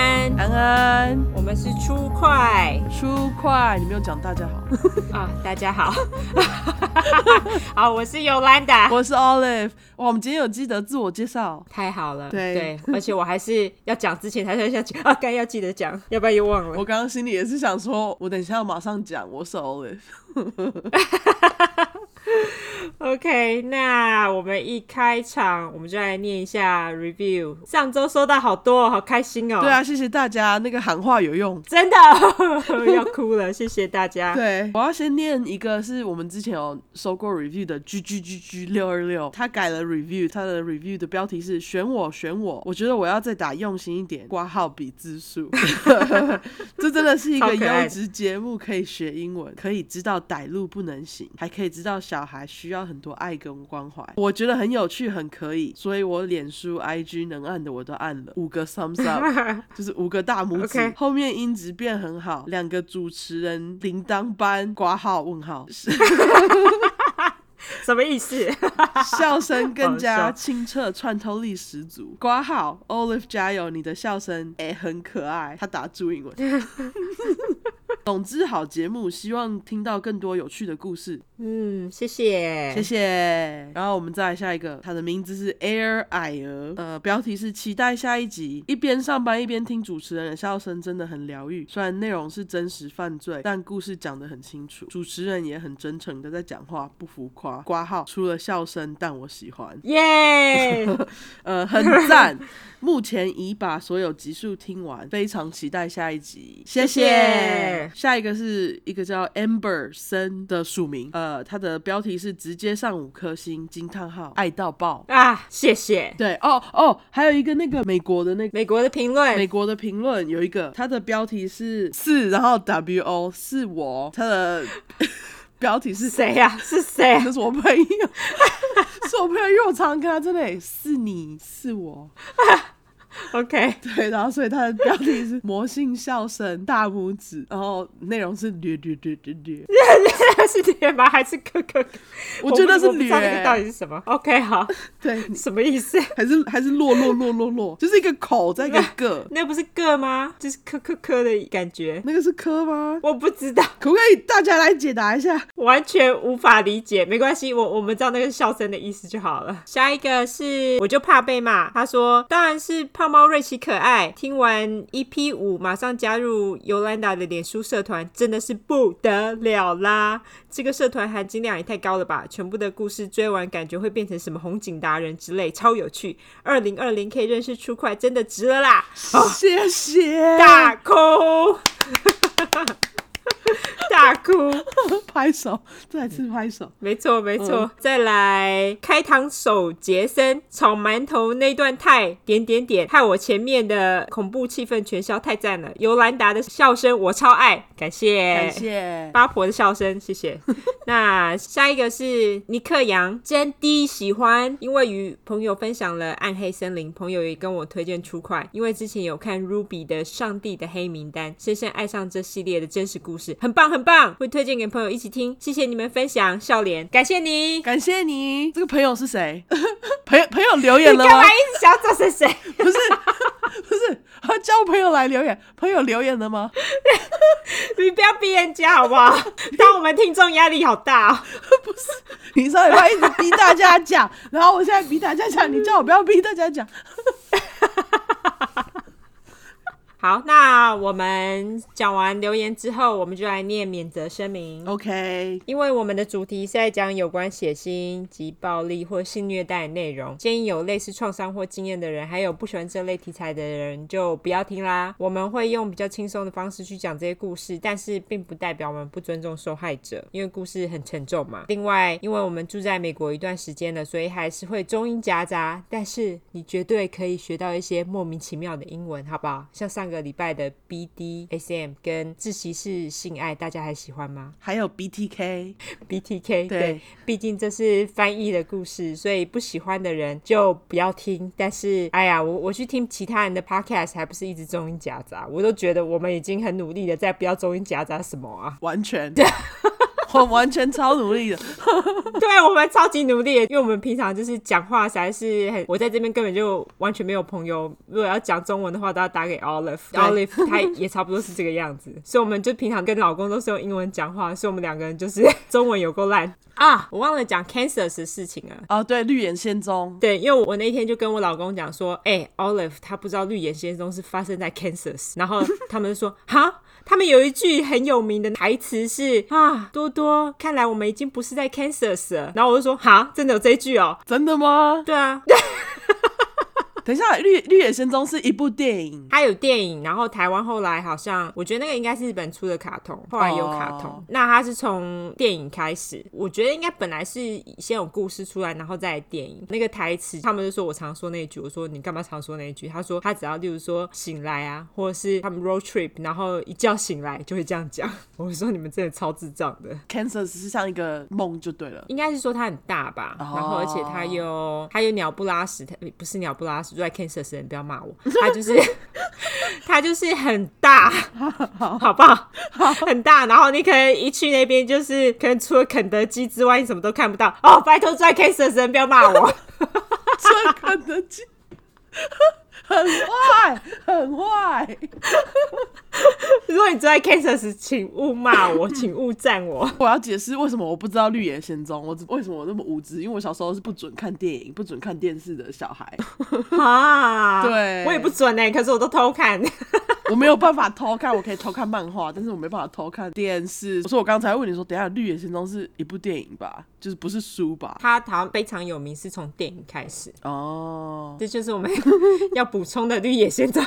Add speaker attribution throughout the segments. Speaker 1: 安，
Speaker 2: 我们是出快
Speaker 1: 舒快，你没有讲大家好，
Speaker 2: 啊，大家好， 好，我是尤兰达，
Speaker 1: 我是 Olive。哇，我们今天有记得自我介绍，
Speaker 2: 太好了，
Speaker 1: 对
Speaker 2: 而且我还是要讲之前还是要讲 啊，该要记得讲，要不然又忘了
Speaker 1: 我。刚刚心里也是想说，我等一下要马上讲，我是 Olive。
Speaker 2: OK，那我们一开场，我们就来念一下 review。上周收到好多哦，好开心哦，
Speaker 1: 对，啊，谢谢大家，那个喊话有用。
Speaker 2: 真的 要哭了，谢谢大家。
Speaker 1: 对，啊我要先念一个是我们之前有收过 review 的 G G G G 六二六，他改了 review，他的 review 的标题是“选我选我”，我觉得我要再打用心一点，挂号比字 数，这真的是一
Speaker 2: 超
Speaker 1: 个
Speaker 2: 可爱
Speaker 1: 优质节目，可以学英文，可以知道歹路不能行，还可以知道小孩需要很多爱跟关怀，我觉得很有趣，很可以，所以我脸书 IG 能按的我都按了，五个 thumbs up。就是五个大拇指
Speaker 2: OK
Speaker 1: 后面音质变很好，两个主持人铃铛班挂号问号，
Speaker 2: 什么意思？
Speaker 1: 笑声更
Speaker 2: 好
Speaker 1: 加
Speaker 2: 笑
Speaker 1: 清澈，穿透力十足。挂号 Olive 加油，你的笑声也很可爱。他打 注英文。总之，好节目，希望听到更多有趣的故事，
Speaker 2: 嗯，谢谢，
Speaker 1: 谢谢。然后我们再来下一个，他的名字是 Air 矮鹅，呃，标题是期待下一集。一边上班一边听主持人的笑声，真的很疗愈。虽然内容是真实犯罪，但故事讲得很清楚，主持人也很真诚的在讲话，不浮夸。挂号除了笑声，但我喜欢。
Speaker 2: 耶。
Speaker 1: 呃，很赞。目前已把所有集数听完，非常期待下一集。谢
Speaker 2: 谢谢
Speaker 1: 下一个是一个叫 Amber 森的署名，呃，他的标题是直接上五颗星惊叹号，爱到爆。
Speaker 2: 啊，谢谢
Speaker 1: 对，哦哦，还有一个那个美国的那个。
Speaker 2: 美国的评论
Speaker 1: 美。国的评论有一个，它的标题是四，然后 W O 是我，它的标题是
Speaker 2: 谁呀、是谁、啊
Speaker 1: 那？是我朋友， 是我朋友，因为我常常跟他真的欸是你是我，
Speaker 2: OK，
Speaker 1: 对，然后所以它的标题是魔性笑声大拇指，然后内容是略略略略略，
Speaker 2: 是爹吗？还是哥哥？
Speaker 1: 我觉得
Speaker 2: 不
Speaker 1: 是
Speaker 2: 我不知
Speaker 1: 略
Speaker 2: 道，那个到底是什么。OK，好，
Speaker 1: 对，
Speaker 2: 什么意思？
Speaker 1: 还是还是落落落落落，就是一个口在一个个，
Speaker 2: 那不是个吗？就是咯咯咯的感觉。
Speaker 1: 那个是科吗？
Speaker 2: 我不知道，
Speaker 1: 可不可以大家来解答一下？
Speaker 2: 完全无法理解。没关系，我我们知道那个笑声的意思就好了。 下一个是，我就怕被骂。他说，当然是胖猫瑞奇可爱。听完 EP 五，马上加入尤兰达的脸书社团，真的是不得了啦！这个社团含金量也太高了吧！全部的故事追完，感觉会变成什么红警达人之类，超有趣。二零二零可以认识出快，真的值了啦！
Speaker 1: 谢谢，
Speaker 2: 啊大哭， 大哭。
Speaker 1: 拍手，再次拍手，
Speaker 2: 没错，没错。再来开膛手杰森炒馒头那段太点点点，害我前面的恐怖气氛全消，太赞了！尤兰达的笑声我超爱，感谢，
Speaker 1: 感谢。
Speaker 2: 八婆的笑声，谢谢。 那下一个是尼克杨，真的喜欢，因为与朋友分享了《暗黑森林》，朋友也跟我推荐出快，因为之前有看 Ruby 的《上帝的黑名单》，深深爱上这系列的真实故事，很棒很棒，会推荐给朋友一起听。谢谢你们分享，笑脸，感谢你。
Speaker 1: 感谢你，这个朋友是谁？朋友朋友留言
Speaker 2: 你
Speaker 1: 了
Speaker 2: 干
Speaker 1: 吗
Speaker 2: 嘛？一直想要做谁谁？
Speaker 1: 不是 不是， 他叫朋友来留言，朋友留言了吗？
Speaker 2: 你不要逼人家好不好？ 当我们听众压力好大、哦。
Speaker 1: 你上礼拜一直逼大家讲，然后我现在逼大家讲，你叫我不要逼大家讲。
Speaker 2: 好，那我们讲完留言之后，我们就来念免责声明。
Speaker 1: OK，
Speaker 2: 因为我们的主题是在讲有关血腥及暴力或性虐待的内容，建议有类似创伤或经验的人，还有不喜欢这类题材的人就不要听啦。我们会用比较轻松的方式去讲这些故事，但是并不代表我们不尊重受害者，因为故事很沉重嘛。另外，因为我们住在美国一段时间了，所以还是会中英夹杂，但是你绝对可以学到一些莫名其妙的英文，好不好？像上个礼拜的 BDSM 跟自习室性爱，大家还喜欢吗？
Speaker 1: 还有 BTK，
Speaker 2: BTK，
Speaker 1: 对
Speaker 2: 对，毕竟这是翻译的故事，所以不喜欢的人就不要听。但是，哎呀，我我去听其他人的 podcast，还不是一直中英 夹杂？我都觉得我们已经很努力的在不要中英夹杂什么啊。
Speaker 1: 完全我完全超努力的，
Speaker 2: 对啊我们超级努力的，因为我们平常就是讲话实在是很，我在这边根本就完全没有朋友。如果要讲中文的话，都要打给 Olive，Olive 她也差不多是这个样子，所以我们就平常跟老公都是用英文讲话，所以我们两个人就是 中文有够烂啊！我忘了讲 Kansas 的事情了。
Speaker 1: 哦，对，绿眼仙踪，
Speaker 2: 对，因为我那天就跟我老公讲说，哎、o l i v e 他不知道绿野仙踪是发生在 Kansas，然后他们就说， 哈，他们有一句很有名的台词是啊，多多，看来我们已经不是在 Kansas 了。然后我就说，哈，真的有这一句哦？
Speaker 1: 真的吗？
Speaker 2: 对啊，
Speaker 1: 等一下，绿绿野仙踪是一部电影，
Speaker 2: 它有电影，然后台湾后来好像，我觉得那个应该是日本出的卡通，后来有卡通。
Speaker 1: 哦
Speaker 2: 那它是从电影开始，我觉得应该本来是先有故事出来，然后再来电影。那个台词，他们就说我常说那一句，我说你干嘛常说那一句？他说他只要例如说醒来啊，或者是他们 road trip，然后一觉醒来就会这样讲。 我说你们真的超智障的。
Speaker 1: Kansas 是像一个梦就对了。
Speaker 2: 应该是说它很大吧，
Speaker 1: 哦
Speaker 2: 然后而且它有它有鸟不拉屎，它不是鸟不拉屎，住在 Kansas 的人不要骂我，它就是 它就是很大，好不好？很大，然后你可能一去那边就是可能除了肯德基之外，你什么都看不到哦。拜托住在 Kansas 的人不要骂我，
Speaker 1: 这肯德基很坏，很坏。
Speaker 2: 如果你住在 Kansas，请勿骂我，请勿赞我。
Speaker 1: 我要解释为什么我不知道《绿野仙踪》，我只为什么我那么无知？因为我小时候是不准看电影、不准看电视的小孩，
Speaker 2: 啊，
Speaker 1: 对
Speaker 2: 我也不准哎、可是我都偷看。
Speaker 1: 我没有办法偷看，我可以偷看漫画，但是我没办法偷看电视。所以我刚才问你说，等一下《绿野仙踪》是一部电影吧？就是不是书吧？
Speaker 2: 它好像非常有名，是从电影开始。
Speaker 1: 哦，
Speaker 2: 这就是我们 要补充的绿野仙踪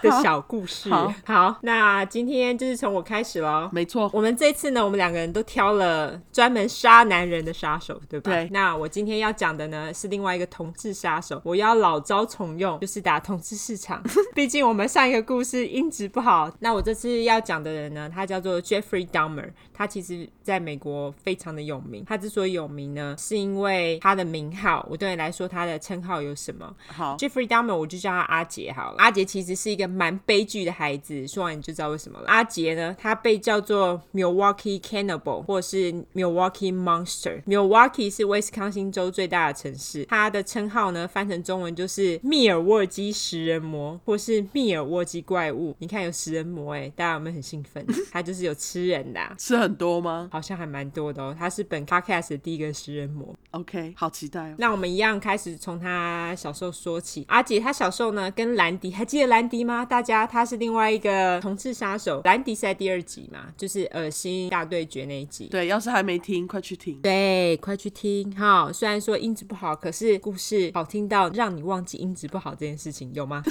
Speaker 2: 的小故事。
Speaker 1: 好
Speaker 2: 好那今天就是从我开始喽。
Speaker 1: 没错，
Speaker 2: 我们这次呢，我们两个人都挑了专门杀男人的杀手，对吧？
Speaker 1: 对
Speaker 2: 那我今天要讲的呢是另外一个同志杀手，我要老招重用，就是打同志市场。 毕竟我们上一个故事音质不好。那我这次要讲的人呢，他叫做 Jeffrey Dahmer，他其实在美国非常的有名。他之所以有名呢，是因为他的名号。我对你来说，他的称号有什么？
Speaker 1: 好，
Speaker 2: Jeffrey Dahmer，我就叫他阿杰好了。阿杰其实是一个蛮悲剧的孩子，说完你就知道为什么了。阿杰呢，他被叫做 Milwaukee Cannibal 或者是 Milwaukee Monster。Milwaukee 是威斯康星州最大的城市，他的称号呢翻成中文就是密尔沃基食人魔或是密尔沃基怪物。你看有食人魔哎、大家有没有很兴奋？ 他就是有吃人的啊、
Speaker 1: 吃很多吗
Speaker 2: 好像还蛮多的哦。他是本 podcast 的第一个食人魔。
Speaker 1: ？OK，好期待哦。
Speaker 2: 那我们一样开始从他小时候说起。阿杰他小时候呢，跟兰迪还记得兰迪吗？大家他是另外一个同志杀手，兰迪是在第二集嘛，就是恶心大对决那一集。
Speaker 1: 对，要是还没听，快去听。
Speaker 2: 对，快去听哈！虽然说音质不好，可是故事好听到让你忘记音质不好这件事情，有吗？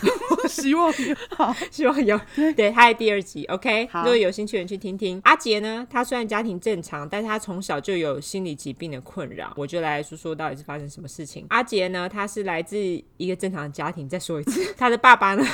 Speaker 1: 希望你好。
Speaker 2: 希望有。对，他在第二集，OK。
Speaker 1: 好
Speaker 2: 如果有兴趣的人去听听。阿杰呢，他虽然家庭正常，但是他从小就有心理疾病的困扰。我就来说说到底是发生什么事情。阿杰呢，他是来自一个正常的家庭。再说一次，他的爸爸呢？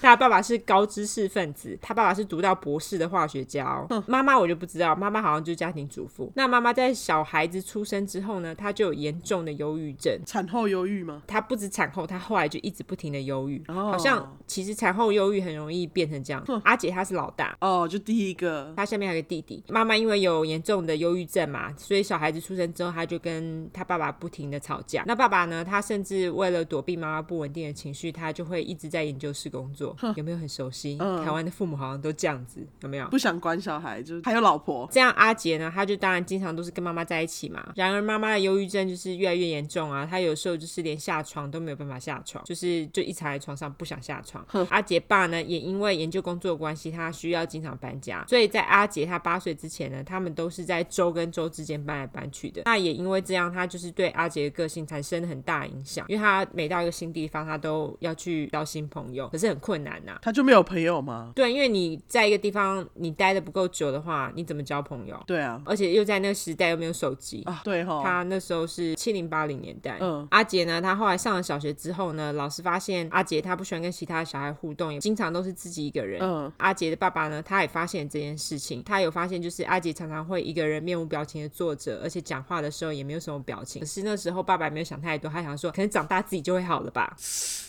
Speaker 2: 他爸爸是高知识分子，他爸爸是读到博士的化学家哦。妈妈我就不知道，妈妈好像就是家庭主妇。那妈妈在小孩子出生之后呢，她就有严重的忧郁症，
Speaker 1: 产后忧郁吗？
Speaker 2: 她不止产后，她后来就一直不停的忧郁，
Speaker 1: 哦
Speaker 2: 好像其实产后忧郁很容易变成这样。阿姐她是老大。
Speaker 1: 哦，就第一个
Speaker 2: 她下面还有个弟弟，妈妈因为有严重的忧郁症嘛，所以小孩子出生之后，她就跟她爸爸不停的吵架。那爸爸呢，他甚至为了躲避妈妈不稳定的情绪，他就会一直在研究室工作。有没有很熟悉？
Speaker 1: 嗯
Speaker 2: 台湾的父母好像都这样子，有没有？
Speaker 1: 不想管小孩，就还有老婆。
Speaker 2: 这样阿杰呢，他就当然经常都是跟妈妈在一起嘛。然而妈妈的忧郁症就是越来越严重啊，他有时候就是连下床都没有办法下床，就是就一躺在床上不想下床。阿杰爸呢，也因为研究工作的关系，他需要经常搬家，所以在阿杰他八岁之前呢，他们都是在州跟州之间搬来搬去的。那也因为这样，他就是对阿杰的个性产生了很大影响，因为他每到一个新地方，他都要去交新朋友，可是很困难呐、
Speaker 1: 他就没有朋友吗？
Speaker 2: 对，因为你在一个地方你待的不够久的话，你怎么交朋友？
Speaker 1: 对啊，
Speaker 2: 而且又在那个时代又没有手机。
Speaker 1: 啊，对哈，
Speaker 2: 他那时候是七零八零年代，
Speaker 1: 嗯
Speaker 2: 阿杰呢，他后来上了小学之后呢，老师发现阿杰他不喜欢跟其他小孩互动，也经常都是自己一个人。
Speaker 1: 嗯，
Speaker 2: 阿杰的爸爸呢，他也发现这件事情，他有发现就是阿杰常常会一个人面无表情的坐着，而且讲话的时候也没有什么表情。可是那时候爸爸也没有想太多，他想说可能长大自己就会好了吧。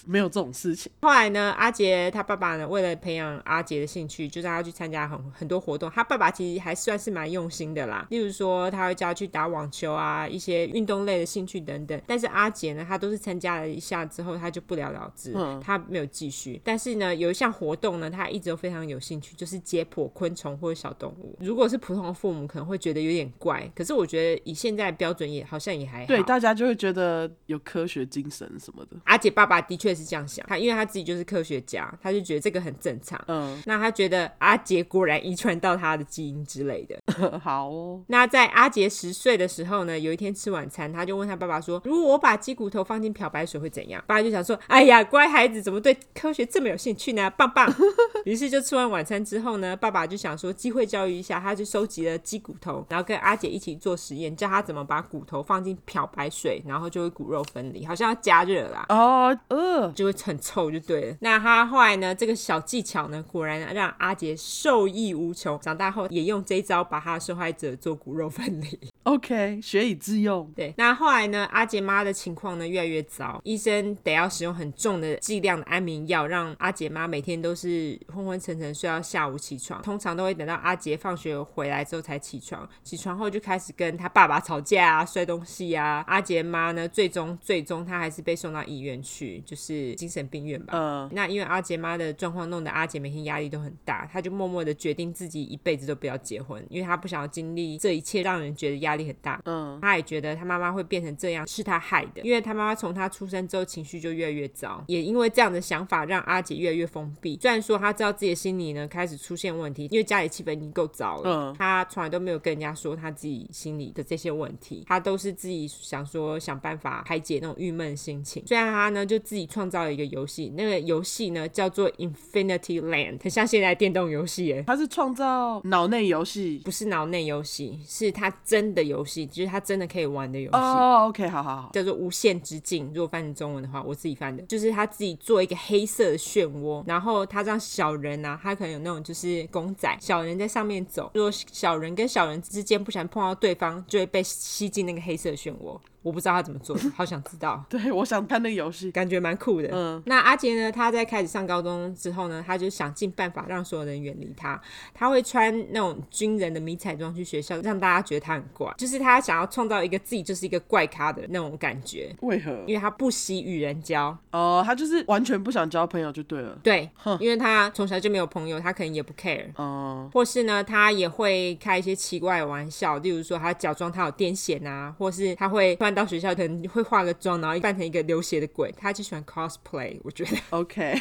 Speaker 1: 没有这种事情。
Speaker 2: 后来呢，阿杰他爸爸呢，为了培养阿杰的兴趣，就让他去参加很很多活动。他爸爸其实还算是蛮用心的啦，例如说他会叫他去打网球啊，一些运动类的兴趣等等。但是阿杰呢，他都是参加了一下之后，他就不了了之，
Speaker 1: 嗯
Speaker 2: 他没有继续。但是呢，有一项活动呢，他一直都非常有兴趣，就是解剖昆虫或者小动物。如果是普通的父母，可能会觉得有点怪，可是我觉得以现在的标准也好像也还好。
Speaker 1: 对，大家就会觉得有科学精神什么的。
Speaker 2: 阿杰爸爸的确是这样想，他因为他自己就是科学家，他就觉得这个很正常。
Speaker 1: 嗯，
Speaker 2: 那他觉得阿杰果然遗传到他的基因之类的。
Speaker 1: 好哦，
Speaker 2: 那在阿杰十岁的时候呢，有一天吃晚餐，他就问他爸爸说：“如果我把鸡骨头放进漂白水会怎样？”爸爸就想说：“哎呀，乖孩子怎么对科学这么有兴趣呢？棒棒！” 于是就吃完晚餐之后呢，爸爸就想说机会教育一下，他就收集了鸡骨头，然后跟阿杰一起做实验，教他怎么把骨头放进漂白水，然后就会骨肉分离，好像要加热啦。
Speaker 1: 哦，呃，
Speaker 2: 就会很臭就对了。那他后来呢，这个小技巧呢，果然啊让阿杰受益无穷。长大后也用这一招把他的受害者做骨肉分离。
Speaker 1: OK，学以致用。
Speaker 2: 对，那后来呢，阿杰妈的情况呢越来越糟，医生得要使用很重的剂量的安眠药，让阿杰妈每天都是昏昏沉沉睡到下午起床，通常都会等到阿杰放学回来之后才起床。起床后就开始跟他爸爸吵架啊，摔东西啊。阿杰妈呢，最终最终她还是被送到医院去，就是精神病院吧。
Speaker 1: 嗯，
Speaker 2: 那因为阿杰妈的状况弄得阿杰每天压力都很大，她就默默的决定自己一辈子都不要结婚，因为她不想要经历这一切让人觉得压力很大。
Speaker 1: 嗯，
Speaker 2: 她也觉得她妈妈会变成这样是她害的，因为她妈妈从她出生之后情绪就越来越糟，也因为这样的想法让阿杰越来越封闭。虽然说她知道自己的心理呢开始出现问题，因为家里气氛已经够糟了
Speaker 1: 嗯，
Speaker 2: 她从来都没有跟人家说她自己心里的这些问题，她都是自己想说想办法排解那种郁闷的心情。虽然她呢就自己创造了一个游戏，那个游戏呢叫做 Infinity Land，很像现在的电动游戏耶，
Speaker 1: 他是创造脑内游戏。
Speaker 2: 不是脑内游戏，是她真的游戏，就是她真的可以玩的游戏。
Speaker 1: 哦，OK，好好好，
Speaker 2: 叫做无限之境。如果翻成中文的话，我自己翻的，就是他自己做一个黑色的漩涡，然后他让小人啊，他可能有那种就是公仔，小人在上面走，如果小人跟小人之间不小心碰到对方，就会被吸进那个黑色的漩涡。我不知道他怎么做的，好想知道。
Speaker 1: 对我想看那个游戏。
Speaker 2: 感觉蛮酷的。
Speaker 1: 嗯
Speaker 2: 那阿杰呢？他在开始上高中之后呢，他就想尽办法让所有人远离他。他会穿那种军人的迷彩装去学校，让大家觉得他很怪，就是他想要创造一个自己就是一个怪咖的那种感觉，
Speaker 1: 为何？
Speaker 2: 因为他不惜与人交。
Speaker 1: 哦，他就是完全不想交朋友就对了。
Speaker 2: 对，因为他从小就没有朋友，他可能也不 care。
Speaker 1: 哦、
Speaker 2: 或是呢，他也会开一些奇怪的玩笑，例如说他假装他有癫痫啊，或是他会突然到学校可能会化个妆，然后扮成一个流血的鬼。他就喜欢 cosplay，我觉 得。
Speaker 1: o k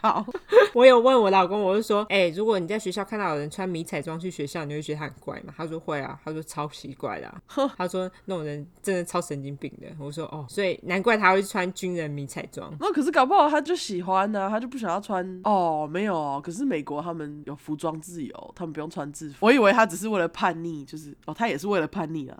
Speaker 1: 好，
Speaker 2: 我有问我老公，我就说，哎、如果你在学校看到有人穿迷彩装去学校，你会觉得他很怪吗？他说会啊，他说超奇怪的啊、他说那种人真的超神经病的。我说哦，所以难怪他会穿军人迷彩装。
Speaker 1: 那可是搞不好他就喜欢呢、他就不想要穿。哦，没有哦，可是美国他们有服装自由，他们不用穿制服。我以为他只是为了叛逆，就是哦，他也是为了叛逆啊。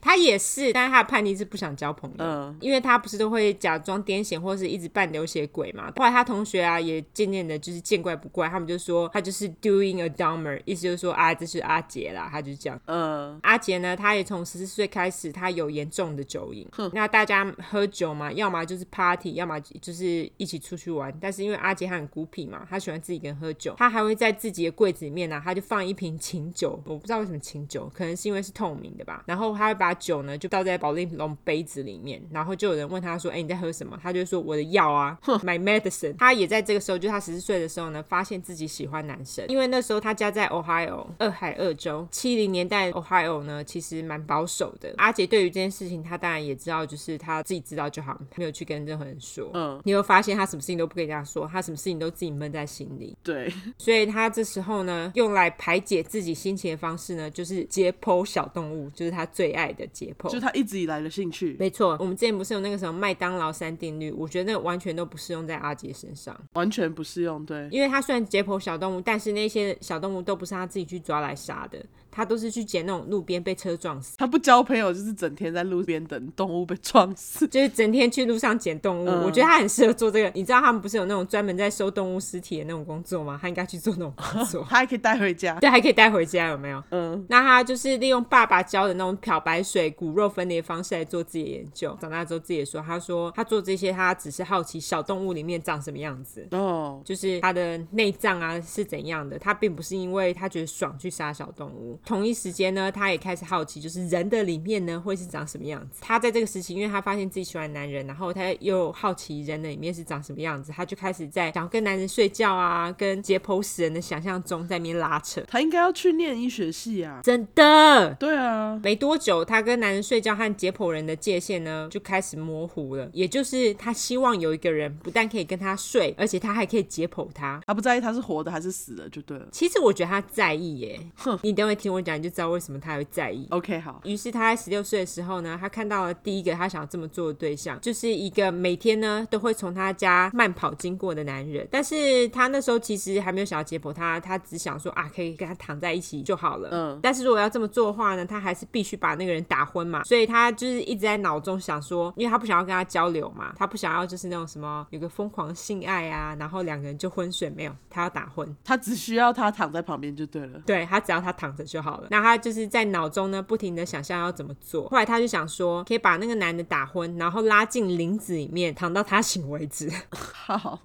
Speaker 2: 他也是，但是他的叛逆是不想交朋友。
Speaker 1: 嗯
Speaker 2: 因为他不是都会假装癫痫或是一直扮流血鬼嘛，后来他同学啊也渐渐的就是见怪不怪，他们就说他就是 doing a dumber，意思就是说啊这是阿杰啦，他就是这样。
Speaker 1: 嗯
Speaker 2: 阿杰呢，他也从十四岁开始，他有严重的酒瘾
Speaker 1: 哼。
Speaker 2: 那大家喝酒嘛，要么就是 party，要么就是一起出去玩。但是因为阿杰他很孤僻嘛，他喜欢自己一个人喝酒，他还会在自己的柜子里面呢、啊他就放一瓶琴酒，我不知道为什么琴酒，可能是因为是透明的吧。然后他会把酒呢就倒在保龄龙杯子里面，然后就有人问他说：“哎、你在喝什么？”他就说：“我的药啊，my medicine。”他也在这个时候，就他十四岁的时候呢，发现自己喜欢男生，因为那时候他家在 Ohio 俄亥俄州，七零年代 Ohio 呢其实蛮保守的。阿杰对于这件事情，他当然也知道，就是他自己知道就好，没有去跟任何人说。
Speaker 1: 嗯，
Speaker 2: 你有发现他什么事情都不跟人家说，他什么事情都自己闷在心里，
Speaker 1: 对，
Speaker 2: 所以他这时候呢，用来排解自己心情的方式呢，就是解剖小动物，就是他最爱的解剖。
Speaker 1: 就是他一直以来的兴趣，
Speaker 2: 没错，我们之前不是有那个什么麦当劳三定律？我觉得那完全都不适用在阿杰身上，
Speaker 1: 完全不适用。对，
Speaker 2: 因为他虽然解剖小动物，但是那些小动物都不是他自己去抓来杀的，他都是去捡那种路边被车撞死，
Speaker 1: 他不交朋友，就是整天在路边等动物被撞死。
Speaker 2: 就是整天去路上捡动物。
Speaker 1: 嗯
Speaker 2: 我觉得他很适合做这个。你知道他们不是有那种专门在收动物尸体的那种工作吗？他应该去做那种工作，
Speaker 1: 他还可以带回家。
Speaker 2: 对，还可以带回家，有没有？
Speaker 1: 嗯，
Speaker 2: 那他就是利用爸爸教的那种漂白水骨肉分离的方式来做自己的研究。长大之后自己也说，他说他做这些，他只是好奇小动物里面长什么样子，
Speaker 1: 哦，
Speaker 2: 就是它的内脏啊是怎样的。他并不是因为他觉得爽去杀小动物。同一时间呢，他也开始好奇，就是人的里面呢会是长什么样子。他在这个时期，因为他发现自己喜欢男人，然后他又好奇人的里面是长什么样子，他就开始在想要跟男人睡觉啊，跟解剖死人的想象中在那边拉扯。
Speaker 1: 他应该要去念医学系啊。
Speaker 2: 真的，
Speaker 1: 对啊，
Speaker 2: 没多久，他跟男人睡觉和解剖人的界限呢就开始模糊了。也就是他希望有一个人不但可以跟他睡，而且他还可以解剖他。
Speaker 1: 他不在意他是活的还是死的就对了。
Speaker 2: 其实我觉得他在意耶
Speaker 1: 哼，
Speaker 2: 你等会听我讲，你就知道为什么他会在意。
Speaker 1: OK，好，
Speaker 2: 于是他在十六岁的时候呢，他看到了第一个他想要这么做的对象，就是一个每天呢都会从他家慢跑经过的男人。但是他那时候其实还没有想要解剖他，他只想说啊，可以跟他躺在一起就好了。
Speaker 1: 嗯
Speaker 2: 但是如果要这么做的话呢，他还是必须把那个人打昏嘛。所以他就是一直在脑中想说，因为他不想要跟他交流嘛，他不想要就是那种什么有个疯狂性爱啊，然后两个人就昏睡没有，他要打昏。
Speaker 1: 他只需要他躺在旁边就对了。
Speaker 2: 对他只要他躺着就好了。那他就是在脑中呢，不停的想象要怎么做。后来他就想说，可以把那个男的打昏，然后拉进林子里面，躺到他醒为止。
Speaker 1: 好，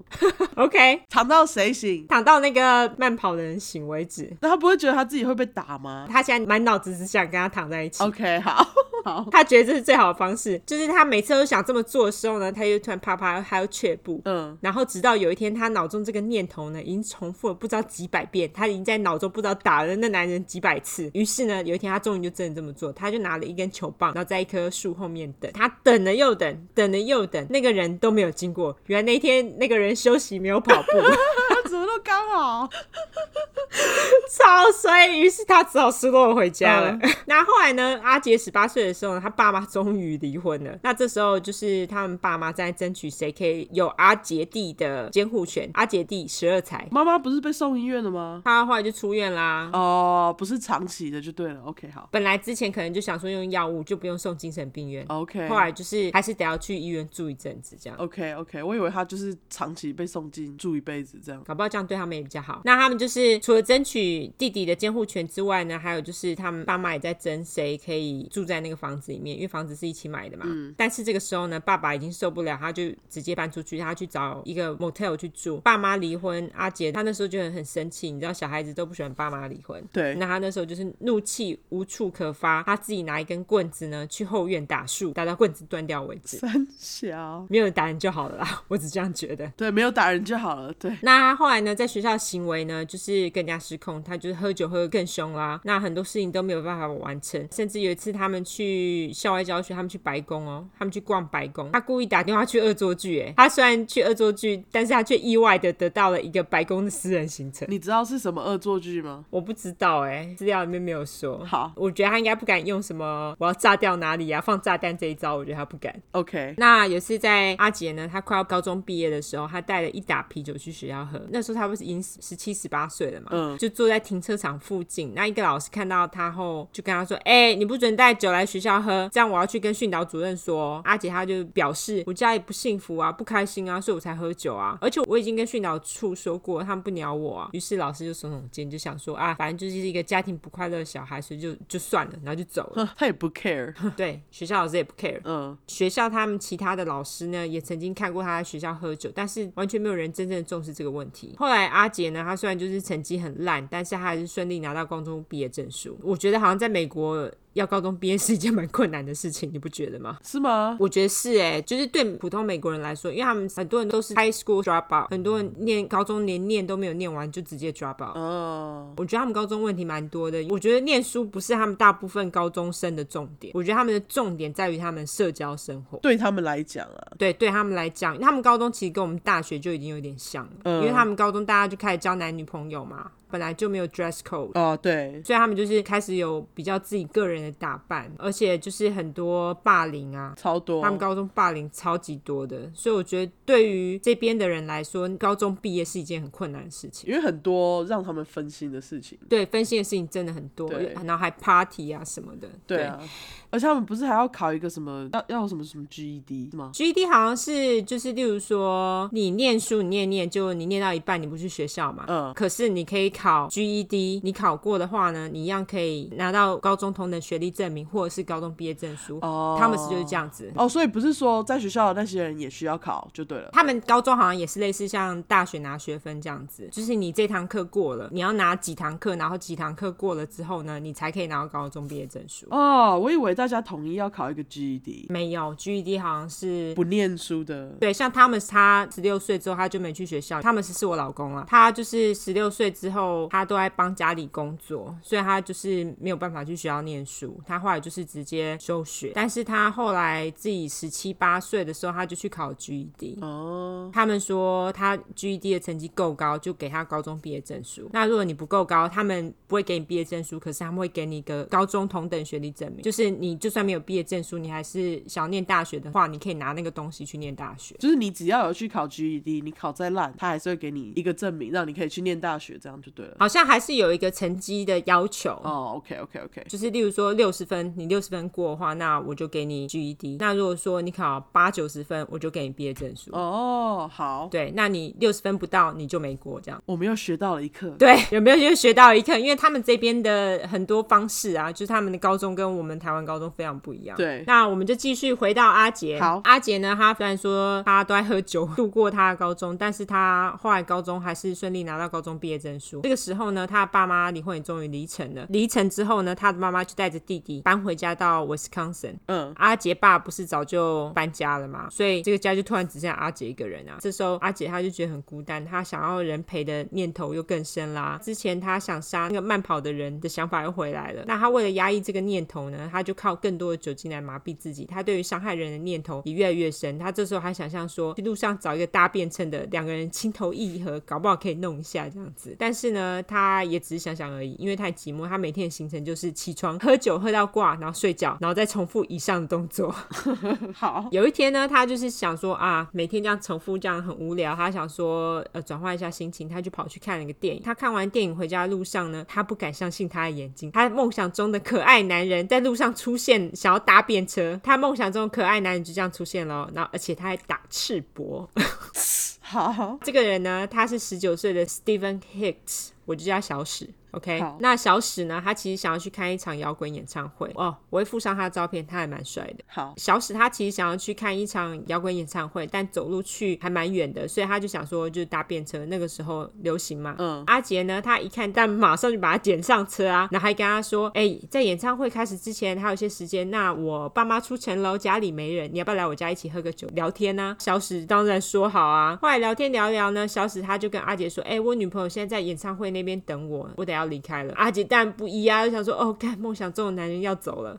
Speaker 2: OK，
Speaker 1: 躺到谁醒？
Speaker 2: 躺到那个慢跑的人醒为止。
Speaker 1: 那他不会觉得他自己会被打吗
Speaker 2: 他现在满脑子只想跟他躺在一起。
Speaker 1: ？OK，好，好，
Speaker 2: 他觉得这是最好的方式，就是他每次都想这么做的时候呢，他又突然啪啪，他又却步，
Speaker 1: 嗯，
Speaker 2: 然后直到有一天，他脑中这个念头呢，已经重复了不知道几百遍，他已经在脑中不知道打了那男人几百次。于是呢，有一天他终于就真的这么做，他就拿了一根球棒，然后在一棵树后面等。他等了又等，等了又等，那个人都没有经过。原来那天那个人休息没有跑步，
Speaker 1: 他怎么都刚好。
Speaker 2: 超衰。于是他只好失落地回家了。
Speaker 1: 嗯
Speaker 2: 那后来呢？阿杰十八岁的时候呢，他爸妈终于离婚了。那这时候就是他们爸妈在争取谁可以有阿杰弟的监护权。阿杰弟十二才。
Speaker 1: 妈妈不是被送医院了吗？
Speaker 2: 他后来就出院啦。
Speaker 1: 哦，不是长期的就对了。OK，好
Speaker 2: 本来之前可能就想说用药物就不用送精神病院，
Speaker 1: ，OK，
Speaker 2: 后来就是还是得要去医院住一阵子这样。
Speaker 1: OK OK，我以为他就是长期被送进住一辈子这样。
Speaker 2: 搞不好这样对他们也比较好。那他们就是除了争取弟弟的监护权之外呢，还有就是他们爸妈也在争谁可以住在那个房子里面，因为房子是一起买的嘛。但是这个时候呢，爸爸已经受不了，他就直接搬出去，他去找一个 motel 去住。爸妈离婚，阿杰他那时候就很很生气，你知道小孩子都不喜欢爸妈离婚。
Speaker 1: 对，
Speaker 2: 那他那时候就是怒气无处可发，他自己拿一根棍子呢去后院打树，打到棍子断掉为止。
Speaker 1: 三小，
Speaker 2: 没有人打人就好了啦， 我只这样觉得。
Speaker 1: 对，没有打人就好了。对，
Speaker 2: 那他后来呢，在学校的行为呢，就是更加失控，他就是喝酒喝得更凶啦，那很多事情都没有办法完成，甚至有一次他们去校外教学，他们去白宫哦，他们去逛白宫，他故意打电话去恶作剧，哎，他虽然去恶作剧，但是他却意外的得到了一个白宫的私人行程，
Speaker 1: 你知道是什么恶作剧吗？
Speaker 2: 我不知道哎，资料里面没有说。
Speaker 1: 好
Speaker 2: 我觉得他应该不敢用什么我要炸掉哪里啊，放炸弹这一招，我觉得他不敢。
Speaker 1: ，OK，
Speaker 2: 那有一次在阿杰呢，他快要高中毕业的时候，他带了一打啤酒去学校喝。那时候他不是已经十七十八岁了嘛，
Speaker 1: 嗯
Speaker 2: 就坐在停车场附近。那一个老师看到他后，就跟他说：“哎、你不准带酒来学校喝，这样我要去跟训导主任说。”阿杰他就表示：“我家里不幸福啊，不开心啊，所以我才喝酒啊。而且我已经跟训导处说过，他们不鸟我啊。”于是老师就耸耸肩，就想说：“啊，反正就是一个家庭不快乐的小孩，所以就就算了，然后就走 了。
Speaker 1: 哼他也不 care，
Speaker 2: 对，学校老师也不 care。
Speaker 1: 嗯，
Speaker 2: 学校他们其他的老师呢，也曾经看过他在学校喝酒，但是完全没有人真正重视这个问题。后来阿杰呢，他虽然就是成绩很烂，但是他还是顺利拿到高中毕业证书。我觉得好像在美国要高中毕业是一件蛮困难的事情，你不觉得吗？
Speaker 1: 是吗？
Speaker 2: 我觉得是哎、就是对普通美国人来说，因为他们很多人都是 high school drop out，很多人念高中连念都没有念完就直接 drop out。
Speaker 1: 哦，
Speaker 2: 我觉得他们高中问题蛮多的。我觉得念书不是他们大部分高中生的重点，我觉得他们的重点在于他们社交生活。
Speaker 1: 对他们来讲啊，
Speaker 2: 对，对他们来讲，他们高中其实跟我们大学就已经有点像了，
Speaker 1: 嗯
Speaker 2: 因为他们高中大家就开始交男女朋友嘛，本来就没有 dress code，
Speaker 1: 哦，对，
Speaker 2: 所以他们就是开始有比较自己个人的打扮，而且就是很多霸凌啊，
Speaker 1: 超多
Speaker 2: 他。们高中霸凌超级多的，所以我觉得对于这边的人来说，高中毕业是一件很困难的事情。
Speaker 1: 因为很多让他们分心的事情，
Speaker 2: 对，分心的事情真的很多，
Speaker 1: 对
Speaker 2: 然后还 party 啊什么的。
Speaker 1: 对啊，而且他们不是还要考一个什么，要要有什么什么 GED 是吗？
Speaker 2: GED E 好像是就是，例如说你念书，你念念，就你念到一半，你不去学校嘛，
Speaker 1: 嗯
Speaker 2: 可是你可以考 GED，你考过的话呢，你一样可以拿到高中同等学历证明或者是高中毕业证书。
Speaker 1: 哦
Speaker 2: 他们是就是这样子。
Speaker 1: 哦，所以不是说在学校的那些人也需要考就对了。
Speaker 2: 他们高中好像也是类似像大学拿学分这样子，就是你这堂课过了，你要拿几堂课，然后几堂课过了之后呢，你才可以拿到高中毕业证书。
Speaker 1: 哦，我以为大家统一要考一个 GED，
Speaker 2: 没有 GED 好像是
Speaker 1: 不念书的。
Speaker 2: 对，像他们，他十六岁之后他就没去学校。他们是是我老公了，他就是十六岁之后，他都在帮家里工作，所以他就是没有办法去学校念书。他后来就是直接休学，但是他后来自己十七八岁的时候，他就去考 GED。
Speaker 1: 哦，
Speaker 2: 他们说他 GED 的成绩够高，就给他高中毕业证书。那如果你不够高，他们不会给你毕业证书，可是他们会给你一个高中同等学历证明，就是你就算没有毕业证书，你还是想念大学的话，你可以拿那个东西去念大学。
Speaker 1: 就是你只要有去考 GED，你考再烂，他还是会给你一个证明，让你可以去念大学，这样就对了。
Speaker 2: 好像还是有一个成绩的要求。
Speaker 1: 哦，OK OK OK，
Speaker 2: 就是例如说六十分，你六十分过的话，那我就给你 GED；那如果说你考八九十分，我就给你毕业证书。
Speaker 1: 哦，好，
Speaker 2: 对，那你六十分不到，你就没过这样。
Speaker 1: 我们又学到了一课。
Speaker 2: 对，有没有就学到一课？因为他们这边的很多方式啊，就是他们的高中跟我们台湾高中非常不一样。
Speaker 1: 对
Speaker 2: 那我们就继续回到阿杰。
Speaker 1: 好
Speaker 2: 阿杰呢，他虽然说他都在喝酒度过他的高中，但是他后来高中还是顺利拿到高中毕业证书。这个时候呢，他的爸妈离婚也终于离成了。离成之后呢，他的妈妈就带着弟弟搬回家到 Wisconsin。
Speaker 1: 嗯，
Speaker 2: 阿杰爸不是早就搬家了嘛，所以这个家就突然只剩下阿杰一个人啊。这时候阿杰他就觉得很孤单，他想要人陪的念头又更深啦。之前他想杀那个慢跑的人的想法又回来了。那他为了压抑这个念头呢，他就靠更多的酒精来麻痹自己。他对于伤害人的念头也越来越深。他这时候还想象说，去路上找一个搭便称的，两个人情投意合，搞不好可以弄一下这样子。但是呢，他也只是想想而已，因为太寂寞。他每天的行程就是起床、喝酒、喝到挂，然后睡觉，然后再重复以上的动作。
Speaker 1: 好，
Speaker 2: 有一天呢，他就是想说啊，每天这样重复这样很无聊，他想说呃转换一下心情，他就跑去看了一个电影。他看完电影回家的路上呢，他不敢相信他的眼睛，他梦想中的可爱男人在路上出现，想要搭便车，他梦想中的可爱男人就这样出现了，然后而且他还打赤膊。
Speaker 1: 好，
Speaker 2: 这个人呢，他是十九岁的 Stephen Hicks，我就叫他小史。OK，
Speaker 1: 好
Speaker 2: 那小史呢，他其实想要去看一场摇滚演唱会哦，我会附上他的照片，他还蛮帅的。
Speaker 1: 好，
Speaker 2: 小史他其实想要去看一场摇滚演唱会，但走路去还蛮远的，所以他就想说就是搭便车，那个时候流行嘛。
Speaker 1: 嗯
Speaker 2: 阿杰呢，他一看，但马上就把他捡上车啊，然后还跟他说：“哎、在演唱会开始之前还有一些时间，那我爸妈出城楼，家里没人，你要不要来我家一起喝个酒聊天呢、小史当然说好啊。后来聊天聊聊呢，小史他就跟阿杰说：“哎、我女朋友现在在演唱会那边等我，我得要离开了。”阿杰当然不依啊，就想说：“哦，看梦想中的男人要走了。”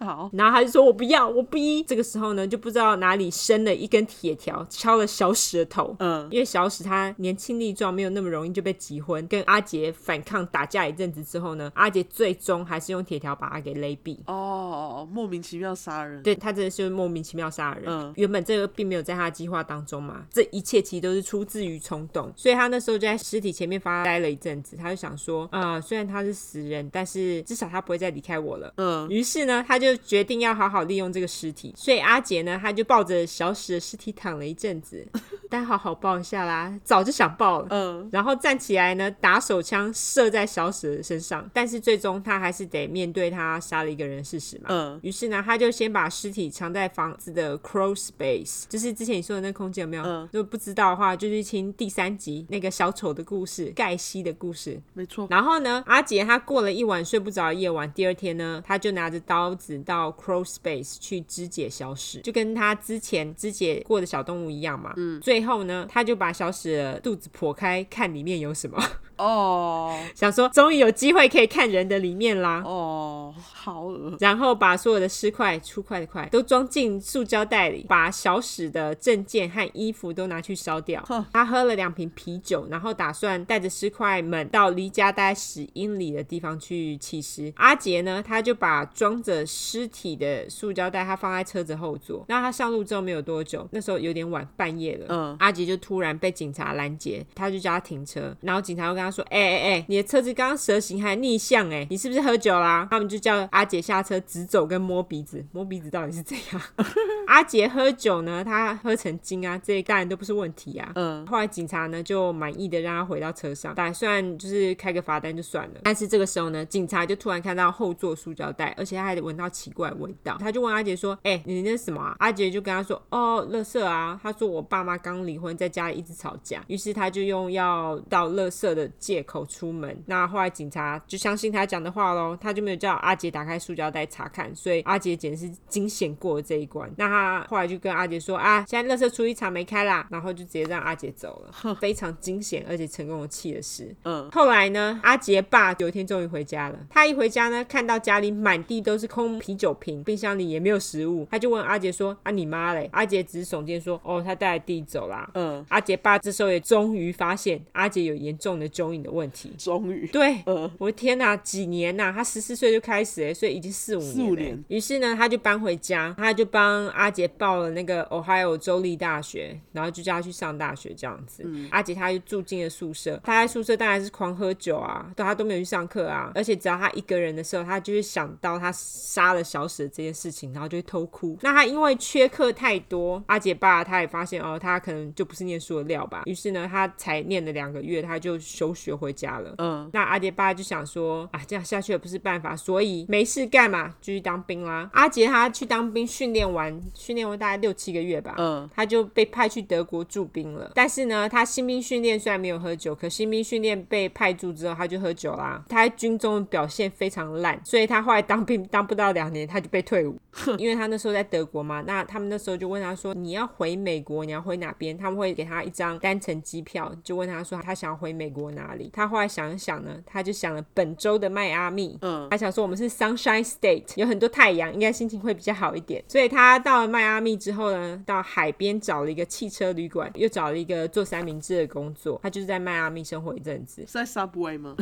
Speaker 1: 好，
Speaker 2: 然后他就说：“我不要，我不依。”这个时候呢，就不知道哪里伸了一根铁条，敲了小史的头。
Speaker 1: 嗯，
Speaker 2: 因为小史他年轻力壮，没有那么容易就被急婚。跟阿杰反抗打架一阵子之后呢，阿杰最终还是用铁条把他给勒毙。
Speaker 1: 哦，莫名其妙杀人。
Speaker 2: 对他真的是莫名其妙杀人。
Speaker 1: 嗯
Speaker 2: 原本这个并没有在他的计划当中嘛，这一切其实都是出自于冲动，所以他那时候就在尸体前面发呆了一阵子，他就想说，啊、虽然他是死人，但是至少他不会再离开我了。
Speaker 1: 嗯，
Speaker 2: 于是呢，他就决定要好好利用这个尸体，所以阿杰呢，他就抱着小史的尸体躺了一阵 子，但好好抱一下啦，早就想抱了。
Speaker 1: 嗯，
Speaker 2: 然后站起来呢，打手枪射在小史的身上，但是最终他还是得面对他杀了一个人的事实嘛。
Speaker 1: 嗯，
Speaker 2: 于是呢，他就先把尸体藏在房子的 crow space，就是之前你说的那空间有没有？
Speaker 1: 嗯
Speaker 2: 如果不知道的话，就去听第三集那个小丑的故事，盖西的故事。
Speaker 1: 没错。
Speaker 2: 然后呢，阿杰他过了一晚睡不着的夜晚，第二天呢，他就拿着刀子到 Crow Space 去肢解小史，就跟他之前肢解过的小动物一样嘛。嗯，最后呢，他就把小史的肚子剖开，看里面有什么。
Speaker 1: 哦
Speaker 2: 想说终于有机会可以看人的里面啦。
Speaker 1: 哦，好恶
Speaker 2: 然后把所有的尸块、粗块的块都装进塑胶袋里，把小史的证件和衣服都拿去烧掉
Speaker 1: 哼。
Speaker 2: 他喝了两瓶啤酒，然后打算带着尸块们到离家大概十英里的地方去弃尸。阿杰呢，他就把装着尸体的塑胶袋，他放在车子后座。那他上路之后没有多久，那时候有点晚，半夜了。
Speaker 1: 嗯
Speaker 2: 阿杰就突然被警察拦截，他就叫他停车，然后警察又跟他说：“哎哎哎，你的车子刚刚蛇行还逆向、哎，你是不是喝酒啦？”他们就叫阿杰下车直走跟摸鼻子，摸鼻子到底是怎样？ 阿杰喝酒呢，他喝成精啊，这当然都不是问题啊。
Speaker 1: 嗯
Speaker 2: 后来警察呢就满意的让他回到车上，打算就是开个罚单就算了。但是这个时候呢，警察就突然看到后座塑胶袋，而且他还闻到奇怪的味道，他就问阿杰说：“哎、你那是什么啊？”阿杰就跟他说：“哦，垃圾啊。”他说：“我爸妈刚离婚，在家里一直吵架。”于是他就用要到垃圾的借口出门。那后来警察就相信他讲的话喽，他就没有叫阿杰打开塑胶袋查看，所以阿杰简直是惊险过了这一关。那他后来就跟阿杰说：“啊，现在垃圾处理厂没开啦。”然后就直接让阿杰走了，非常惊险而且成功的气了尸。
Speaker 1: 嗯，
Speaker 2: 后来呢，阿杰爸有一天终于回家了。他一回家呢，看到家里满地都是空啤酒瓶，冰箱里也没有食物，他就问阿杰说：“啊，你妈嘞？”阿杰只是耸肩说：“哦，他带来地走啦。”
Speaker 1: 嗯，
Speaker 2: 阿杰爸这时候也终于发现阿杰有严重的酒瘾的问题。
Speaker 1: 终于，
Speaker 2: 对，
Speaker 1: 嗯
Speaker 2: 我的天呐、几年呐、他十四岁就开始哎、所以已经四五
Speaker 1: 四五
Speaker 2: 年
Speaker 1: 年
Speaker 2: 了。于是呢，他就搬回家，他就帮阿杰报了那个 Ohio 州立大学，然后就叫他去上大学这样子。
Speaker 1: 嗯
Speaker 2: 阿杰他就住进了宿舍，他在宿舍当然是狂喝酒啊，对他都没有去上课啊。而且只要他一个人的时候，他就会想到他杀了小史的这件事情，然后就会偷哭。那他因为缺课太多，阿杰爸他也发现哦，他可能就不是念书的料吧。于是呢，他才念了两个月，他就休学回家了。
Speaker 1: 嗯
Speaker 2: 那阿杰爸就想说啊，这样下去也不是办法，所以没事干嘛，就去当兵啦。阿杰他去当兵，训练完，训练完大概六七个月吧。
Speaker 1: 嗯
Speaker 2: 他就被派去德国驻兵了，但是呢，他新兵训练虽然没有喝酒，可新兵训练被派驻之后，他就喝酒啦。他在军中的表现非常烂，所以他后来当兵当不到两年，他就被退伍。因为他那时候在德国嘛，那他们那时候就问他说：“你要回美国，你要回哪边？”他们会给他一张单程机票，就问他说他想要回美国哪里。他后来想一想呢，他就想了本州的迈阿密。
Speaker 1: 嗯
Speaker 2: 他想说我们是 Sunshine State，有很多太阳，应该心情会比较好一点。所以他到了迈阿密之后呢，到海边找了一个汽车旅馆，又找了一个做三明治的工作。他就是在迈阿密生活一阵子，
Speaker 1: 是在 Subway 吗？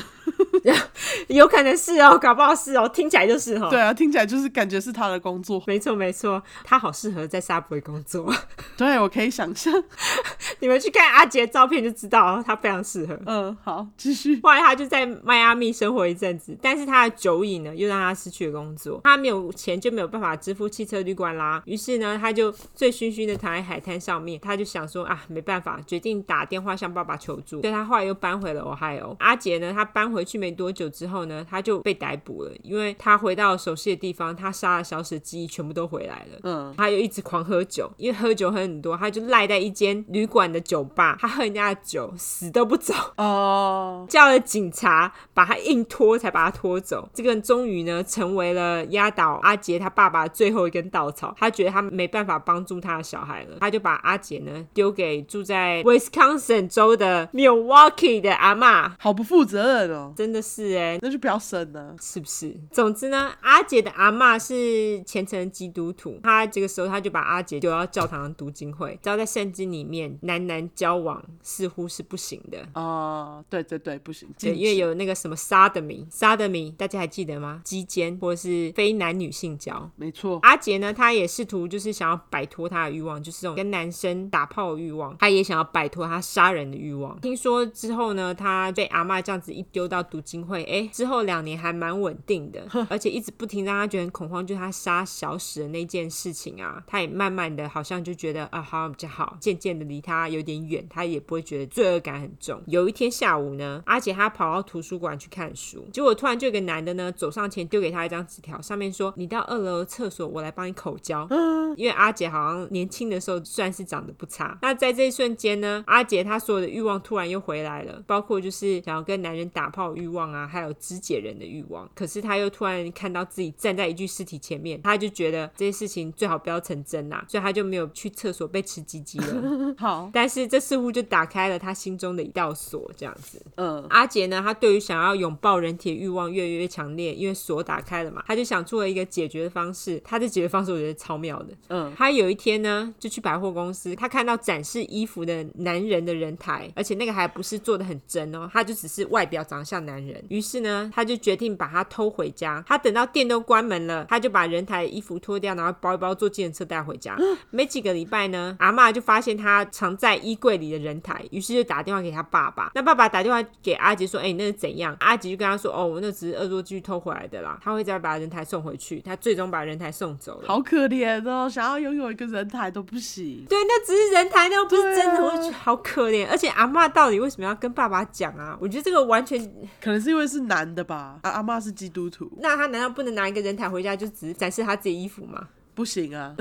Speaker 2: 有可能是哦，搞不好是哦，听起来就是哦。
Speaker 1: 对啊，听起来就是感觉是他的工作。
Speaker 2: 没错没错，他好适合在沙博工作。
Speaker 1: 对，我可以想象。
Speaker 2: 你们去看阿杰的照片就知道，他非常适合。
Speaker 1: 嗯，好，继续。
Speaker 2: 后来他就在迈阿密生活一阵子，但是他的酒瘾呢，又让他失去了工作，他没有钱就没有办法支付汽车旅馆啦。于是呢，他就醉醺醺的躺在海滩上面，他就想说啊，没办法，决定打电话向爸爸求助。所以他后来又搬回了 Ohio。阿杰呢，他搬回去没多久之后呢，他就被逮捕了，因为他回到熟悉的地方，他杀了小史的记忆全部都回来了。
Speaker 1: 嗯
Speaker 2: 他又一直狂喝酒，因为喝酒喝很多，他就赖在一间旅馆的酒吧，他喝人家的酒，死都不走，
Speaker 1: 哦，
Speaker 2: 叫了警察把他硬拖，才把他拖走。这个人终于呢，成为了压倒阿杰他爸爸的最后一根稻草。他觉得他没办法帮助他的小孩了，他就把阿杰呢丢给住在 Wisconsin 州的 Milwaukee 的阿嬷。
Speaker 1: 好不负责任哦，
Speaker 2: 真的是哎、
Speaker 1: 那就不要生了。
Speaker 2: 是不是？总之呢，阿杰的阿嬷是虔诚的基督徒，他这个时候他就把阿杰丢到教堂的读经会。只要在圣经里面，男男交往似乎是不行的。
Speaker 1: 哦，对对对，不行，
Speaker 2: 对，
Speaker 1: 禁
Speaker 2: 因为
Speaker 1: 止
Speaker 2: 有那个什么沙德米，沙德米大家还记得吗？基奸或者是非男女性交。
Speaker 1: 没错。
Speaker 2: 阿杰呢，他也试图就是想要摆脱他的欲望，就是这种跟男生打炮的欲望，他也想要摆脱他杀人的欲望。听说之后呢，他被阿嬷这样子一丢到读经会，哎，之后两年还蛮稳定的，而且一直不停让他觉得很恐慌，就是他杀小史的那件事情啊，他也慢慢的好像就觉得啊，好像比较好，渐渐的离他有点远，他也不会觉得啊罪恶感很重。有一天下午呢，阿杰他跑到图书馆去看书，结果突然就有一个男的呢走上前丢给他一张纸条，上面说：“你到二楼的厕所，我来帮你口交。”因为阿杰好像年轻的时候算是长得不差。那在这一瞬间呢，阿杰他所有的欲望突然又回来了，包括就是想要跟男人打炮的欲望啊，还有肢解人的欲望。可是他又突然看到自己站在一具尸体前面，他 就觉得这些事情最好不要成真啦、所以他就没有去厕所被吃鸡鸡了。
Speaker 1: 好，
Speaker 2: 但是这似乎就打开了他心中的一道锁，这样子。
Speaker 1: 嗯，
Speaker 2: 阿杰呢，他对于想要拥抱人体的欲望越来越强烈，因为锁打开了嘛，他就想出了一个解决的方式。他的解决方式我觉得超妙的。
Speaker 1: 嗯，
Speaker 2: 他有一天呢，就去百货公司，他看到展示衣服的男人的人台，而且那个还不是做的很真哦，他就只是外表长得像男人。于是呢，他就决定把它偷回家。他等到店都关门了，他就把人台的衣服脱掉，然后包一包坐计程车带回家。没几个礼拜呢，阿嬷就发现他藏在衣柜里的人台，于是就打电话给他爸爸。那爸爸打电话给阿杰说：“哎、你那是怎样？”阿杰就跟他说：“哦，我那只是恶作剧偷回来的啦，他会再把人台送回去。”他最终把人台送走了。
Speaker 1: 好可怜哦，想要拥有一个人台都不行。
Speaker 2: 对，那只是人台，那又不是真的，
Speaker 1: 对啊
Speaker 2: 我就觉得好可怜。而且阿嬷到底为什么要跟爸爸讲啊？我觉得这个完全，
Speaker 1: 可能是因为是男的吧，啊、阿妈是基督徒，
Speaker 2: 那他难道不能拿一个人台回家，就只是展示他自己衣服吗？
Speaker 1: 不行啊，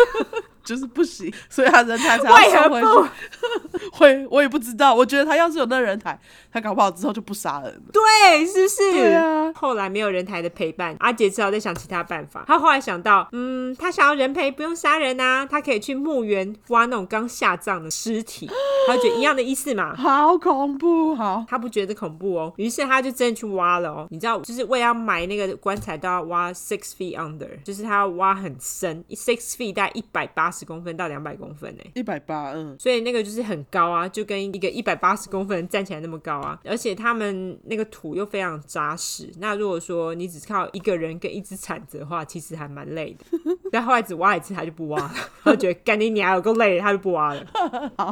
Speaker 1: 就是不行，所以他人台才
Speaker 2: 为
Speaker 1: 要
Speaker 2: 何
Speaker 1: 收回去。
Speaker 2: 不？
Speaker 1: 会，我也不知道。我觉得他要是有那人台，他搞不好之后就不杀人了。
Speaker 2: 对，是不是？
Speaker 1: 对啊
Speaker 2: 后来没有人台的陪伴，阿杰只好再想其他办法。他后来想到，嗯，他想要人陪，不用杀人啊，他可以去墓园挖那种刚下葬的尸体，他就觉得一样的意思嘛。
Speaker 1: 好恐怖，好，
Speaker 2: 他不觉得恐怖哦，于是他就真的去挖了哦。你知道，就是为了要埋那个棺材，都要挖 six feet under，就是他要挖很深，six feet 大概一百八十公分到两百公分欸呢。
Speaker 1: 一百八，嗯，
Speaker 2: 所以那个就是很高啊，就跟一个一百八十公分站起来那么高啊，而且他们那个土又非常扎实。那如果说你只靠一个人跟一只铲子的话，其实还蛮累的。但后来只挖一次，他就不挖了，他就觉得干你娘有够累的，他就不挖了。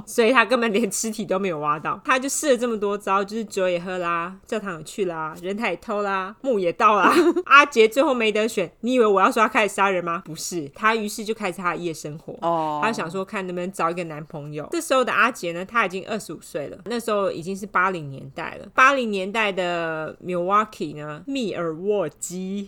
Speaker 2: 所以他根本连尸体都没有挖到。他就试了这么多招，就是酒也喝啦，教堂也去啦，人他也偷啦，墓也盗啦。阿杰最后没得选，你以为我要说他开始杀人吗？不是，他于是就开始他的夜生活。
Speaker 1: 哦，
Speaker 2: 他想说看能不能找一个男朋友。这时候的阿杰呢，他已经二十五岁了，那时候已经是八零年代了。八零年代的 Milwaukee 呢，密尔沃基，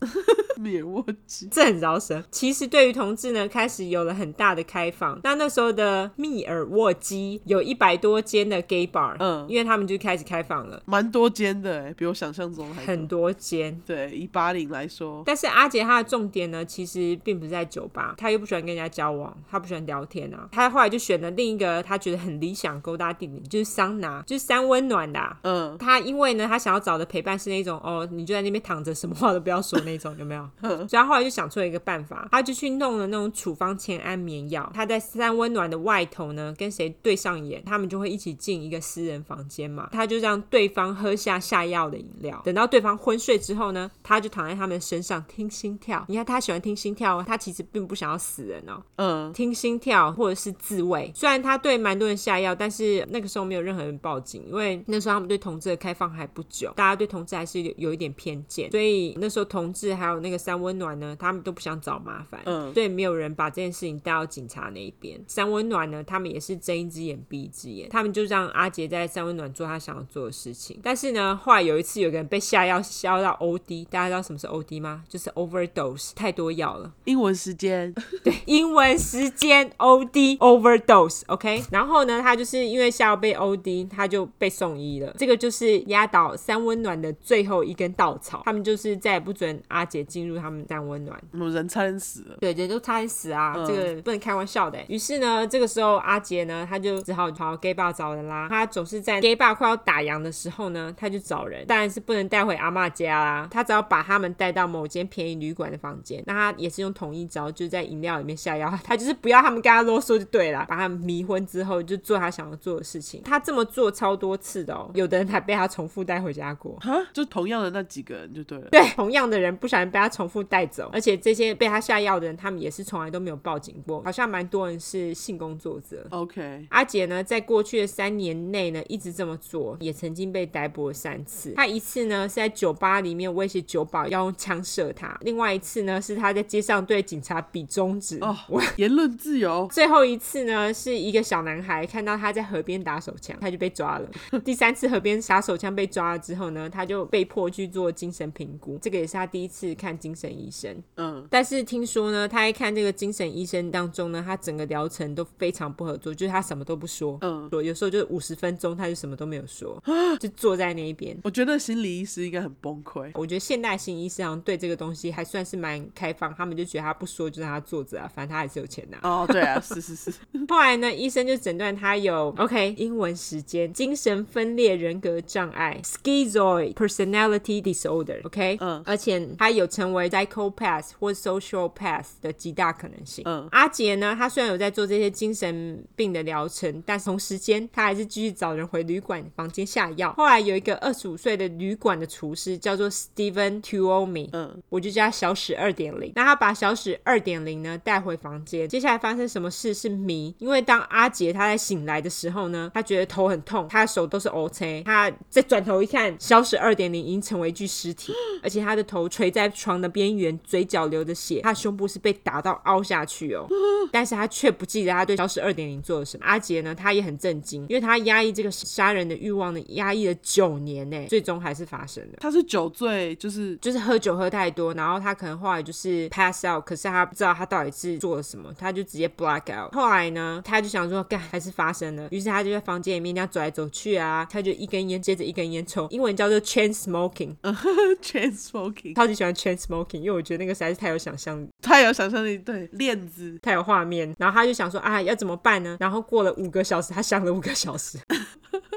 Speaker 1: 灭我机，
Speaker 2: 这很饶舌。其实对于同志呢，开始有了很大的开放。那那时候的密尔沃基有一百多间的 gay bar，
Speaker 1: 嗯
Speaker 2: 因为他们就开始开放了
Speaker 1: 蛮多间的哎，比我想象中还
Speaker 2: 很
Speaker 1: 多。
Speaker 2: 多间。
Speaker 1: 对，以八零来说，
Speaker 2: 但是阿杰他的重点呢，其实并不是在酒吧，他又不喜欢跟人家交往，他不喜欢聊天啊。他后来就选了另一个他觉得很理想勾搭地点，就是桑拿，就是三温暖的、啊。
Speaker 1: 嗯，
Speaker 2: 他因为呢，他想要找的陪伴是那种哦，你就在那边躺着，什么话都不要说那种，有没有？所以他后来就想出了一个办法，他就去弄了那种处方前安眠药，他在三温暖的外头呢，跟谁对上眼，他们就会一起进一个私人房间嘛，他就让对方喝下下药的饮料，等到对方昏睡之后呢，他就躺在他们身上听心跳。你看他喜欢听心跳哦，他其实并不想要死人哦，
Speaker 1: 嗯，
Speaker 2: 听心跳或者是自慰。虽然他对蛮多人下药，但是那个时候没有任何人报警，因为那时候他们对同志的开放还不久，大家对同志还是有有一点偏见，所以那时候同志还有那个三温暖呢，他们都不想找麻烦，
Speaker 1: 嗯
Speaker 2: 所以没有人把这件事情带到警察那一边。三温暖呢，他们也是睁一只眼闭一只眼，他们就让阿杰在三温暖做他想要做的事情。但是呢，后来有一次有个人被下药下到 OD，大家知道什么是 OD 吗？就是 overdose，太多药了。
Speaker 1: 英文时间，
Speaker 2: 英文时间 O D overdose OK，然后呢，他就是因为下午被 O D，他就被送医了。这个就是压倒三温暖的最后一根稻草，他们就是再也不准阿杰进入他们三温暖。
Speaker 1: 我人差点死了，
Speaker 2: 对，人都差点死啊，
Speaker 1: 嗯
Speaker 2: 这个不能开玩笑的欸。于是呢，这个时候阿杰呢，他就只好跑 gay bar 找人啦。他总是在 gay bar 快要打烊的时候呢，他就找人，当然是不能带回阿嬷家啦。他只好把他们带到某间便宜旅馆的房间。那他也是用同一招，就是在饮料里面下药， 他就是不要他们跟他啰嗦就对了，把他们迷昏之后就做他想要做的事情。他这么做超多次的哦，有的人还被他重复带回家过。
Speaker 1: 哈，就同样的那几个人就对了，
Speaker 2: 对，同样的人不小心被他重复带走，而且这些被他下药的人，他们也是从来都没有报警过，好像蛮多人是性工作者。
Speaker 1: ，OK，
Speaker 2: 阿杰呢，在过去的三年内呢，一直这么做，也曾经被逮捕了三次。他一次呢是在酒吧里面威胁酒保要用枪射他，另外一次呢是他在街上对警察比中指。
Speaker 1: 哦
Speaker 2: 我
Speaker 1: 言论自由，
Speaker 2: 最后一次呢，是一个小男孩看到他在河边打手枪，他就被抓了。 第三次河边打手枪被抓了之后呢，他就被迫去做精神评估，这个也是他第一次看精神医生。
Speaker 1: 嗯，
Speaker 2: 但是听说呢，他一看这个精神医生当中呢，他整个疗程都非常不合作，就是他什么都不说，
Speaker 1: 嗯
Speaker 2: 有时候就五十分钟他就什么都没有说，就坐在那一边。
Speaker 1: 我觉得心理医师应该很崩溃。
Speaker 2: 我觉得现代性医师好像对这个东西还算是蛮开放，他们就觉得他不说就让他坐着啊，反正他还是有钱拿、
Speaker 1: 哦，对啊，是是是，
Speaker 2: 后来呢，医生就诊断他有 OK 英文时间精神分裂人格障碍 （schizoid personality disorder）。OK，
Speaker 1: 嗯
Speaker 2: 而且他有成为 psychopath 或 socialpath 的极大可能性。
Speaker 1: 嗯
Speaker 2: 阿杰呢，他虽然有在做这些精神病的疗程，但同时间他还是继续找人回旅馆房间下药。后来有一个二十五岁的旅馆的厨师叫做 Steven Tuomi，
Speaker 1: 嗯
Speaker 2: 我就叫他小史二点零。那他把小史二点零呢带回房间，接下来发生什么事是谜，因为当阿杰他在醒来的时候呢，他觉得头很痛，他的手都是 O K，他再转头一看，小史二点零已经成为一具尸体，而且他的头垂在床的边缘，嘴角流着血，他的胸部是被打到凹下去哦。但是他却不记得他对小史二点零做了什么。阿杰呢，他也很震惊，因为他压抑这个杀人的欲望呢，压抑了九年呢，最终还是发生了。
Speaker 1: 他是酒醉，就是
Speaker 2: 就是喝酒喝太多，然后他可能后来就是 pass out，可是他不知道他到底是做了什么，他就直接 black out。后来呢，他就想说，干还是发生了，于是他就在房间里面这样走来走去啊，他就一根烟接着一根烟抽，英文叫做 chain smoking，
Speaker 1: chain smoking，
Speaker 2: 超级喜欢 chain smoking，因为我觉得那个实在是太有想象力，
Speaker 1: 太有想象力，对，链子，
Speaker 2: 太有画面。然后他就想说啊，要怎么办呢？然后过了五个小时，他想了五个小时，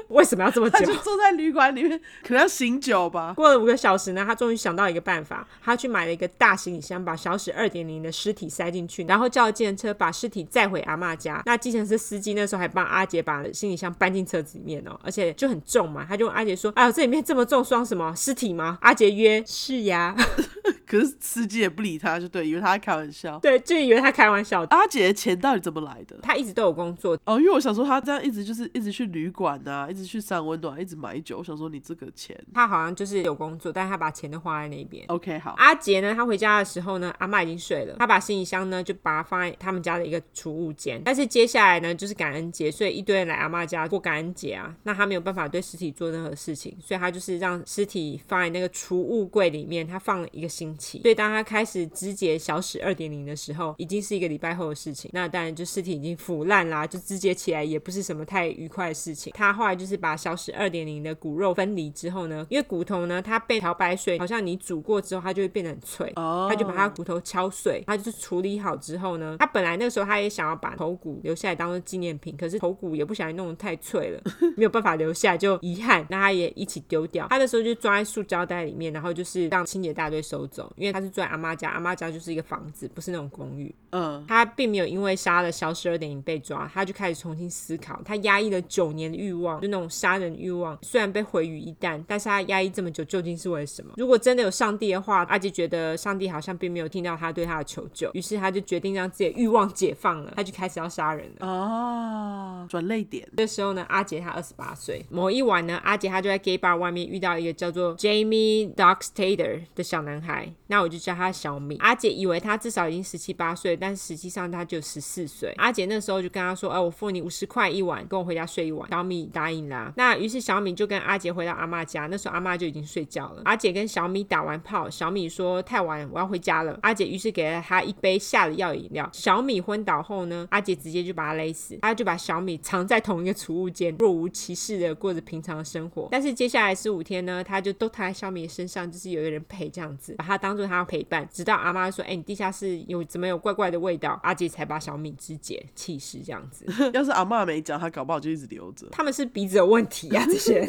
Speaker 2: 为什么要这么
Speaker 1: 他
Speaker 2: 久
Speaker 1: 就？坐在旅馆里面，可能要醒酒吧。
Speaker 2: 过了五个小时呢，他终于想到一个办法，他去买了一个大行李箱，把小史二点零的尸体塞进去，然后叫了计程车把尸体载回阿嬷家。那计程车司机那时候还帮阿杰把行李箱搬进车子里面哦，而且就很重嘛，他就问阿杰说：“哎呦，这里面这么重，装什么尸体吗？”阿杰约：“是呀。
Speaker 1: 可是司机也不理他，就对，以为他在开玩笑”。
Speaker 2: 对，就以为他开玩笑。
Speaker 1: 阿姐的钱到底怎么来的？
Speaker 2: 他一直都有工作，
Speaker 1: 哦，因为我想说他这样一直就是一直去旅馆啊，一直去三温暖，一直买酒。我想说你这个钱
Speaker 2: 他好像就是有工作，但是他把钱都花在那边。
Speaker 1: ，OK 好，
Speaker 2: 阿杰呢，他回家的时候呢，阿嬷已经睡了，他把行李箱呢就把它放在他们家的一个储物间。但是接下来呢，就是感恩节，所以一堆人来阿嬷家过感恩节啊。那他没有办法对尸体做任何事情，所以他就是让尸体放在那个储物柜里面，他放了一个星期。所以当他开始肢解小史二点零的时候，已经是一个礼拜后的事情。那当然就尸体已经腐烂啦，就肢解起来也不是什么太愉快的事情。他后来就是把小史二点零的骨肉分离之后呢，因为骨头呢它被漂白水好像你煮过之后，它就会变得很脆。
Speaker 1: 哦，
Speaker 2: 他就把他骨头敲碎，他就是处理好之后呢，他本来那个时候他也想要把头骨留下来当做纪念品，可是头骨也不小心弄得太脆了，没有办法留下，就遗憾，那他也一起丢掉。他那时候就装在塑胶袋里面，然后就是让清洁大队收走，因为他是住在阿妈家，阿妈家就是一个房子，不是那种公寓。
Speaker 1: 嗯，
Speaker 2: 他并没有因为杀了小十二点零被抓，他就开始重新思考。他压抑了九年的欲望，就那种杀人欲望，虽然被毁于一旦，但是他压抑这么久究竟是为了什么？如果真的有上帝的话，阿杰觉得上帝好像并没有听到他对他的求救，于是他就决定让自己的欲望解放了，他就开始要杀人了。
Speaker 1: 哦，转泪点，
Speaker 2: 这时候呢，阿杰他二十八岁。某一晚呢，阿杰他就在 gay bar 外面遇到一个叫做 Jamie Dockstader 的小男孩，那我就叫他小米。阿杰以为他至少已经十七八岁，但实际上他就十四岁。阿杰那时候就跟他说：“哎、我付你五十块一晚，跟我回家睡一晚。”小米答应啦。那于是小米就跟阿杰回到阿妈家，那时候阿妈就已经睡觉了。阿杰跟小米打完炮，小米说：“太晚，我要回家了。”阿杰于是给了他一杯下了药饮料。小米昏倒后呢，阿杰直接就把他勒死，他就把小米藏在同一个储物间，若无其事的过着平常的生活。但是接下来十五天呢，他就都躺在小米的身上，就是有一个人陪这样子，把他当做他的陪伴，直到阿妈说：“哎、你地下室有怎么有怪怪的味道？”阿杰才把小米肢解弃尸这样子。
Speaker 1: 要是阿嬷没讲，他搞不好就一直留着。
Speaker 2: 他们是鼻子有问题啊，这些人。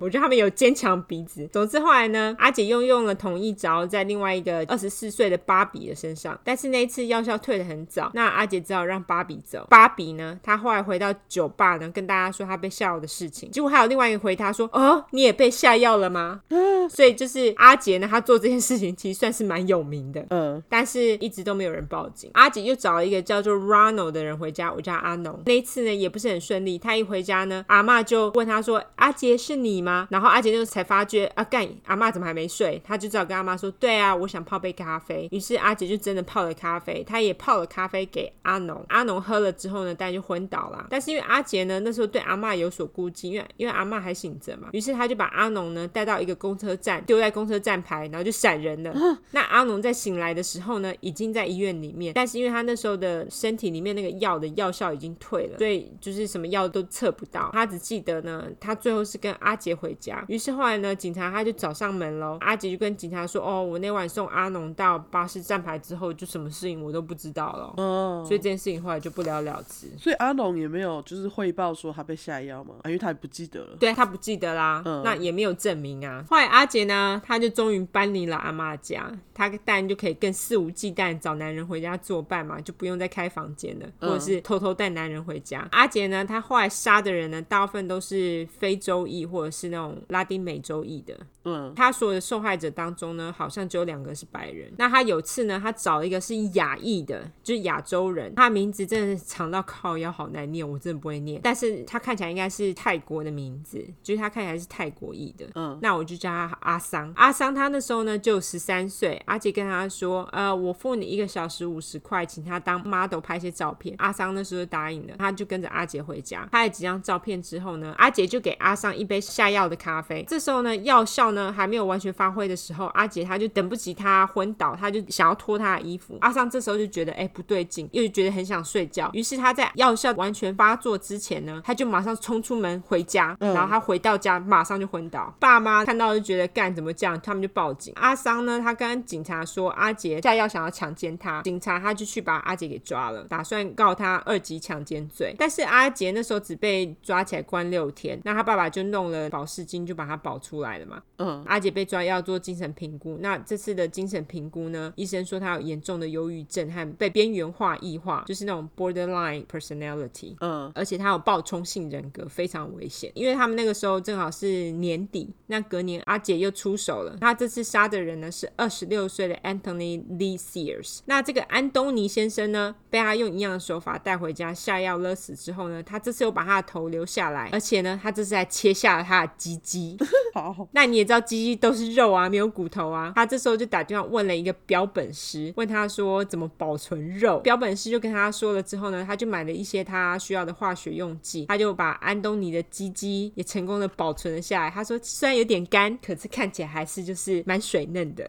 Speaker 2: 我觉得他们有坚强鼻子。总之后来呢，阿姐又用了同一招在另外一个二十四岁的芭比的身上，但是那一次药效退得很早，那阿姐只好让芭比走。芭比呢，她后来回到酒吧呢，跟大家说她被下药的事情。结果还有另外一个回她说：“哦，你也被下药了吗？”所以就是阿杰呢，她做这件事情其实算是蛮有名的。
Speaker 1: 嗯，
Speaker 2: 但是一直都没有人报警。阿姐又找了一个叫做 Rano 的人回家，我叫阿农。那一次呢也不是很顺利，他一回家呢，阿嬷就问他说：“阿杰是你吗？”然后阿杰就才发觉啊，干阿嬷怎么还没睡？他就只好跟阿妈说：“对啊，我想泡杯咖啡。”于是阿杰就真的泡了咖啡，他也泡了咖啡给阿农。阿农喝了之后呢，当然就昏倒啦。但是因为阿杰呢那时候对阿嬷有所顾忌，因为因为阿嬷还醒着嘛，于是他就把阿农呢带到一个公车站，丢在公车站牌，然后就闪人了。那阿农在醒来的时候呢，已经在医院里面，但是因为他那时候的身体里面那个药的药效已经退了，所以就是什么药都测不到。他只记得呢，他最后是跟阿杰回家。于是后来呢，警察他就找上门喽。阿杰就跟警察说：“哦，我那晚送阿农到巴士站牌之后，就什么事情我都不知道了。”
Speaker 1: 哦，
Speaker 2: 所以这件事情后来就不了了之。
Speaker 1: 所以阿龙也没有就是汇报说他被下药吗？啊因为他也不记得 了。
Speaker 2: 对他不记得啦，
Speaker 1: 嗯
Speaker 2: 那也没有证明啊。后来阿杰呢，他就终于搬离了阿妈家，他当然就可以更肆无忌惮找男人回家作伴嘛，就不用再开房间了，
Speaker 1: 嗯
Speaker 2: 或者是偷偷带男人回家。阿杰呢，他后来杀的人呢，大部分都是非洲裔或者是那种拉丁美洲裔的。
Speaker 1: 嗯，
Speaker 2: 他所有的受害者当中呢，好像只有两个是白人。那他有次呢，他找了一个是亚裔的，就是亚洲人，他的名字真的是长到靠腰，好难念，我真的不会念。但是他看起来应该是泰国的名字，就是他看起来是泰国裔的。
Speaker 1: 嗯，
Speaker 2: 那我就叫他阿桑。阿桑他那时候呢就十三岁，阿杰跟他说，呃，我付你一个小时五十块，请他当 model 拍些照片。阿桑那时候就答应了，他就跟着阿杰回家。拍了几张照片之后呢，阿杰就给阿桑一杯下药的咖啡。这时候呢，药效呢还没有完全发挥的时候，阿杰他就等不及他昏倒，他就想要脱他的衣服。阿桑这时候就觉得，哎、不对劲，又觉得很想睡觉。于是他在药效完全发作之前呢，他就马上冲出门回家，
Speaker 1: 嗯
Speaker 2: 然后他回到家马上就昏倒。爸妈看到就觉得干怎么这样，他们就报警。阿桑呢，他跟警察说阿杰下药想要强奸他，警察他就去把阿杰给抓了，打算告他二级强奸罪。但是阿杰那时候只被抓起来关六天，那他爸爸就弄了保释金就把他保出来了嘛。
Speaker 1: 嗯，
Speaker 2: 阿姐被抓要做精神评估，那这次的精神评估呢，医生说她有严重的忧郁症和被边缘化、异化，就是那种 borderline personality。
Speaker 1: 嗯，
Speaker 2: 而且她有暴冲性人格，非常危险。因为他们那个时候正好是年底，那隔年阿姐又出手了。她这次杀的人呢是二十六岁的 Anthony Lee Sears。那这个安东尼先生呢，被他用一样的手法带回家下药勒死之后呢，他这次又把他的头留下来，而且呢，他这次还切下了他的鸡鸡。
Speaker 1: 好，
Speaker 2: 那你也知道鸡鸡都是肉啊，没有骨头啊。他这时候就打电话问了一个标本师，问他说怎么保存肉。标本师就跟他说了之后呢，他就买了一些他需要的化学用剂，他就把安东尼的鸡鸡也成功的保存了下来。他说虽然有点干，可是看起来还是就是蛮水嫩的。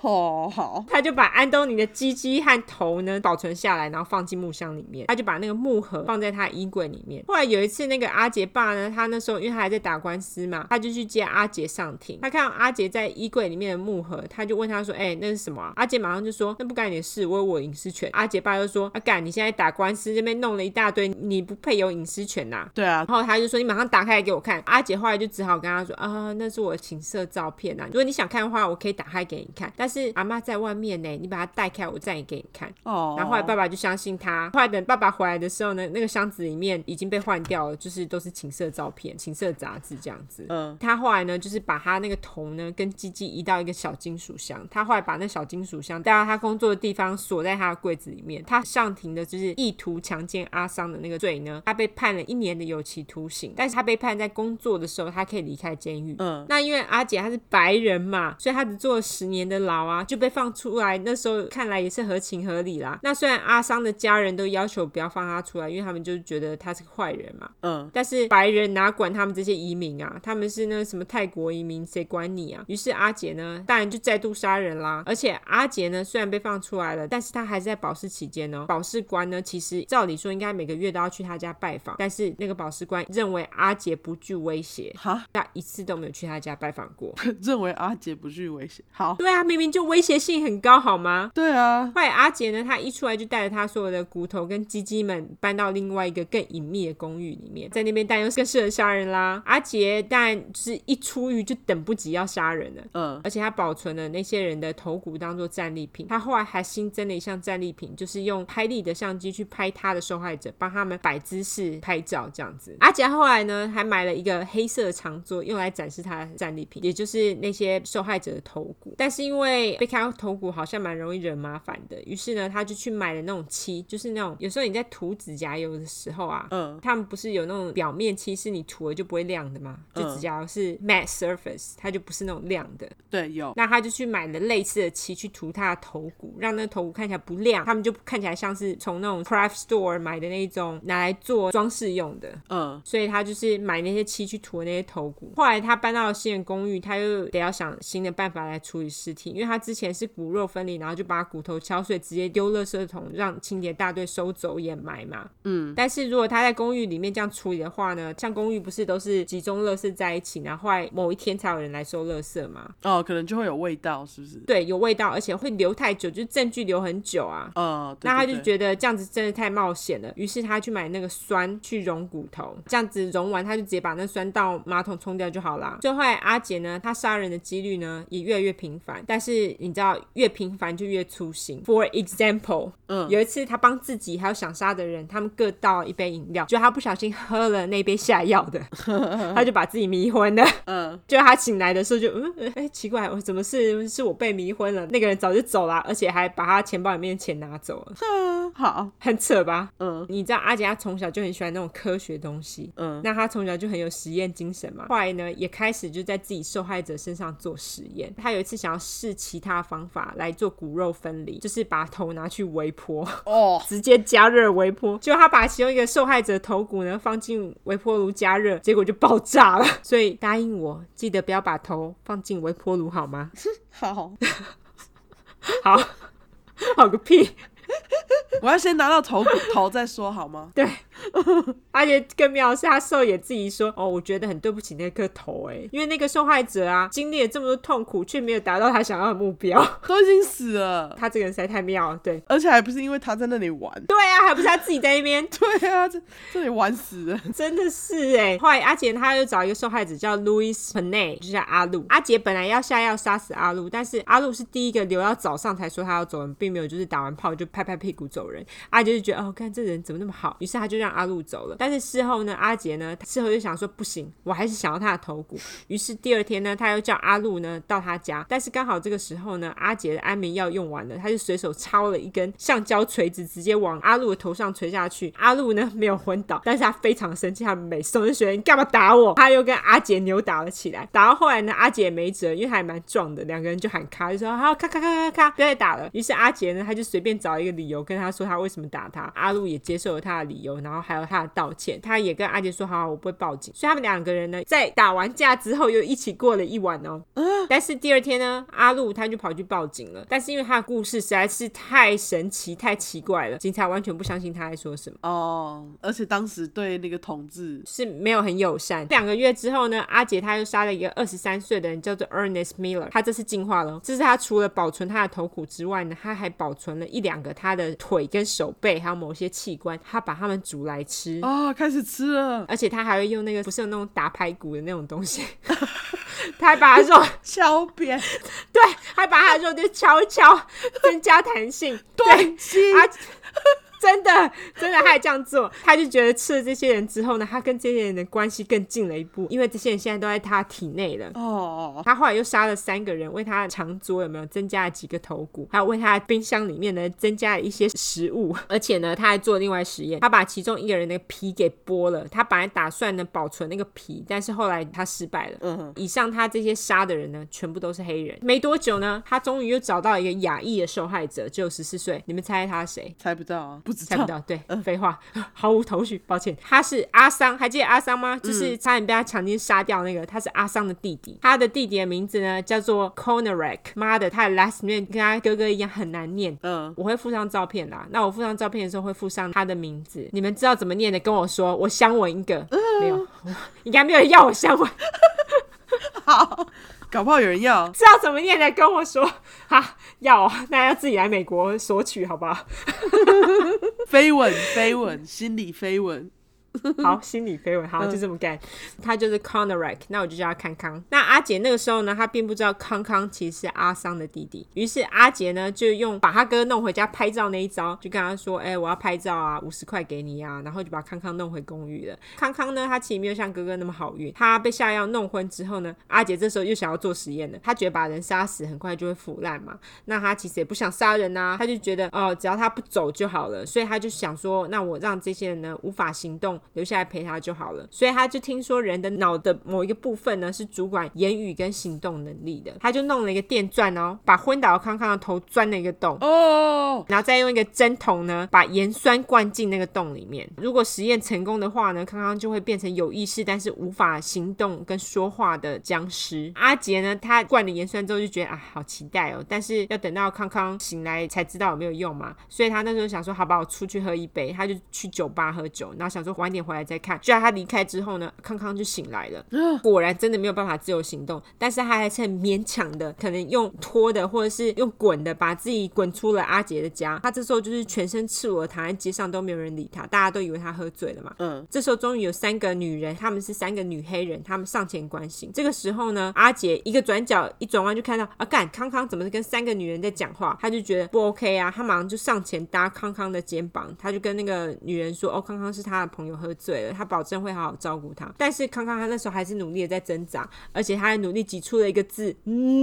Speaker 1: 好，好，
Speaker 2: 他就把安东尼的鸡鸡和头呢保存下来，然后放进木箱里面。他就把那个木盒放在他衣柜里面。后来有一次，那个阿杰爸呢，他那时候因为他还在打官司嘛，他就去接阿杰上庭。他看到阿杰在衣柜里面的木盒，他就问他说：“哎、那是什么、啊？”阿杰马上就说：“那不干你的事，我有我的隐私权。”阿杰爸就说：“啊，干，你现在打官司这边弄了一大堆，你不配有隐私权呐、
Speaker 1: 对啊，
Speaker 2: 然 后他就说：“你马上打开来给我看。”阿姐后来就只好跟他说：“啊，那是我的情色照片啊，如果你想看的话，我可以打开给你看。但是阿妈在外面呢，你把它带开，我再给你看。”
Speaker 1: 哦，
Speaker 2: 然后后来爸爸就相信他。后来等爸爸回来的时候呢，那个箱子里面已经被换掉了，就是都是情色照片、情色杂志这样子。
Speaker 1: 嗯，
Speaker 2: 他后来呢，就是把他那个头呢跟鸡鸡移到一个小金属箱，他后来把那小金属箱带到他工作的地方，锁在他的柜子里面。他上庭的就是意图强奸阿桑的那个罪呢，他被判了一年的有期徒刑，但是他被判在工作的时候，他可以离开监狱。
Speaker 1: 嗯
Speaker 2: 那因为阿姐她是白人嘛，所以她只坐了十年的牢啊，就被放出来。那时候看来也是合情合理啦。那虽然阿桑的家人都要求不要放他出来，因为他们就觉得他是个坏人嘛，
Speaker 1: 嗯，
Speaker 2: 但是白人哪管他们这些移民啊？他们是那什么泰国移民，谁管你啊？于是阿杰呢，当然就再度杀人啦。而且阿杰呢，虽然被放出来了，但是他还是在保释期间呢。保释官呢，其实照理说应该每个月都要去他家拜访，但是那个保释官认为阿杰不具威胁，
Speaker 1: 哈，
Speaker 2: 他一次都没有去他家拜访过。
Speaker 1: 认为阿杰不具危险，好，
Speaker 2: 对啊，明明就威胁性很高，好吗？
Speaker 1: 对啊，
Speaker 2: 后来阿杰呢，他一出来就带着他所有的骨头跟鸡鸡们搬到另外一个更隐秘的公寓里面，在那边当然又更适合杀人啦。阿杰当然就是一出狱就等不不仅要杀人了。
Speaker 1: 嗯，
Speaker 2: 而且他保存了那些人的头骨当做战利品。他后来还新增了一项战利品，就是用拍立的相机去拍他的受害者，帮他们摆姿势拍照这样子。而且他后来呢，还买了一个黑色的长桌，用来展示他的战利品，也就是那些受害者的头骨。但是因为被看到头骨好像蛮容易惹麻烦的，于是呢，他就去买了那种漆，就是那种有时候你在涂指甲油的时候啊，
Speaker 1: 嗯
Speaker 2: 他们不是有那种表面漆是你涂了就不会亮的吗？就
Speaker 1: 嗯
Speaker 2: 指甲油是 matte surface，它就不是那种亮的。
Speaker 1: 对，有，
Speaker 2: 那他就去买了类似的漆去涂他的头骨，让那个头骨看起来不亮，他们就看起来像是从那种 craft store 买的那种拿来做装饰用的。
Speaker 1: 嗯
Speaker 2: 所以他就是买那些漆去涂的那些头骨。后来他搬到了新的公寓，他又得要想新的办法来处理尸体，因为他之前是骨肉分离，然后就把骨头敲碎，直接丢垃圾桶，让清洁大队收走掩埋嘛。
Speaker 1: 嗯，
Speaker 2: 但是如果他在公寓里面这样处理的话呢，像公寓不是都是集中垃圾在一起，然后后来某一天才有人来收垃圾嘛？
Speaker 1: 哦，可能就会有味道，是不是？
Speaker 2: 对，有味道，而且会留太久，就是证据留很久啊。
Speaker 1: 哦，对
Speaker 2: 那他
Speaker 1: 对
Speaker 2: 就
Speaker 1: 对
Speaker 2: 觉得这样子真的太冒险了，于是他去买那个酸去溶骨头，这样子溶完他就直接把那酸到马桶冲掉就好啦。所以后来阿杰呢，他杀人的几率呢也越来越频繁，但是你知道越频繁就越粗心。For example，
Speaker 1: 嗯
Speaker 2: 有一次他帮自己还有想杀的人，他们各倒一杯饮料，就他不小心喝了那杯下药 的，他就把自己迷昏了。
Speaker 1: 嗯
Speaker 2: 就他醒来的时候就嗯，嗯哎、奇怪，我怎么是是我被迷昏了？那个人早就走了，而且还把他钱包里面的钱拿走了，
Speaker 1: 嗯好，
Speaker 2: 很扯吧？
Speaker 1: 嗯
Speaker 2: 你知道阿杰他从小就很喜欢那种科学东西。
Speaker 1: 嗯
Speaker 2: 那他从小就很有实验精神嘛，后来呢也开始就在自己受害者身上做实验。他有一次想要试其他方法来做骨肉分离，就是把头拿去微波，
Speaker 1: 哦，
Speaker 2: 直接加热微波。就他把其中一个受害者的头骨呢放进微波炉加热，结果就爆炸了。 所以答应我，记得不要把头放进微波炉好吗？
Speaker 1: 好，
Speaker 2: 好， 好个屁！
Speaker 1: 我要先拿到头骨头再说好吗？
Speaker 2: 而且更妙的是，他兽也自己说：“哦，我觉得很对不起那颗头、欸，因为那个受害者啊，经历了这么多痛苦，却没有达到他想要的目标。
Speaker 1: 都已经死了，
Speaker 2: 他这个人实在太妙了，对
Speaker 1: 而且还不是因为他在那里玩。
Speaker 2: 对啊，还不是他自己在那边
Speaker 1: 对啊，这这里玩死人。
Speaker 2: 真的是哎、后来阿杰他又找一个受害者叫 Louis Panay，就叫阿路。阿杰本来要下药杀死阿路，但是阿路是第一个留到早上才说他要走人，并没有就是打完炮就拍拍屁股走人。阿杰就觉得哦，看这人怎么那么好，于是他就让阿路走了。但是事后呢，阿杰呢事后又想说不行，我还是想要他的头骨。于是第二天呢，他又叫阿路呢到他家，但是刚好这个时候呢，阿杰的安眠药用完了，他就随手抄了一根橡胶锤子，直接往阿路的头上锤下去。阿路呢没有昏倒，但是他非常生气，他每次都是觉得你干嘛打我？他又跟阿杰扭打了起来。打到后来呢，阿杰也没辙，因为他还蛮壮的，两个人就喊咔，就说好咔咔咔咔咔，不要再打了。于是阿杰呢，他就随便找一个理由跟他说他为什么打他。阿路也接受了他的理由，然后还有他的道歉，他也跟阿杰说好好，我不会报警。所以他们两个人呢，在打完架之后又一起过了一晚哦。但是第二天呢，阿路他就跑去报警了。但是因为他的故事实在是太神奇、太奇怪了，警察完全不相信他在说什么。
Speaker 1: 哦，而且当时对那个统治，
Speaker 2: 是没有很友善。两个月之后呢，阿杰他又杀了一个二十三岁的人，叫做 Ernest Miller。他这次进化了哦，这是他除了保存他的头骨之外呢，他还保存了一两个他的腿跟手背，还有某些器官，他把它们煮来吃。
Speaker 1: 哦，开始吃了，
Speaker 2: 而且他还会用那个不是有那种打排骨的那种东西， 他还把它肉
Speaker 1: 小便
Speaker 2: 对，还把他的肉就敲一敲，增加弹性。
Speaker 1: 断筋，
Speaker 2: 啊，真的真的，他还这样做，他就觉得吃了这些人之后呢，他跟这些人的关系更近了一步，因为这些人现在都在他体内了。
Speaker 1: 哦，
Speaker 2: 他后来又杀了三个人，为他的长桌有没有增加了几个头骨，还有为他的冰箱里面呢增加了一些食物， 而且呢他还做另外实验，他把其中一个人的皮给剥了，他本来打算呢保存那个皮，但是后来他失败了。
Speaker 1: 嗯，
Speaker 2: 以上他这些杀的人呢，全部都是黑人。没多久呢，他终于又找到一个亚裔的受害者，只有十四岁。你们猜他是谁？
Speaker 1: 猜不到啊，不知
Speaker 2: 猜不
Speaker 1: 道，
Speaker 2: 到，对，废话，毫无头绪，抱歉。他是阿桑，还记得阿桑吗？就是差点被他强奸杀掉那个，他是阿桑的弟弟。他的弟弟的名字呢叫做 Conarak，妈的，他的 last name 跟他哥哥一样很难念。
Speaker 1: 嗯，
Speaker 2: 我会附上照片啦，那我附上照片的时候会附上他的名字。你们知道怎么念的，跟我说，我相吻一个。没有，应该没有人要我相吻。
Speaker 1: 好，搞不好有人 要，
Speaker 2: 知道怎么念的跟我说哈，要哦那要自己来美国索取，好不好？
Speaker 1: 飞吻，飞吻，心理飞吻，
Speaker 2: 好，心理绯闻，好，就这么干。他就是 Conorak，那我就叫他康康。那阿杰那个时候呢，他并不知道康康其实是阿桑的弟弟，于是阿杰呢就用把他哥弄回家拍照那一招，就跟他说：“哎、我要拍照啊，五十块给你啊。”然后就把康康弄回公寓了。康康呢，他其实没有像哥哥那么好运，他被下药弄昏之后呢，阿杰这时候又想要做实验了，他觉得把人杀死很快就会腐烂嘛，那他其实也不想杀人呐、他就觉得哦、只要他不走就好了，所以他就想说，那我让这些人呢无法行动，留下来陪他就好了。所以他就听说人的脑的某一个部分呢是主管言语跟行动能力的，他就弄了一个电钻哦，把昏倒的康康的头钻了一个洞，
Speaker 1: 哦，
Speaker 2: 然后再用一个针筒呢，把盐酸灌进那个洞里面。如果实验成功的话呢，康康就会变成有意识但是无法行动跟说话的僵尸。阿杰呢，他灌了盐酸之后就觉得啊，好期待哦，但是要等到康康醒来才知道有没有用嘛。所以他那时候想说，好吧，我出去喝一杯，他就去酒吧喝酒，然后想说晚点回来再看。就在他离开之后呢，康康就醒来了。 果然真的没有办法自由行动，但是他还是很勉强的，可能用拖的或者是用滚的，把自己滚出了阿杰的家。他这时候就是全身赤裸地躺在街上，都没有人理他，大家都以为他喝醉了嘛。
Speaker 1: 嗯，
Speaker 2: 这时候终于有三个女人，她们是三个女黑人，她们上前关心。这个时候呢，阿杰一个转角一转弯就看到啊，干康康怎么跟三个女人在讲话？他就觉得不 OK 啊，他马上就上前搭康康的肩膀，他就跟那个女人说：“哦，康康是他的朋友，喝醉了，他保证会好好照顾他。”但是康康他那时候还是努力的在挣扎，而且他还努力挤出了一个字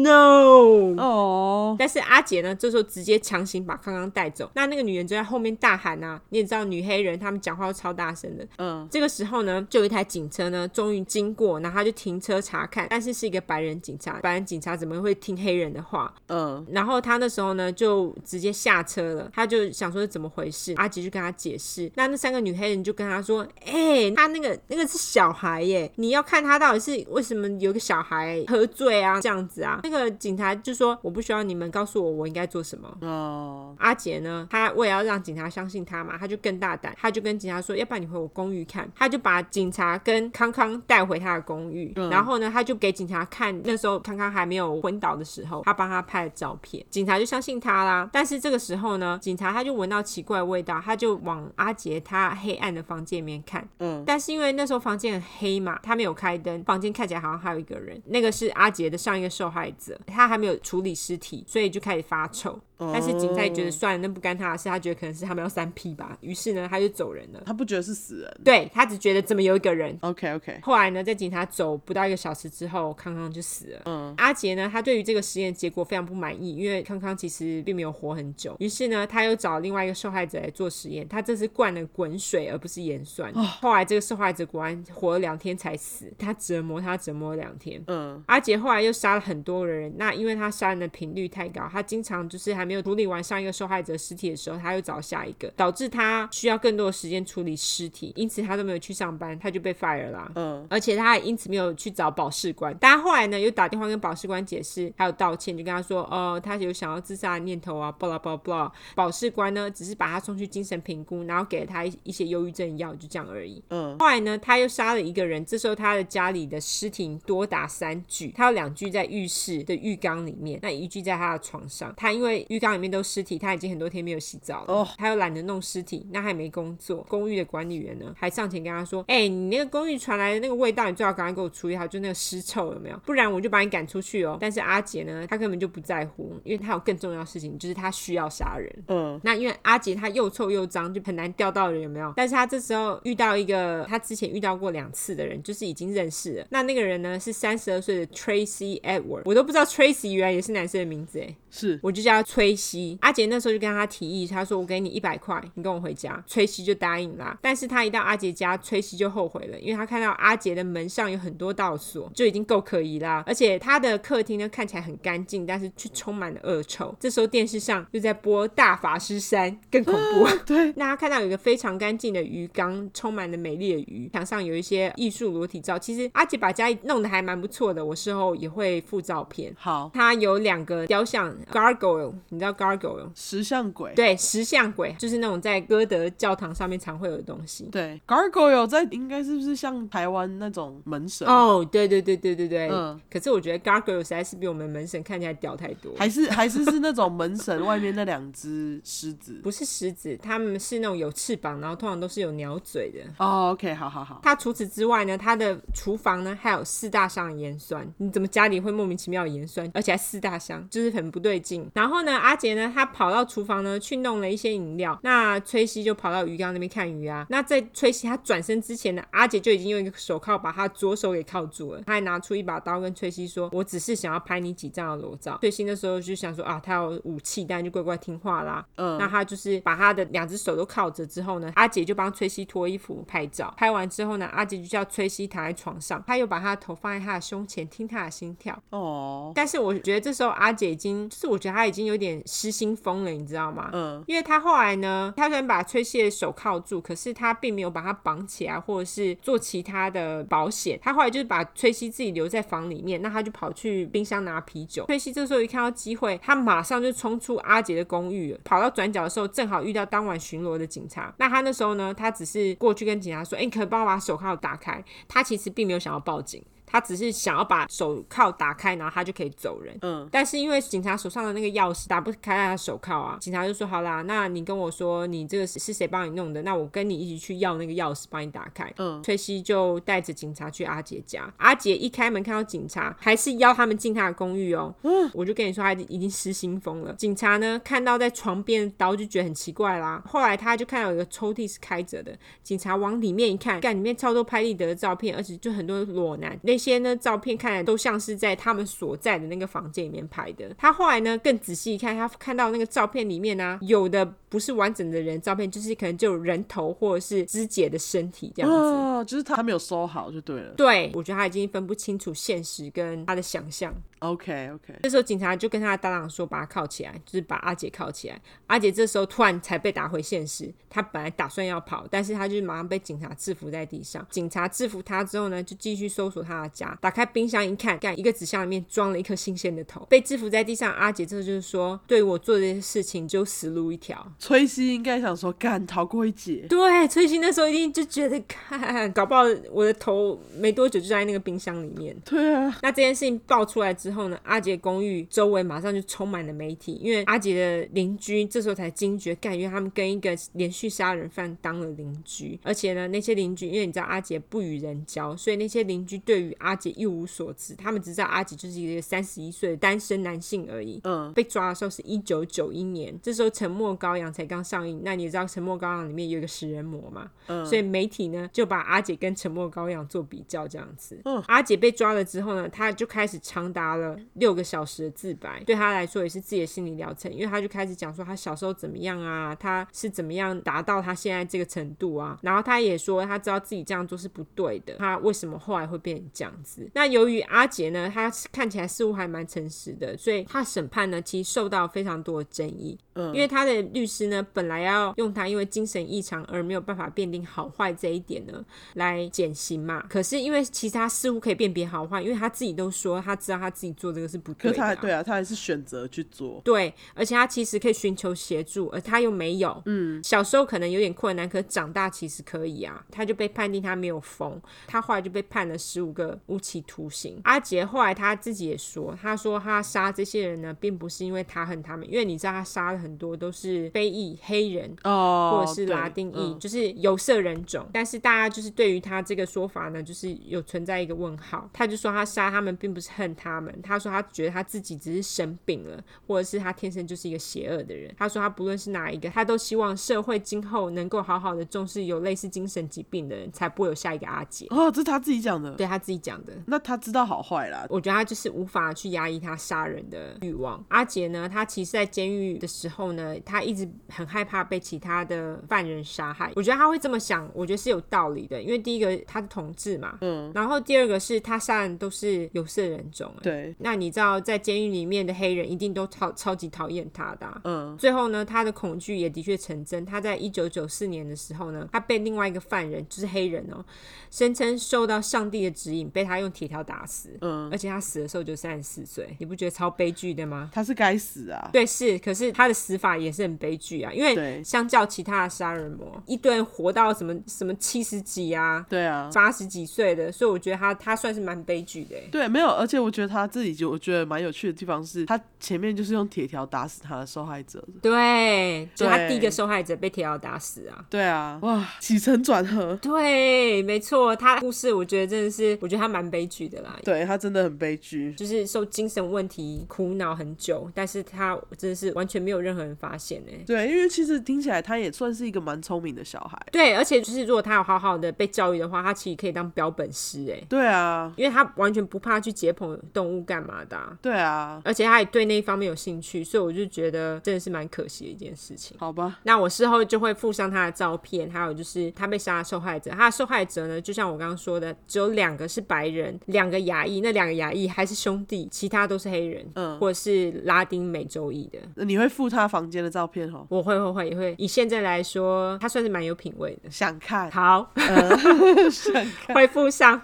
Speaker 2: “no”。
Speaker 1: 哦，
Speaker 2: 但是阿杰呢，这时候直接强行把康康带走。那那个女人就在后面大喊啊，你也知道女黑人她们讲话都超大声的，
Speaker 1: 嗯，
Speaker 2: 这个时候呢，就有一台警车呢，终于经过，然后他就停车查看，但是是一个白人警察，白人警察怎么会听黑人的话？
Speaker 1: 嗯，
Speaker 2: 然后他那时候呢，就直接下车了，他就想说是怎么回事，阿吉就跟他解释。那那三个女黑人就跟他说：“哎、他那个那个是小孩耶，你要看他到底是为什么有个小孩喝醉啊，这样子啊。”那个警察就说：“我不需要你们告诉我我应该做什么。”
Speaker 1: 哦，
Speaker 2: 阿杰呢，他为了要让警察相信他嘛，他就更大胆，他就跟警察说，要不然你回我公寓看。他就把警察跟康康带回他的公寓，
Speaker 1: 嗯
Speaker 2: 然后呢，他就给警察看那时候康康还没有昏倒的时候，他帮他拍的照片，警察就相信他啦。但是这个时候呢，警察他就闻到奇怪的味道，他就往阿杰他黑暗的房间里面看，
Speaker 1: 嗯，
Speaker 2: 但是因为那时候房间很黑嘛，他没有开灯，房间看起来好像还有一个人，那个是阿杰的上一个受害者，他还没有处理尸体，所以就开始发臭。但是警察也觉得
Speaker 1: 哦
Speaker 2: 算了，那不干他的事，他觉得可能是他们要三 P 吧，于是呢他就走人了。
Speaker 1: 他不觉得是死人。
Speaker 2: 对他只觉得怎么有一个人。
Speaker 1: OK，OK，
Speaker 2: 后来呢，在警察走不到一个小时之后，康康就死了。
Speaker 1: 嗯，
Speaker 2: 阿杰呢，他对于这个实验结果非常不满意，因为康康其实并没有活很久。于是呢，他又找另外一个受害者来做实验，他这次灌了滚水而不是盐酸。
Speaker 1: 哦
Speaker 2: 后来这个受害者果然活了两天才死，他折磨他折磨了两天。
Speaker 1: 嗯，
Speaker 2: 阿杰后来又杀了很多人，那因为他杀人的频率太高，他经常就是还没有处理完上一个受害者尸体的时候，他又找下一个，导致他需要更多的时间处理尸体，因此他都没有去上班，他就被 fire 啊啦。
Speaker 1: 嗯，
Speaker 2: 而且他还因此没有去找保释官，但他后来呢又打电话跟保释官解释，还有道歉，就跟他说，哦，他有想要自杀的念头啊，巴拉巴拉巴拉。保释官呢只是把他送去精神评估，然后给了他一一些忧郁症药，就这样而已。
Speaker 1: 嗯，
Speaker 2: 后来呢他又杀了一个人，这时候他的家里的尸体多达三具，他有两具在浴室的浴缸里面，那一具在他的床上。他因为浴缸里面都是尸体，他已经很多天没有洗澡了。
Speaker 1: 哦
Speaker 2: 他又懒得弄尸体，那还没工作。公寓的管理员呢，还上前跟他说：“哎、你那个公寓传来的那个味道，你最好赶快给我处理好，就那个尸臭有没有？不然我就把你赶出去哦。”但是阿杰呢，他根本就不在乎，因为他有更重要的事情，就是他需要杀人。
Speaker 1: 嗯，
Speaker 2: 那因为阿杰他又臭又脏，就很难钓到人，有没有？但是他这时候遇到一个他之前遇到过两次的人，就是已经认识了。那那个人呢是三十二岁的 Tracy Edward，我都不知道 Tracy 原来也是男生的名字哎。
Speaker 1: 是，
Speaker 2: 我就叫他崔西。阿杰那时候就跟他提议，他说：“我给你一百块，你跟我回家。”崔西就答应啦。但是他一到阿杰家，崔西就后悔了，因为他看到阿杰的门上有很多道锁，就已经够可疑啦。而且他的客厅呢看起来很干净，但是却充满了恶臭。这时候电视上又在播《大法师三》，更恐怖。
Speaker 1: 对，
Speaker 2: 那他看到有一个非常干净的鱼缸，充满了美丽的鱼，墙上有一些艺术裸体照。其实阿杰把家里弄得还蛮不错的，我事后也会附照片。
Speaker 1: 好，
Speaker 2: 它有两个雕像 gargoyle，你你知道 gargoyle？
Speaker 1: 石像鬼。
Speaker 2: 对，石像鬼就是那种在歌德教堂上面常会有的东西。
Speaker 1: 对，Gargoyle 在应该是不是像台湾那种门神？
Speaker 2: 哦，对对对对对对。
Speaker 1: 嗯
Speaker 2: 可是我觉得 gargoyle 实在是比我们门神看起来屌太多。
Speaker 1: 还是还是是那种门神外面那两只狮子？
Speaker 2: 不是狮子，它们是那种有翅膀，然后通常都是有鸟嘴的。
Speaker 1: 哦、o k 好好好，
Speaker 2: 它除此之外呢，它的厨房呢还有四大箱的盐酸，你怎么家里会莫名其妙有盐酸，而且还四大箱，就是很不对劲。然后呢，阿杰呢，他跑到厨房呢去弄了一些饮料，那崔西就跑到鱼缸那边看鱼啊。那在崔西他转身之前呢，阿杰就已经用一个手铐把他左手给铐住了，他还拿出一把刀跟崔西说：“我只是想要拍你几张的裸照。”崔西那时候就想说啊，他有武器，当然就乖乖听话啦。
Speaker 1: 嗯
Speaker 2: 那他就是把他的两只手都铐着之后呢，阿姐就帮崔西脱衣服拍照。拍完之后呢，阿姐就叫崔西躺在床上，他又把他的头放在他的胸前，听他的心跳。
Speaker 1: 哦，
Speaker 2: 但是我觉得这时候阿姐已经，就是我觉得她已经有点失心疯了，你知道吗？
Speaker 1: 嗯，
Speaker 2: 因为她后来呢，她虽然把崔西的手铐住，可是她并没有把他绑起来，或者是做其他的保险。她后来就是把崔西自己留在房里面，那她就跑去冰箱拿啤酒。崔西这时候一看到机会，她马上就冲出阿杰的公寓了，跑到转角的时候，正好遇到当晚巡逻的警察。那她那时候呢，她只是过去跟警察说：“哎、你可不可以帮我把手铐打开？”她其实并没有想要报警。她只是想要把手铐打开，然后她就可以走人。但是因为警察手上的那个钥匙打不开他的手铐啊，警察就说好啦，那你跟我说你这个是是谁帮你弄的，那我跟你一起去要那个钥匙帮你打开。
Speaker 1: 嗯
Speaker 2: 崔西就带着警察去阿杰家，阿杰一开门看到警察，还是邀他们进他的公寓哦。我就跟你说他已经失心疯了。警察呢看到在床边的刀就觉得很奇怪啦，后来他就看到有一个抽屉是开着的，警察往里面一看，干里面超多拍立得的照片，而且就很多裸男，那些呢照片看起来都像是在他们所在的那个房间里面拍的。他后来呢更仔细一看，他看到那个照片里面呢、有的不是完整的人照片，就是可能就有人头或者是肢解的身体这样子。
Speaker 1: 哦，就是他他没有收好就对了。
Speaker 2: 对，我觉得他已经分不清楚现实跟他的想象。
Speaker 1: OK OK，
Speaker 2: 这时候警察就跟他的搭档说，把他铐起来，就是把阿杰铐起来。阿杰这时候突然才被打回现实，他本来打算要跑，但是他就是马上被警察制服在地上。警察制服他之后呢，就继续搜索他的家，打开冰箱一看，干一个纸箱里面装了一颗新鲜的头。被制服在地上，阿杰这时候就是说，对我做这些事情就死路一条。
Speaker 1: 崔西应该想说，干逃过一劫。
Speaker 2: 对，崔西那时候一定就觉得，看，搞不好我的头没多久就在那个冰箱里面。
Speaker 1: 对啊，
Speaker 2: 那这件事情爆出来之后呢，阿杰公寓周围马上就充满了媒体，因为阿杰的邻居这时候才惊觉，感觉他们跟一个连续杀人犯当了邻居，而且呢，那些邻居因为你知道阿杰不与人交，所以那些邻居对于阿杰一无所知，他们只知道阿杰就是一个三十一岁的单身男性而已。
Speaker 1: 嗯，
Speaker 2: 被抓的时候是一九九一年，这时候《沉默羔羊》才刚上映。那你也知道《沉默羔羊》里面有一个食人魔嘛，所以媒体呢就把阿姐跟《沉默羔羊》做比较，这样子。
Speaker 1: 嗯
Speaker 2: 阿姐被抓了之后呢，她就开始长达了六个小时的自白，对她来说也是自己的心理疗程，因为她就开始讲说她小时候怎么样啊，她是怎么样达到她现在这个程度啊，然后她也说她知道自己这样做是不对的，她为什么后来会变成这样子？那由于阿杰呢，她是看起来似乎还蛮诚实的，所以她审判呢其实受到非常多的争议，因为他的律师呢，本来要用他因为精神异常而没有办法辨定好坏这一点呢来减刑嘛。可是因为其实他似乎可以辨别好坏，因为他自己都说他知道他自己做这个是不
Speaker 1: 可
Speaker 2: 对的、
Speaker 1: 是他还
Speaker 2: 啊。
Speaker 1: 对啊，他还是选择去做。
Speaker 2: 对，而且他其实可以寻求协助，而他又没有。嗯，小时候可能有点困难，可长大其实可以啊。他就被判定他没有疯，他后来就被判了十五个无期徒刑。阿杰后来他自己也说，他说他杀这些人呢，并不是因为他恨他们，因为你知道他杀了很多都是非裔黑人，
Speaker 1: 哦，
Speaker 2: 或者是
Speaker 1: 对
Speaker 2: 拉丁裔，
Speaker 1: 嗯
Speaker 2: 就是有色人种。但是大家就是对于他这个说法呢，就是有存在一个问号。他就说他杀他们并不是恨他们，他说他觉得他自己只是生病了，或者是他天生就是一个邪恶的人。他说他不论是哪一个，他都希望社会今后能够好好的重视有类似精神疾病的人，才不会有下一个阿杰。
Speaker 1: 哦，这是他自己讲的。
Speaker 2: 对他自己讲的，
Speaker 1: 那他知道好坏啦。
Speaker 2: 我觉得他就是无法去压抑他杀人的欲望。阿杰呢，他其实，在监狱的时候呢，他一直很害怕被其他的犯人杀害。我觉得他会这么想，我觉得是有道理的，因为第一个他是同志嘛，嗯，然后第二个是他杀人都是有色人种、欸
Speaker 1: 对对，
Speaker 2: 那你知道，在监狱里面的黑人一定都超超级讨厌他的啊、
Speaker 1: 嗯，
Speaker 2: 最后呢，他的恐惧也的确成真。他在一九九四年的时候呢，他被另外一个犯人，就是黑人哦，声称受到上帝的指引，被他用铁条打死。
Speaker 1: 嗯
Speaker 2: 而且他死的时候就三十四岁，你不觉得超悲剧的吗？
Speaker 1: 他是该死啊，
Speaker 2: 对，是，可是他的死法也是很悲剧啊，因为
Speaker 1: 对
Speaker 2: 相较其他的杀人魔，一堆人活到什么什么七十几啊、
Speaker 1: 对啊，
Speaker 2: 八十几岁的，所以我觉得他他算是蛮悲剧的欸。
Speaker 1: 对，没有，而且我觉得他自己就我觉得蛮有趣的地方是，他前面就是用铁条打死他的受害者的。
Speaker 2: 对，就他
Speaker 1: 对
Speaker 2: 第一个受害者被铁锹打死啊。
Speaker 1: 对啊，哇，起承转合，
Speaker 2: 对，没错，他的故事我觉得真的是，我觉得他蛮悲剧的啦，
Speaker 1: 对他真的很悲剧。
Speaker 2: 就是受精神问题苦恼很久，但是他真的是完全没有任何人发现哎、
Speaker 1: 对，因为其实听起来他也算是一个蛮聪明的小孩。
Speaker 2: 对，而且就是如果他有好好的被教育的话，他其实可以当标本师哎、
Speaker 1: 对啊，
Speaker 2: 因为他完全不怕去解剖动物干嘛的啊、
Speaker 1: 对啊，
Speaker 2: 而且他也对那一方面有兴趣，所以我就觉得真的是蛮可惜的一件事情。
Speaker 1: 好吧，
Speaker 2: 那我事后就会附上他的照片，还有就是他被杀的受害者。他的受害者呢，就像我刚刚说的，只有两个是白人，两个亚裔，那两个亚裔还是兄弟，其他都是黑人，
Speaker 1: 嗯
Speaker 2: 或者是拉丁美洲裔的。
Speaker 1: 你会附他房间的照片哦？
Speaker 2: 我会会会也会，以现在来说，他算是蛮有品味的。
Speaker 1: 想看，
Speaker 2: 好，
Speaker 1: 想看，
Speaker 2: 会附上。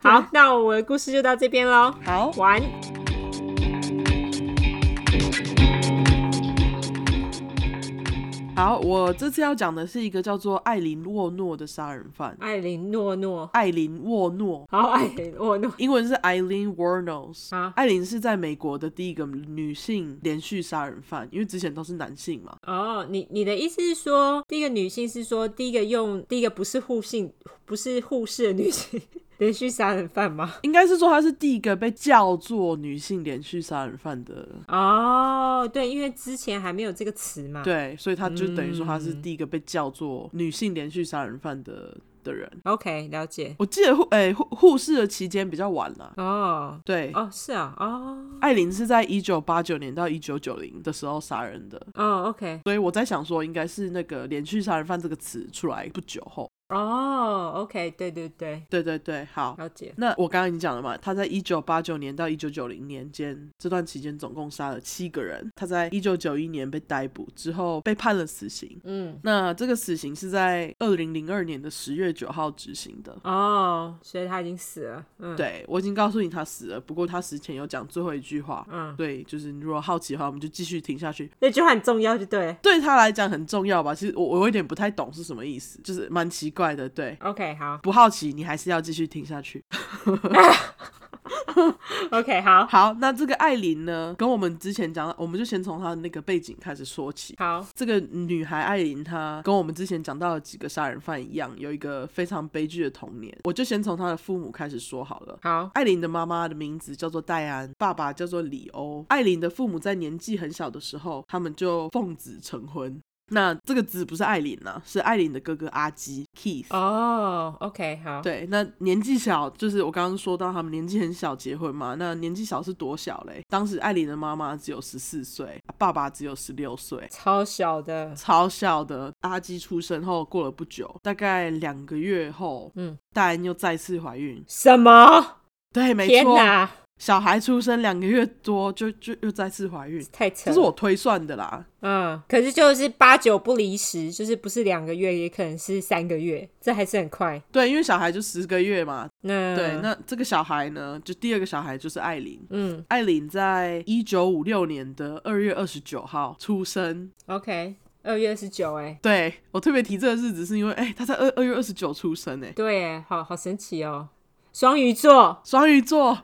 Speaker 2: 好，那我的故事就到这边喽，
Speaker 1: 好。
Speaker 2: 晚安。
Speaker 1: 好，我这次要讲的是一个叫做艾琳沃诺的杀人犯。
Speaker 2: 艾琳诺诺，
Speaker 1: 艾琳沃诺，
Speaker 2: 好，艾琳诺诺，
Speaker 1: 英文是 Eileen Warnos。
Speaker 2: 啊
Speaker 1: 艾琳是在美国的第一个女性连续杀人犯，因为之前都是男性嘛。
Speaker 2: 哦，你你的意思是说，第一个女性是说，第一个用第一个不是护性，不是护士的女性连续杀人犯吗？
Speaker 1: 应该是说她是第一个被叫做女性连续杀人犯的，
Speaker 2: 哦，对，因为之前还没有这个词嘛。，
Speaker 1: 对，所以她就等于说她是
Speaker 2: 嗯
Speaker 1: 第一个被叫做女性连续杀人犯的的人。
Speaker 2: OK，了解。
Speaker 1: 我记得护诶护护士的期间比较晚啦，
Speaker 2: 哦，
Speaker 1: 对，
Speaker 2: 哦，是啊，哦，
Speaker 1: 艾琳是在一九八九年到一九九零的时候杀人的，
Speaker 2: 哦，OK，
Speaker 1: 所以我在想说应该是那个连续杀人犯这个词出来不久后，
Speaker 2: 哦，OK，对对对，
Speaker 1: 对对对，好，
Speaker 2: 了解。
Speaker 1: 那我刚刚已经讲了嘛，他在一九八九年到一九九零年间这段期间总共杀了七个人。他在一九九一年被逮捕之后被判了死刑。
Speaker 2: 嗯，
Speaker 1: 那这个死刑是在二零零二年的十月九号执行的。
Speaker 2: 哦，所以他已经死了。嗯，，
Speaker 1: 对我已经告诉你他死了，不过他死前有讲最后一句话。
Speaker 2: 嗯，
Speaker 1: 对，就是你如果好奇的话，我们就继续听下去。
Speaker 2: 那句话很重要，就对了。
Speaker 1: 对他来讲很重要吧？其实我我有点不太懂是什么意思，就是蛮奇怪的。对，
Speaker 2: OK，好
Speaker 1: 不好奇你还是要继续听下去。
Speaker 2: ，OK，好，
Speaker 1: 好，那这个艾琳呢，跟我们之前讲，我们就先从她的那个背景开始说起。
Speaker 2: 好，
Speaker 1: 这个女孩艾琳，她跟我们之前讲到的几个杀人犯一样，有一个非常悲剧的童年。我就先从她的父母开始说好了。
Speaker 2: 好，
Speaker 1: 艾琳的妈妈的名字叫做戴安，爸爸叫做里欧。艾琳的父母在年纪很小的时候，他们就奉子成婚。那这个子不是艾琳啊，是艾琳的哥哥阿基 Keith。
Speaker 2: 哦，OK，好，
Speaker 1: 对，那年纪小，就是我刚刚说到他们年纪很小结婚嘛。那年纪小是多小嘞？当时艾琳的妈妈只有十四岁，爸爸只有十六岁，
Speaker 2: 超小的，
Speaker 1: 超小的。阿基出生后过了不久，大概两个月后，
Speaker 2: 嗯
Speaker 1: 嗯，戴安又再次怀孕。
Speaker 2: 什么？
Speaker 1: 对，没
Speaker 2: 天
Speaker 1: 错，
Speaker 2: 哪，
Speaker 1: 小孩出生两个月多就就又再次怀孕，
Speaker 2: 太扯
Speaker 1: 这
Speaker 2: 了！
Speaker 1: 是我推算的啦。
Speaker 2: 嗯，可是就是八九不离十，就是不是两个月，也可能是三个月，这还是很快。
Speaker 1: 对，因为小孩就十个月嘛。
Speaker 2: 那
Speaker 1: 对，那这个小孩呢，就第二个小孩就是艾琳。
Speaker 2: 嗯
Speaker 1: 艾琳在一九五六年的二月二十九号出生。
Speaker 2: ，OK，二月二十九，哎，
Speaker 1: 对我特别提这个日子，是因为哎、她在二二月二十九出生哎、
Speaker 2: 对，哎，好好神奇哦，双鱼座，
Speaker 1: 双鱼座。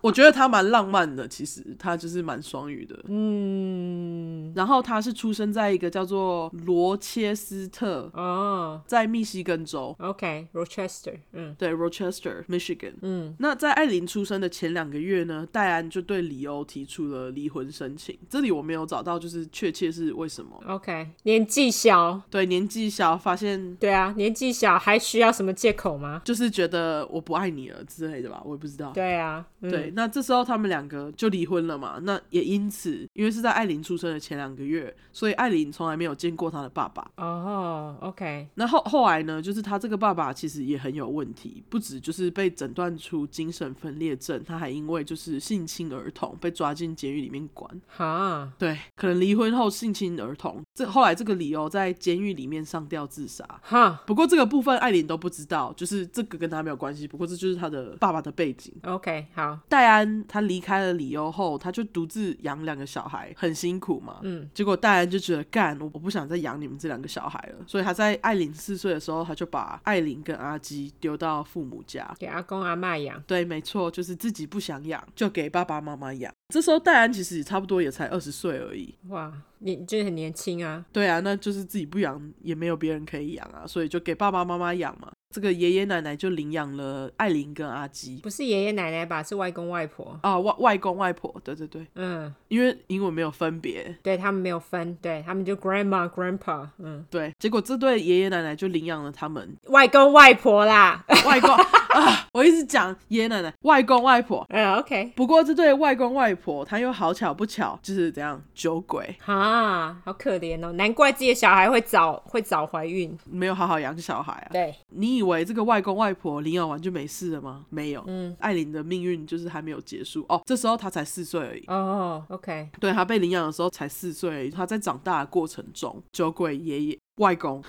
Speaker 1: 我觉得她蛮浪漫的，其实她就是蛮双鱼的。
Speaker 2: 嗯，
Speaker 1: 然后她是出生在一个叫做罗切斯特，
Speaker 2: 哦
Speaker 1: 在密西根州，
Speaker 2: ，OK，Rochester，嗯
Speaker 1: 对 Rochester Michigan。
Speaker 2: 嗯，
Speaker 1: 那在艾琳出生的前两个月呢，戴安就对里欧提出了离婚申请。这里我没有找到，就是确切是为什么。
Speaker 2: ，OK，年纪小，
Speaker 1: 对，年纪小，发现
Speaker 2: 对啊，年纪小还需要什么借口吗？
Speaker 1: 就是觉得我不爱你了之类的吧，我也不知道。
Speaker 2: 对啊，嗯、
Speaker 1: 对，那这时候他们两个就离婚了嘛。那也因此，因为是在艾琳出生的前两个月，所以艾琳从来没有见过她的爸爸。
Speaker 2: 哦，OK，
Speaker 1: 那后后来呢，就是他这个爸爸其实也很有问题，不止就是被诊断出精神分裂症，他还因为就是性侵儿童被抓进监狱里面关。
Speaker 2: 哈，
Speaker 1: 对，可能离婚后性侵儿童，这后来这个理由在监狱里面上吊自杀。
Speaker 2: 哈
Speaker 1: 不过这个部分艾琳都不知道，就是这个跟他没有关系。不过这就是他的爸爸的背景。
Speaker 2: ，OK，好，
Speaker 1: 戴安他离开了里欧后，他就独自养两个小孩，很辛苦嘛。
Speaker 2: 嗯，
Speaker 1: 结果戴安就觉得干，我我不想再养你们这两个小孩了，所以他在艾琳四岁的时候，他就把艾琳跟阿基丢到父母家。
Speaker 2: 给阿公阿妈养，
Speaker 1: 对，没错，就是自己不想养，就给爸爸妈妈养。这时候戴安其实也差不多也才二十岁而已。
Speaker 2: 哇，你就是很年轻啊，
Speaker 1: 对啊，那就是自己不养，也没有别人可以养啊，所以就给爸爸妈妈养嘛。这个爷爷奶奶就领养了艾琳跟阿基
Speaker 2: 不是爷爷奶奶吧，是外公外婆，
Speaker 1: 啊，外外公外婆，对对对，
Speaker 2: 嗯，
Speaker 1: 因为英文没有分别，
Speaker 2: 对他们没有分，对他们就 grandma grandpa，嗯，
Speaker 1: 对，结果这对爷爷奶奶就领养了他们
Speaker 2: 外公外婆啦，
Speaker 1: 外公 啊，我一直讲爷爷奶奶、外公外婆。
Speaker 2: 嗯，OK，
Speaker 1: 不过这对外公外婆，他又好巧不巧，就是怎样酒鬼，
Speaker 2: 哈，好可怜哦，难怪自己的小孩会早会早怀孕，
Speaker 1: 没有好好养小孩啊。
Speaker 2: 对，
Speaker 1: 你以为这个外公外婆领养完就没事了吗？没有，
Speaker 2: 嗯，
Speaker 1: 艾琳的命运就是还没有结束哦。这时候她才四岁而已，
Speaker 2: 哦，OK，
Speaker 1: 对她被领养的时候才四岁而已，她在长大的过程中，酒鬼爷爷、外公、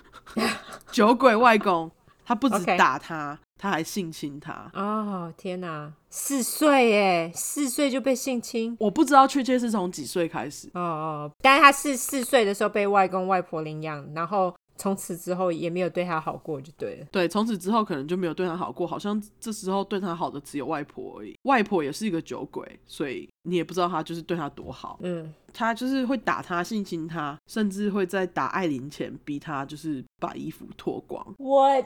Speaker 1: 酒鬼外公，他不止
Speaker 2: OK
Speaker 1: 打她，他还性侵她。
Speaker 2: 哦，天哪，四岁耶，四岁就被性侵。
Speaker 1: 我不知道确切是从几岁开始，
Speaker 2: 哦哦，但是他是四岁的时候被外公外婆领养，然后从此之后也没有对他好过，就对了。
Speaker 1: 对，从此之后可能就没有对他好过，好像这时候对他好的只有外婆而已。外婆也是一个酒鬼，所以你也不知道他就是对他多好，
Speaker 2: 嗯，
Speaker 1: 他就是会打他、性侵他，甚至会在打艾琳前逼他，就是把衣服脱光。
Speaker 2: What?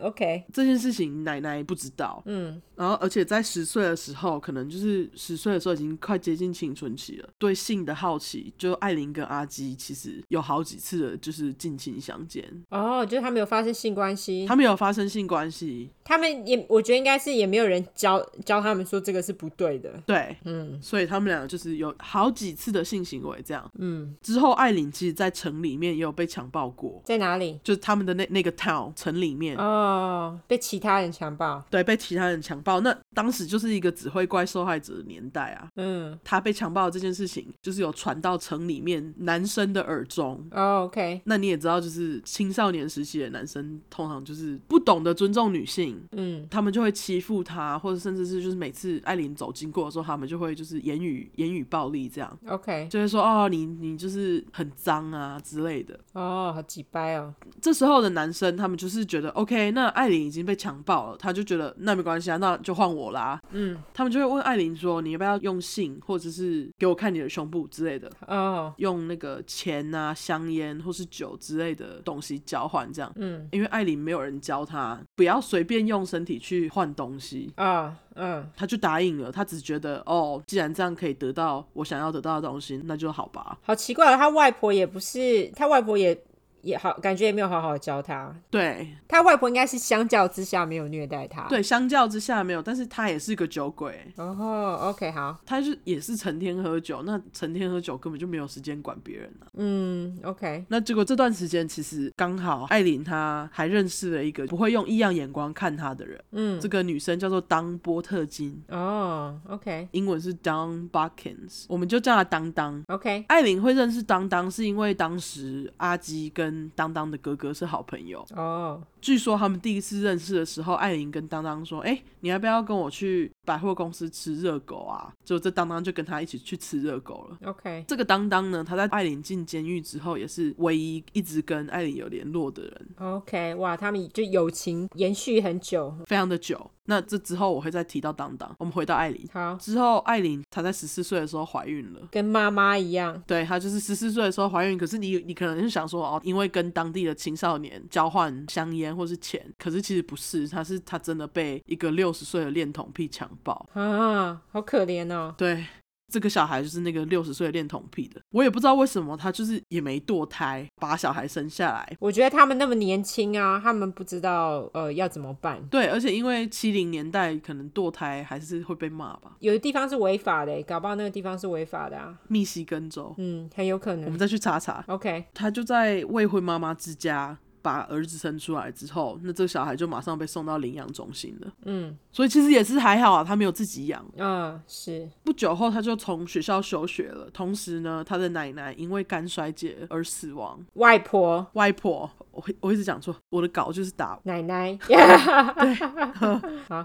Speaker 2: OK，
Speaker 1: 这件事情奶奶不知道，
Speaker 2: 嗯，
Speaker 1: 然后而且在十岁的时候，可能就是十岁的时候已经快接近青春期了，对性的好奇，就艾琳跟阿基其实有好几次的就是近亲相见，
Speaker 2: 哦，就是他们有发生性关系，
Speaker 1: 他们有发生性关系，
Speaker 2: 他们也，我觉得应该是也没有人教教他们说这个是不对的。
Speaker 1: 对，
Speaker 2: 嗯
Speaker 1: 所以他们俩就是有好几次的性行为这样。
Speaker 2: 嗯，
Speaker 1: 之后，艾琳其实，在城里面也有被强暴过，
Speaker 2: 在哪里？
Speaker 1: 就是他们的那那个 town 城里面。
Speaker 2: 哦，被其他人强暴。
Speaker 1: 对，被其他人强暴，那当时就是一个只会怪受害者的年代啊。
Speaker 2: 嗯，
Speaker 1: 他被强暴的这件事情，就是有传到城里面男生的耳中。
Speaker 2: 哦，OK，
Speaker 1: 那你也知道，就是青少年时期的男生，通常就是不懂得尊重女性，
Speaker 2: 嗯，
Speaker 1: 他们就会欺负她，或者甚至是就是每次艾琳走经过的时候，他们就会就是言语言语暴力这样。
Speaker 2: ，OK，
Speaker 1: 就会说哦，你你就是很脏啊之类的。
Speaker 2: 哦，好几掰哦，
Speaker 1: 这时候的男生他们就是觉得 OK，那艾琳已经被强暴了，他就觉得那没关系啊，那就换我啦。
Speaker 2: 嗯，
Speaker 1: 他们就会问艾琳说，你要不要用性，或者是给我看你的胸部之类的。
Speaker 2: 哦，
Speaker 1: 用那个钱啊、香烟或是酒之类的东西交换，这样，
Speaker 2: 嗯，
Speaker 1: 因为艾琳没有人教她不要随便用身体去换东西，
Speaker 2: 哦，嗯，
Speaker 1: 她就答应了。她只觉得哦，既然这样可以得到我想要得到的东西，那就好吧。
Speaker 2: 好奇怪哦，他外婆也不是，他外婆也也好，感觉也没有好好教他。
Speaker 1: 对，
Speaker 2: 他外婆应该是相较之下没有虐待他。，
Speaker 1: 对，相较之下没有，但是他也是个酒鬼，
Speaker 2: 哦、o k 好，
Speaker 1: 他就也是成天喝酒，那成天喝酒根本就没有时间管别人啊。
Speaker 2: 嗯，OK，
Speaker 1: 那结果这段时间其实刚好艾琳她还认识了一个不会用异样眼光看她的人，
Speaker 2: 嗯
Speaker 1: 这，个女生叫做当波特金，
Speaker 2: 哦，OK，OK，、
Speaker 1: 英文是 Don Buckins，我们就叫她当当。艾琳会认识当当，是因为当时阿基跟当当的哥哥是好朋友。
Speaker 2: 哦、
Speaker 1: 据说他们第一次认识的时候，艾琳跟当当说：“哎、你要不要跟我去百货公司吃热狗啊？”就这当当就跟他一起去吃热狗了。
Speaker 2: o k
Speaker 1: 这个当当呢，他在艾琳进监狱之后，也是唯一一直跟艾琳有联络的人，
Speaker 2: o k 哇，他们就友情延续很久。
Speaker 1: 非常的久。那这之后我会再提到当当。我们回到艾琳
Speaker 2: 好，
Speaker 1: 之后，艾琳她在十四岁的时候怀孕了。
Speaker 2: 跟妈妈一样，
Speaker 1: 对她就是十四岁的时候怀孕，可是你你可能是想说哦，因为跟当地的青少年交换香烟或是钱，可是其实不是，她是她真的被一个六十岁的恋童癖强暴。
Speaker 2: 啊，好可怜哦。
Speaker 1: 对，这个小孩就是那个六十岁的恋童癖的，我也不知道为什么他就是也没堕胎，把小孩生下来。
Speaker 2: 我觉得他们那么年轻啊，他们不知道呃要怎么办。
Speaker 1: 对，而且因为七零年代可能堕胎还是会被骂吧，
Speaker 2: 有的地方是违法的，欸搞不好那个地方是违法的啊。
Speaker 1: 密西根州，
Speaker 2: 嗯，很有可
Speaker 1: 我们
Speaker 2: 能。
Speaker 1: 再去查查。
Speaker 2: OK，
Speaker 1: 他就在未婚妈妈之家把儿子生出来之后，那这个小孩就马上被送到领养中心了。
Speaker 2: 嗯
Speaker 1: 所以其实也是还好啊，他没有自己养。
Speaker 2: 啊，是
Speaker 1: 不久后，他就从学校休学了。同时呢，他的奶奶因为肝衰竭而死亡。
Speaker 2: 外婆、
Speaker 1: 外婆，我会我一直讲错，我的稿就是打
Speaker 2: 奶奶。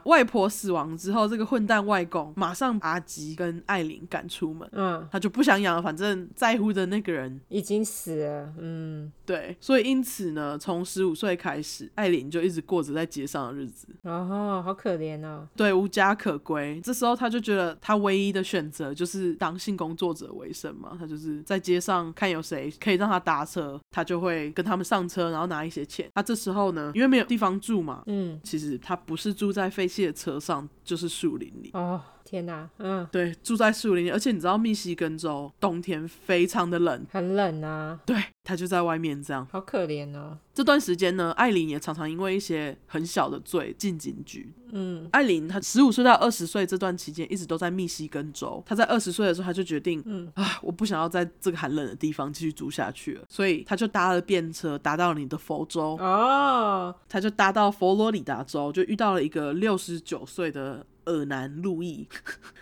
Speaker 1: 外婆死亡之后，这个混蛋外公马上把阿吉跟艾琳赶出门，
Speaker 2: 嗯，
Speaker 1: 他就不想养了，反正在乎的那个人。
Speaker 2: 已经死了。嗯，
Speaker 1: 对，所以因此呢，从十五岁开始，艾琳就一直过着在街上的日子，
Speaker 2: 然后好可怜哦。
Speaker 1: 对，无家可归。这时候他就觉得他唯一的选择就是当性工作者为生嘛，他就是在街上看有谁可以让他搭车，他就会跟他们上车，然后拿一些钱。他这时候呢，因为没有地方住嘛，
Speaker 2: 嗯，
Speaker 1: 其实他不是住在废弃的车上，就是树林里。
Speaker 2: 哦，天哪，嗯，
Speaker 1: 对，住在树林里，而且你知道密西根州冬天非常的冷，
Speaker 2: 很冷啊，
Speaker 1: 对他就在外面这样。
Speaker 2: 好可怜哦。
Speaker 1: 这段时间呢，艾琳也常常因为一些很小的罪进警局。
Speaker 2: 嗯
Speaker 1: 艾琳她十五岁到二十岁这段期间一直都在密西根州。她在二十岁的时候，她就决定，
Speaker 2: 嗯
Speaker 1: 啊，我不想要在这个寒冷的地方继续住下去了，所以她就搭了便车，搭到你的佛州，
Speaker 2: 哦，
Speaker 1: 她就搭到佛罗里达州，就遇到了一个六十九岁的尔南路易，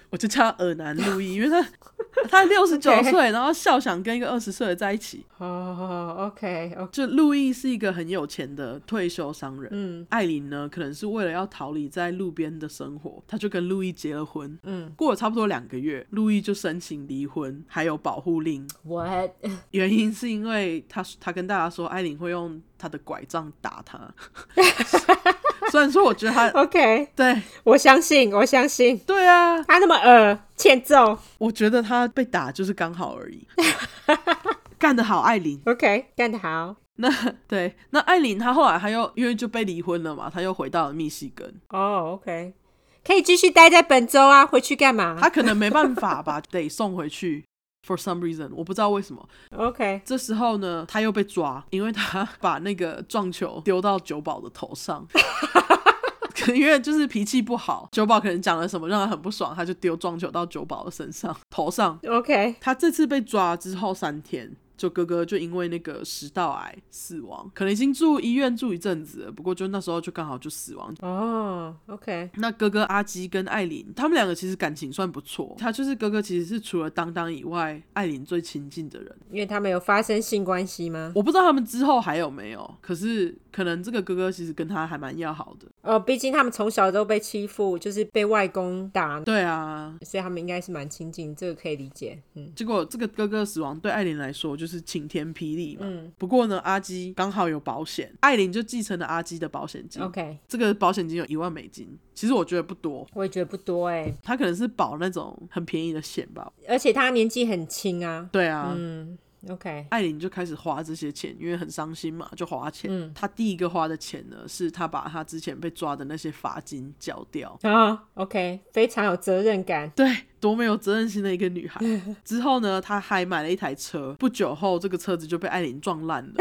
Speaker 1: 我就叫他尔南路易，因为他他六十 九
Speaker 2: OK
Speaker 1: 岁，然后笑想跟一个二十岁的在一起。
Speaker 2: 哦，OK，哦，
Speaker 1: 就路易是一个很有钱的退休商人。
Speaker 2: 嗯
Speaker 1: 艾琳呢，可能是为了要逃离在路边的生活，她就跟路易结了婚。
Speaker 2: 嗯
Speaker 1: 过了差不多两个月，路易就申请离婚，还有保护令。
Speaker 2: ，What？
Speaker 1: 原因是因为他他跟大家说，艾琳会用他的拐杖打他。 虽然说，我觉得他
Speaker 2: OK，
Speaker 1: 对
Speaker 2: 我相信，我相信
Speaker 1: 对啊，
Speaker 2: 他那么恶，欠揍。
Speaker 1: 我觉得他被打就是刚好而已。干得好，艾琳。
Speaker 2: OK，干得好。
Speaker 1: 那对，那艾琳她后来她又因为就被离婚了嘛，她又回到了密西根。
Speaker 2: 哦，OK，可以继续待在本州啊，回去干嘛
Speaker 1: 他可能没办法吧， 得送回去。For some reason，我不知道为什么。
Speaker 2: ？OK，
Speaker 1: 这时候呢，他又被抓，因为他把那个撞球丢到九保的头上。 可能因为就是脾气不好，九保可能讲了什么让他很不爽，他就丢撞球到九保的身上 头上。
Speaker 2: OK，
Speaker 1: 他这次被抓之后三天，就哥哥就因为那个食道癌死亡，可能已经住医院住一阵子了，不过就那时候就刚好就死亡，
Speaker 2: 哦，OK，
Speaker 1: 那哥哥阿基跟艾琳，他们两个其实感情算不错。他就是哥哥，其实是除了当当以外，艾琳最亲近的人。
Speaker 2: 因为他们有发生性关系吗？
Speaker 1: 我不知道他们之后还有没有，可是可能这个哥哥其实跟他还蛮要好的。
Speaker 2: 哦，毕竟他们从小都被欺负，就是被外公打，
Speaker 1: 对啊，
Speaker 2: 所以他们应该是蛮亲近，这个可以理解。嗯
Speaker 1: 结果这个哥哥死亡对艾琳来说就是晴天霹雳嘛。
Speaker 2: 嗯
Speaker 1: 不过呢，阿基刚好有保险，艾琳就继承了阿基的保险金。
Speaker 2: ，OK，
Speaker 1: 这个保险金有一万美金，其实我觉得不多，
Speaker 2: 我也觉得不多哎、
Speaker 1: 他可能是保那种很便宜的险吧。
Speaker 2: 而且他年纪很轻啊。
Speaker 1: 对啊，
Speaker 2: 嗯，OK，
Speaker 1: 艾琳就开始花这些钱，因为很伤心嘛，就花钱。
Speaker 2: 嗯
Speaker 1: 她第一个花的钱呢，是她把她之前被抓的那些罚金缴掉。
Speaker 2: 啊，OK，非常有责任感。
Speaker 1: 对，多没有责任心的一个 女孩。之后呢，她还买了一台车。不久后，这个车子就被艾琳撞 烂了，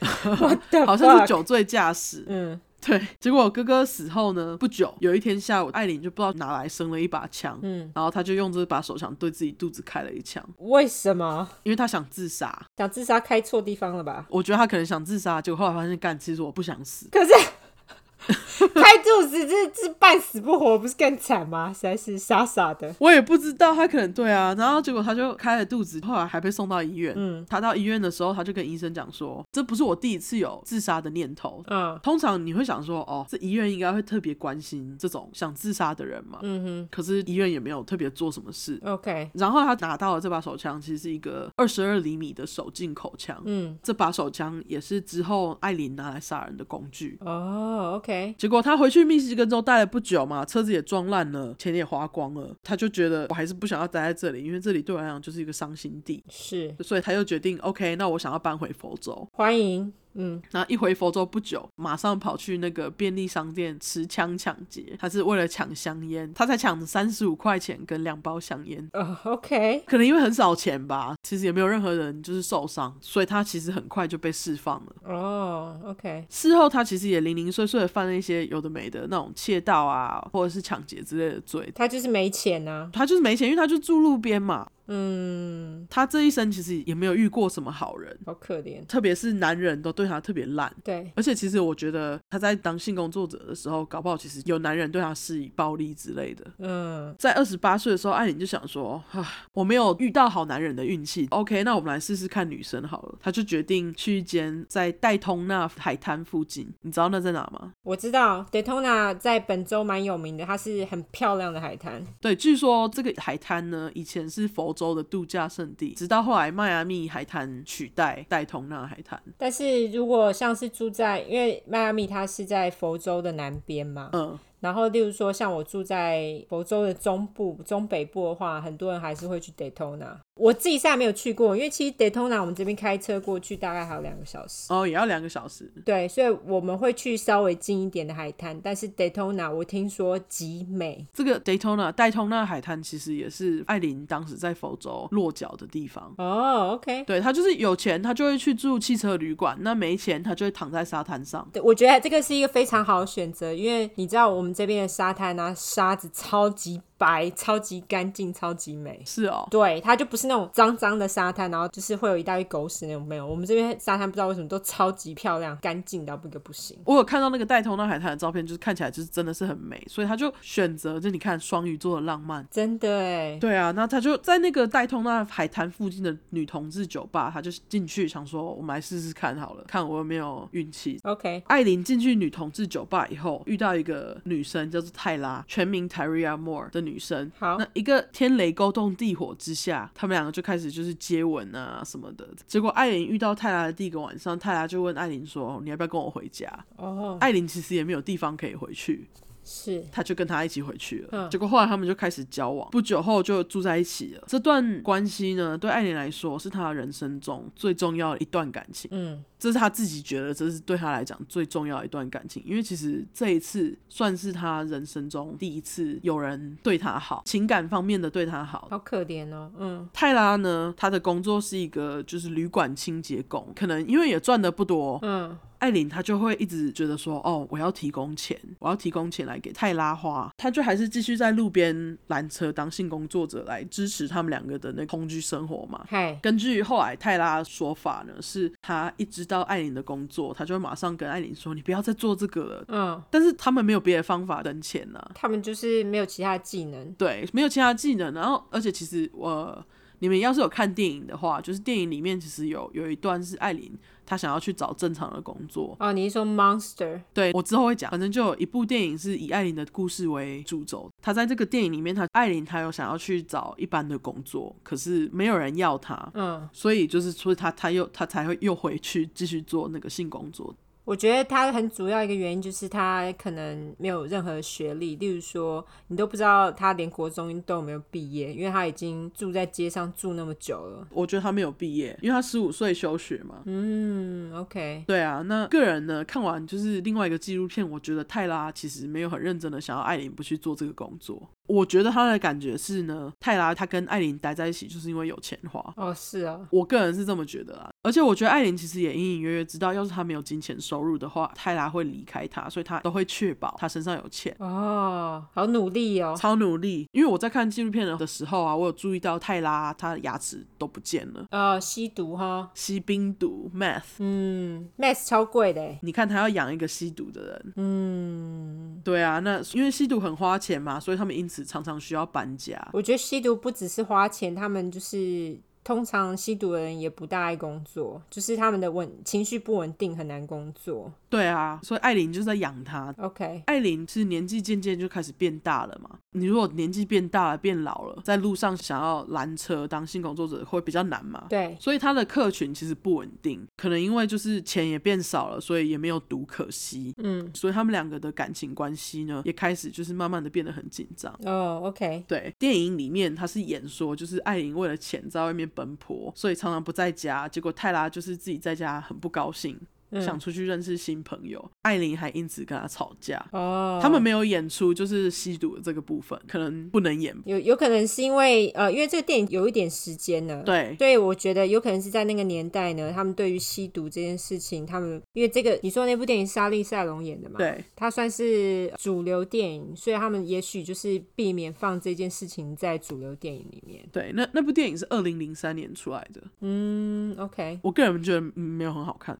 Speaker 1: 好像是
Speaker 2: 九，
Speaker 1: 酒醉驾驶。
Speaker 2: 嗯
Speaker 1: 对，结果哥哥死后呢，不久有一天下午，艾琳就不知道哪来生了一把枪，
Speaker 2: 嗯，
Speaker 1: 然后她就用这把手枪对自己肚子开了一枪，
Speaker 2: 为什么
Speaker 1: 因为她想自杀。
Speaker 2: 想自杀开错地方了吧？
Speaker 1: 我觉得她可能想自杀，结果后来发现，干，其实我不想死。
Speaker 2: 可 是开肚子这这半死不活，不是更惨吗？实在是傻傻的。
Speaker 1: 我也不知道，他可能对啊，然后结果他就开了肚子，后来还被送到医院。
Speaker 2: 嗯
Speaker 1: 他到医院的时候，他就跟医生讲说：“这不是我第一次有自杀的念头。
Speaker 2: 嗯
Speaker 1: 通常你会想说，哦，这医院应该会特别关心这种想自杀的人嘛。
Speaker 2: 嗯
Speaker 1: 可是医院也没有特别做什么事。
Speaker 2: 哼，OK，
Speaker 1: 然后他拿到了这把手枪，其实是一个二十二厘米的手径口枪。
Speaker 2: 嗯，
Speaker 1: 这把手枪也是之后艾琳拿来杀人的工具。
Speaker 2: 哦，OK，
Speaker 1: 结果他回去密西根州待了不久嘛，车子也撞烂了，钱也花光了，他就觉得我还是不想要待在这里，因为这里对我来讲就是一个伤心地，
Speaker 2: 是
Speaker 1: 所以他就决定，OK，那我想要搬回佛州。
Speaker 2: 欢迎嗯，
Speaker 1: 然后一回佛州不久，马上跑去那个便利商店持枪抢劫。他是为了抢香烟，他才抢三十五块钱跟两包香烟。
Speaker 2: 呃，OK，
Speaker 1: 可能因为很少钱吧，其实也没有任何人就是受伤，所以他其实很快就被释放了。
Speaker 2: 哦，OK，
Speaker 1: 事后他其实也零零碎碎的犯了一些有的没的那种窃盗啊，或者是抢劫之类的罪。
Speaker 2: 他就是没钱呐、
Speaker 1: 他就是没钱，因为他就住路边嘛。
Speaker 2: 嗯，
Speaker 1: 他这一生其实也没有遇过什么好人，
Speaker 2: 好可怜。
Speaker 1: 特别是男人都对他特别烂。
Speaker 2: 对，
Speaker 1: 而且其实我觉得他在当性工作者的时候，搞不好其实有男人对他施以暴力之类的。
Speaker 2: 嗯，
Speaker 1: 在二十八岁的时候，艾琳就想说：“啊，我没有遇到好男人的运气。OK，那我们来试试看女生好了。”她就决定去一间在戴通纳海滩附近，你知道那在哪吗？
Speaker 2: 我知道 Daytona 在本州蛮有名的，它是很漂亮的海滩。
Speaker 1: 对，据说这个海滩呢，以前是佛州的度假胜地，直到后来迈阿密海滩取代戴通纳海滩。
Speaker 2: 但是如果像是住在，因为迈阿密它是在佛州的南边嘛，
Speaker 1: 嗯，
Speaker 2: 然后例如说像我住在佛州的中部、中北部的话，很多人还是会去 Daytona。我自己是还没有去过，因为其实 Daytona 我们这边开车过去大概还有两个小时。
Speaker 1: 哦，也要两个小时。
Speaker 2: 对，所以我们会去稍微近一点的海滩，但是 Daytona 我听说极美，
Speaker 1: 这个 Daytona 戴通纳海滩其实也是艾琳当时在佛州落脚的地方。
Speaker 2: 哦，OK、o k
Speaker 1: 对他就是有钱，他就会去住汽车旅馆；那没钱，他就会躺在沙滩上。
Speaker 2: 对，我觉得这个是一个非常好的选择，因为你知道我们这边的沙滩啊，沙子超级白、超级干净、超级美。
Speaker 1: 是哦，
Speaker 2: 对，它就不是那种脏脏的沙滩，然后就是会有一大堆狗屎那种，没有。我们这边沙滩不知道为什么都超级漂亮，干净到不个不行。
Speaker 1: 我有看到那个戴通纳海滩的照片，就是看起来就是真的是很美，所以他就选择就你看双鱼座的浪漫。
Speaker 2: 真的哎，
Speaker 1: 对啊，那他就在那个戴通纳海滩附近的女同志酒吧，他就进去想说，我们来试试看好了，看我有没有运气。
Speaker 2: OK，
Speaker 1: 艾琳进去女同志酒吧以后，遇到一个女生叫做泰拉，全名 Tyria Moore 的女生。
Speaker 2: 好
Speaker 1: 那一个天雷勾动地火之下，他们两个就开始就是接吻啊什么的。结果艾琳遇到泰拉的第一个晚上，泰拉就问艾琳说：“你要不要跟我回家
Speaker 2: 哦、？”
Speaker 1: 艾琳其实也没有地方可以回去，
Speaker 2: 是
Speaker 1: 他就跟他一起回去了。
Speaker 2: 嗯
Speaker 1: 结果后来他们就开始交往，不久后就住在一起了。这段关系呢，对艾琳来说是她人生中最重要的一段感情。
Speaker 2: 嗯，
Speaker 1: 这是他自己觉得这是对他来讲最重要的一段感情，因为其实这一次算是他人生中第一次有人对他好，情感方面的对他好。
Speaker 2: 好可怜哦，嗯
Speaker 1: 泰拉呢，他的工作是一个就是旅馆清洁工，可能因为也赚的不多，
Speaker 2: 嗯，
Speaker 1: 艾琳她就会一直觉得说，哦，我要提供钱，我要提供钱来给泰拉花，她就还是继续在路边拦车当性工作者来支持他们两个的那个同居生活嘛。
Speaker 2: 嗨，
Speaker 1: 根据后来泰拉的说法呢，是他一知道艾琳的工作，他就会马上跟艾琳说：“你不要再做这个了。
Speaker 2: 嗯”，
Speaker 1: 但是他们没有别的方法挣钱呐、啊
Speaker 2: 他们就是没有其他技能，
Speaker 1: 对，没有其他技能。然后，而且其实我、呃你们要是有看电影的话，就是电影里面其实有有一段是艾琳她想要去找正常的工作。
Speaker 2: 哦，你是说 Monster？
Speaker 1: 对我之后会讲，反正就有一部电影是以艾琳的故事为主轴。她在这个电影里面，她艾琳她有想要去找一般的工作，可是没有人要她。
Speaker 2: 嗯，
Speaker 1: 所以就是，所以他他又他才会又回去继续做那个性工作。
Speaker 2: 我觉得他很主要一个原因就是他可能没有任何学历，例如说你都不知道他连国中都有没有毕业，因为他已经住在街上住那么久了。
Speaker 1: 我觉得他没有毕业，因为他十五岁休学嘛。
Speaker 2: 嗯，OK，
Speaker 1: 对啊，那个人呢，看完就是另外一个纪录片，我觉得泰拉其实没有很认真的想要艾琳不去做这个工作。我觉得他的感觉是呢，泰拉他跟艾琳待在一起就是因为有钱花。
Speaker 2: 哦，是哦，
Speaker 1: 我个人是这么觉得啊，而且我觉得艾琳其实也隐隐约约知道，要是他没有金钱收入的话，泰拉会离开他，所以他都会确保他身上有钱。
Speaker 2: 哦，好努力哦，
Speaker 1: 超努力，因为我在看纪录片的时候啊，我有注意到泰拉她的牙齿都不见了，
Speaker 2: 呃，吸毒哈，
Speaker 1: 吸冰毒 meth。
Speaker 2: 嗯，Max 超贵的耶，欸
Speaker 1: 你看，他要养一个吸毒的人，
Speaker 2: 嗯，
Speaker 1: 对啊，那因为吸毒很花钱嘛，所以他们因此常常需要搬家。
Speaker 2: 我觉得吸毒不只是花钱，他们就是。通常吸毒的人也不大爱工作，就是他们的稳情绪不稳定，很难工作。
Speaker 1: 对啊，所以艾琳就在养他。
Speaker 2: OK，
Speaker 1: 艾琳是年纪渐渐就开始变大了嘛，你如果年纪变大了、变老了，在路上想要拦车当性工作者会比较难嘛。
Speaker 2: 对，
Speaker 1: 所以他的客群其实不稳定，可能因为就是钱也变少了，所以也没有毒可吸。
Speaker 2: 嗯，
Speaker 1: 所以他们两个的感情关系呢，也开始就是慢慢的变得很紧张。
Speaker 2: 哦，OK，
Speaker 1: 对，电影里面他是演说，就是艾琳为了钱在外面奔波，所以常常不在家，结果泰拉就是自己在家很不高兴。想出去认识新朋友。艾琳还因此跟他吵架。
Speaker 2: 哦，
Speaker 1: 他们没有演出就是吸毒的这个部分，可能不能演。
Speaker 2: 有有可能是因为呃，因为这个电影有一点时间了，
Speaker 1: 对，
Speaker 2: 对，我觉得有可能是在那个年代呢，他们对于吸毒这件事情，他们因为这个，你说那部电影是莎莉赛隆演的嘛？，
Speaker 1: 对，
Speaker 2: 它算是主流电影，所以他们也许就是避免放这件事情在主流电影里面。
Speaker 1: 对。那那部电影是二零零三年出来的，
Speaker 2: 嗯，OK，
Speaker 1: 我个人觉得嗯没有很好看。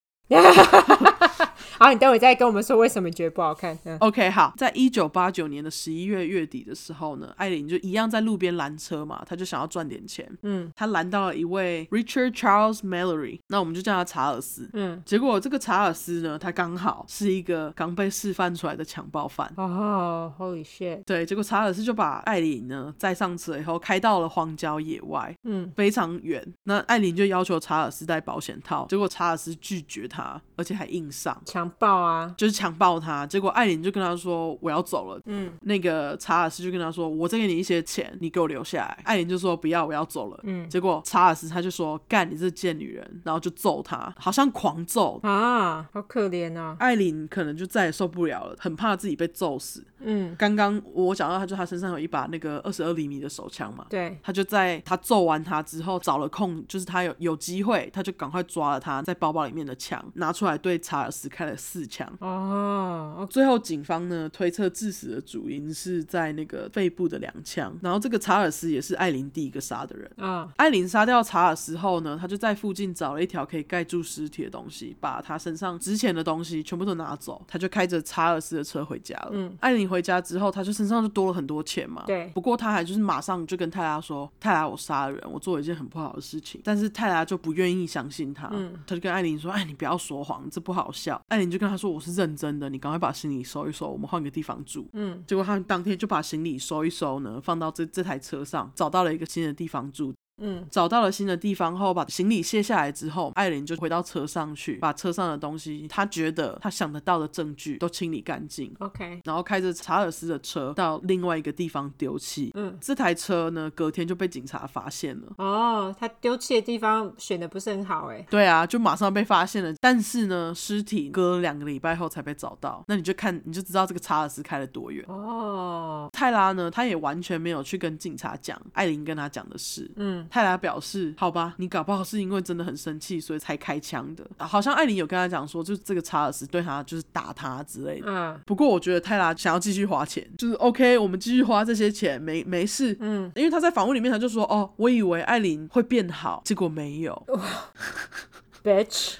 Speaker 2: 好，你待会再跟我们说为什么你觉得不好看。嗯，
Speaker 1: OK，好，在一九八九年的十一月月底的时候呢，艾琳就一样在路边拦车嘛，她就想要赚点钱。
Speaker 2: 嗯，
Speaker 1: 她拦到了一位 Richard Charles Mallory，那我们就叫他查尔斯。
Speaker 2: 嗯，
Speaker 1: 结果这个查尔斯呢，他刚好是一个刚被示范出来的强暴犯。
Speaker 2: 哦、h o l y shit，
Speaker 1: 对，结果查尔斯就把艾琳呢载上车以后，开到了荒郊野外，
Speaker 2: 嗯，
Speaker 1: 非常远。那艾琳就要求查尔斯戴保险套，结果查尔斯拒绝他，而且还硬上，
Speaker 2: 强暴啊，
Speaker 1: 就是强暴他。结果艾琳就跟他说：“我要走了。”
Speaker 2: 嗯
Speaker 1: 那个查尔斯就跟他说：“我再给你一些钱，你给我留下来。”艾琳就说：“不要，我要走了。”
Speaker 2: 嗯，
Speaker 1: 结果查尔斯他就说：“干你这贱女人！”然后就揍他，好像狂揍。
Speaker 2: 啊，好可怜啊，
Speaker 1: 艾琳可能就再也受不了了，很怕自己被揍死。
Speaker 2: 嗯，
Speaker 1: 刚刚我讲到，他就他身上有一把那个二十二厘米的手枪嘛，
Speaker 2: 对，
Speaker 1: 他就在他揍完他之后找了空，就是他有有机会，他就赶快抓了他在包包里面的枪，拿出来对查尔斯开了四枪。
Speaker 2: 哦，OK，
Speaker 1: 最后，警方呢推测致死的主因是在那个肺部的两枪，然后这个查尔斯也是艾琳第一个杀的人。
Speaker 2: 啊，
Speaker 1: 艾琳杀掉查尔斯后呢，他就在附近找了一条可以盖住尸体的东西，把他身上值钱的东西全部都拿走，他就开着查尔斯的车回家了。
Speaker 2: 嗯，
Speaker 1: 艾琳回家之后，他就身上就多了很多钱嘛。
Speaker 2: 对
Speaker 1: 不过他还就是马上就跟泰拉说：“泰拉，我杀了人，我做了一件很不好的事情。”但是泰拉就不愿意相信他，
Speaker 2: 嗯
Speaker 1: 他就跟艾琳说：“哎，你不要说谎，这不好笑。”艾琳就跟他说：“我是认真的，你赶快把行李收一收，我们换个地方住。”
Speaker 2: 嗯
Speaker 1: 结果他们当天就把行李收一收呢，放到这这台车上，找到了一个新的地方住。
Speaker 2: 嗯
Speaker 1: 找到了新的地方后，把行李卸下来之后，艾琳就回到车上去，把车上的东西，她觉得她想得到的证据都清理干净，
Speaker 2: ，OK，
Speaker 1: 然后开着查尔斯的车到另外一个地方丢弃。
Speaker 2: 嗯。
Speaker 1: 这台车呢，隔天就被警察发现了。
Speaker 2: 哦，他丢弃的地方选的不是很好哎。
Speaker 1: 对啊，就马上被发现了。但是呢，尸体隔两个礼拜后才被找到。那你就看，你就知道这个查尔斯开了多远。
Speaker 2: 哦，
Speaker 1: 泰拉呢，他也完全没有去跟警察讲艾琳跟他讲的事。
Speaker 2: 嗯，
Speaker 1: 泰拉表示：“好吧，你搞不好是因为真的很生气，所以才开枪的。啊好像艾琳有跟他讲说，就是这个查尔斯对他就是打他之类的。
Speaker 2: 啊，
Speaker 1: 不过我觉得泰拉想要继续花钱，就是 OK，我们继续花这些钱，没没事。
Speaker 2: 嗯，
Speaker 1: 因为他在访问里面他就说：哦，我以为艾琳会变好，结果没有。
Speaker 2: ，bitch，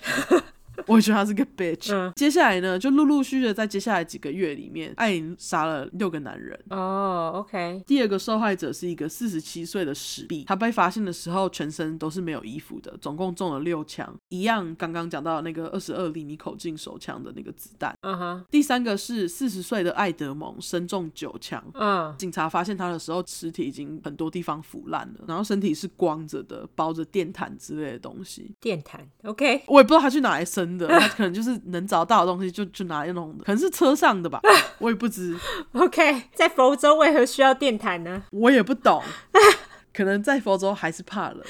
Speaker 1: 我也觉得他是个 bitch。
Speaker 2: 嗯
Speaker 1: 接下来呢，就陆陆续续的在接下来几个月里面，艾琳杀了六个男人。”
Speaker 2: 哦，OK，
Speaker 1: 第二个受害者是一个四十七岁的史毕，他被发现的时候全身都是没有衣服的，总共中了六枪，一样刚刚讲到那个二十二厘米口径手枪的那个子弹。
Speaker 2: 嗯哼，
Speaker 1: 第三个是四十岁的艾德蒙，身中九枪。
Speaker 2: 嗯，
Speaker 1: 警察发现他的时候，尸体已经很多地方腐烂了，然后身体是光着的，包着电毯之类的东西。
Speaker 2: 电毯，OK，
Speaker 1: 我也不知道他去哪来生的，他可能就是能找到的东西就就拿来弄的，可能是车上的 吧，我也不知。
Speaker 2: OK，在佛州为何需要电毯呢？
Speaker 1: 我也不懂，可能在佛州还是 怕冷，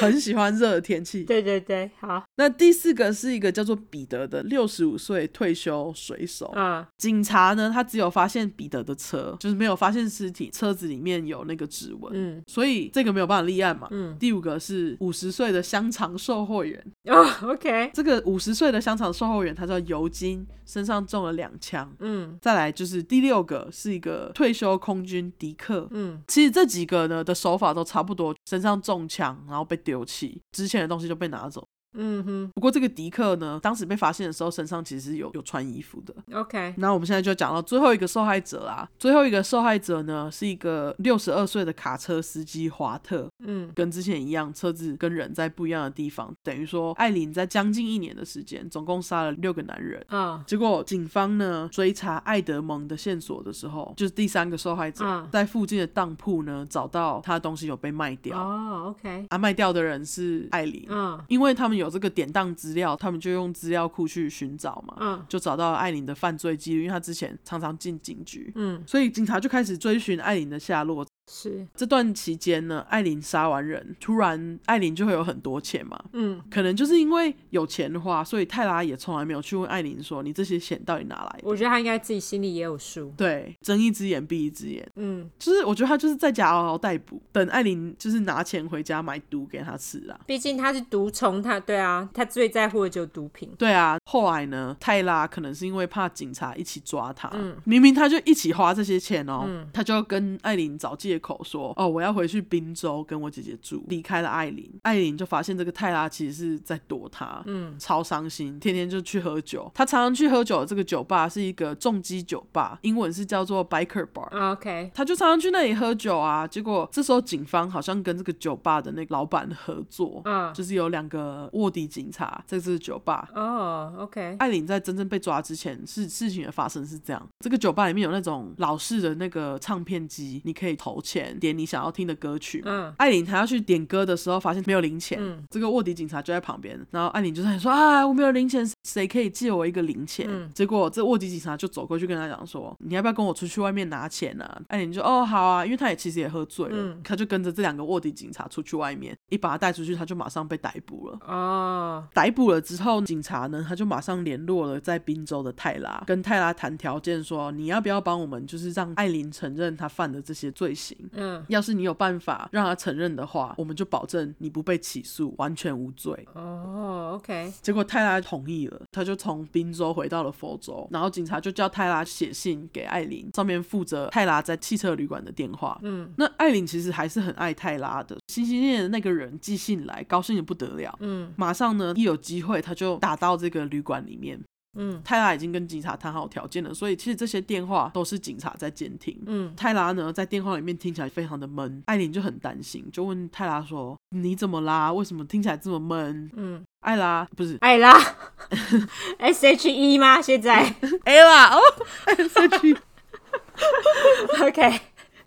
Speaker 1: 很喜欢热的天气。
Speaker 2: 对对对，好，
Speaker 1: 那第四个是一个叫做彼得的六十五岁退休水手，
Speaker 2: 嗯
Speaker 1: 警察呢，他只有发现彼得的车，就是没有发现尸体，车子里面有那个指纹。
Speaker 2: 嗯
Speaker 1: 所以这个没有办法立案嘛。
Speaker 2: 嗯，
Speaker 1: 第五个是五十岁的香肠售货员，
Speaker 2: 哦，OK，
Speaker 1: 这个五十岁的香肠售货员他叫尤金，身上中了两枪。
Speaker 2: 嗯
Speaker 1: 再来就是第六个是一个退休空军迪克，
Speaker 2: 嗯
Speaker 1: 其实这几个呢的手法都差不多，身上中枪，然后被丢弃，值钱的东西就被拿走。
Speaker 2: 嗯哼
Speaker 1: 不过这个迪克呢，当时被发现的时候，身上其实有有穿衣服的。
Speaker 2: ，OK，
Speaker 1: 那我们现在就讲到最后一个受害者啦，最后一个受害者呢是一个六十二岁的卡车司机华特，
Speaker 2: 嗯
Speaker 1: 跟之前一样，车子跟人在不一样的地方，等于说艾琳在将近一年的时间，总共杀了六个男人。
Speaker 2: 啊
Speaker 1: 结果警方呢追查艾德蒙的线索的时候，就是第三个受害者、
Speaker 2: 嗯
Speaker 1: 在附近的当铺呢找到他的东西有被卖掉，
Speaker 2: 哦，OK，
Speaker 1: 啊，卖掉的人是艾琳，
Speaker 2: 嗯
Speaker 1: 因为他们有这个典当资料，他们就用资料库去寻找嘛，
Speaker 2: 嗯
Speaker 1: 就找到了艾琳的犯罪记录，因为她之前常常进警局，
Speaker 2: 嗯
Speaker 1: 所以警察就开始追寻艾琳的下落。
Speaker 2: 是，
Speaker 1: 这段期间呢，艾琳杀完人，突然艾琳就会有很多钱嘛，
Speaker 2: 嗯，
Speaker 1: 可能就是因为有钱花，所以泰拉也从来没有去问艾琳说你这些钱到底哪来的。
Speaker 2: 我觉得他应该自己心里也有数。
Speaker 1: 对，睁一只眼闭一只眼，
Speaker 2: 嗯，
Speaker 1: 就是我觉得他就是在家嗷嗷待哺，等艾琳就是拿钱回家买毒给他吃啊啦。
Speaker 2: 毕竟他是毒虫，他对啊，他最在乎的就是毒品。
Speaker 1: 对啊，后来呢，泰拉可能是因为怕警察一起抓他，
Speaker 2: 嗯
Speaker 1: 明明他就一起花这些钱哦，
Speaker 2: 嗯
Speaker 1: 他就跟艾琳找借口说，哦，我要回去滨州跟我姐姐住，离开了艾琳，艾琳就发现这个泰拉其实是在躲他，
Speaker 2: 嗯
Speaker 1: 超伤心，天天就去喝酒。他常常去喝酒的这个酒吧是一个重击酒吧，英文是叫做 Biker Bar。
Speaker 2: 啊，OK，
Speaker 1: 他就常常去那里喝酒啊，结果这时候警方好像跟这个酒吧的那个老板合作，
Speaker 2: 嗯，
Speaker 1: 就是有两个卧底警察在这个酒吧。
Speaker 2: 哦，OK，
Speaker 1: 艾琳在真正被抓之前，事事情的发生是这样：这个酒吧里面有那种老式的那个唱片机，你可以投钱点你想要听的歌曲。
Speaker 2: 嗯
Speaker 1: 艾琳她要去点歌的时候，发现没有零钱，
Speaker 2: 嗯
Speaker 1: 这个卧底警察就在旁边，然后艾琳就在说：“啊，我没有零钱，谁可以借我一个零钱？”
Speaker 2: 嗯
Speaker 1: 结果这卧底警察就走过去跟他讲说：“你要不要跟我出去外面拿钱啊？”艾琳就：“哦，好啊。”因为他也其实也喝醉了，
Speaker 2: 嗯
Speaker 1: 他就跟着这两个卧底警察出去外面，一把他带出去，他就马上被逮捕了。
Speaker 2: 哦，
Speaker 1: 逮捕了之后，警察呢，他就马上联络了在滨州的泰拉，跟泰拉谈条件说：“你要不要帮我们，就是让艾琳承认她犯的这些罪行？”
Speaker 2: 嗯
Speaker 1: 要是你有办法让他承认的话，我们就保证你不被起诉，完全无罪。
Speaker 2: 哦，OK，
Speaker 1: 结果泰拉同意了，他就从宾州回到了佛州，然后警察就叫泰拉写信给艾琳，上面附着泰拉在汽车旅馆的电话。
Speaker 2: 嗯
Speaker 1: 那艾琳其实还是很爱泰拉的，心心念念的那个人寄信来，高兴的不得了。
Speaker 2: 嗯
Speaker 1: 马上呢，一有机会他就打到这个旅馆里面。
Speaker 2: 嗯
Speaker 1: 泰拉已经跟警察谈好条件了，所以其实这些电话都是警察在监听。
Speaker 2: 嗯
Speaker 1: 泰拉呢，在电话里面听起来非常的闷，艾琳就很担心，就问泰拉说：“你怎么啦？为什么听起来这么闷
Speaker 2: 嗯，？”
Speaker 1: 艾拉不是
Speaker 2: 艾拉，S H E 吗？现在
Speaker 1: 艾拉哦，社区
Speaker 2: ，OK，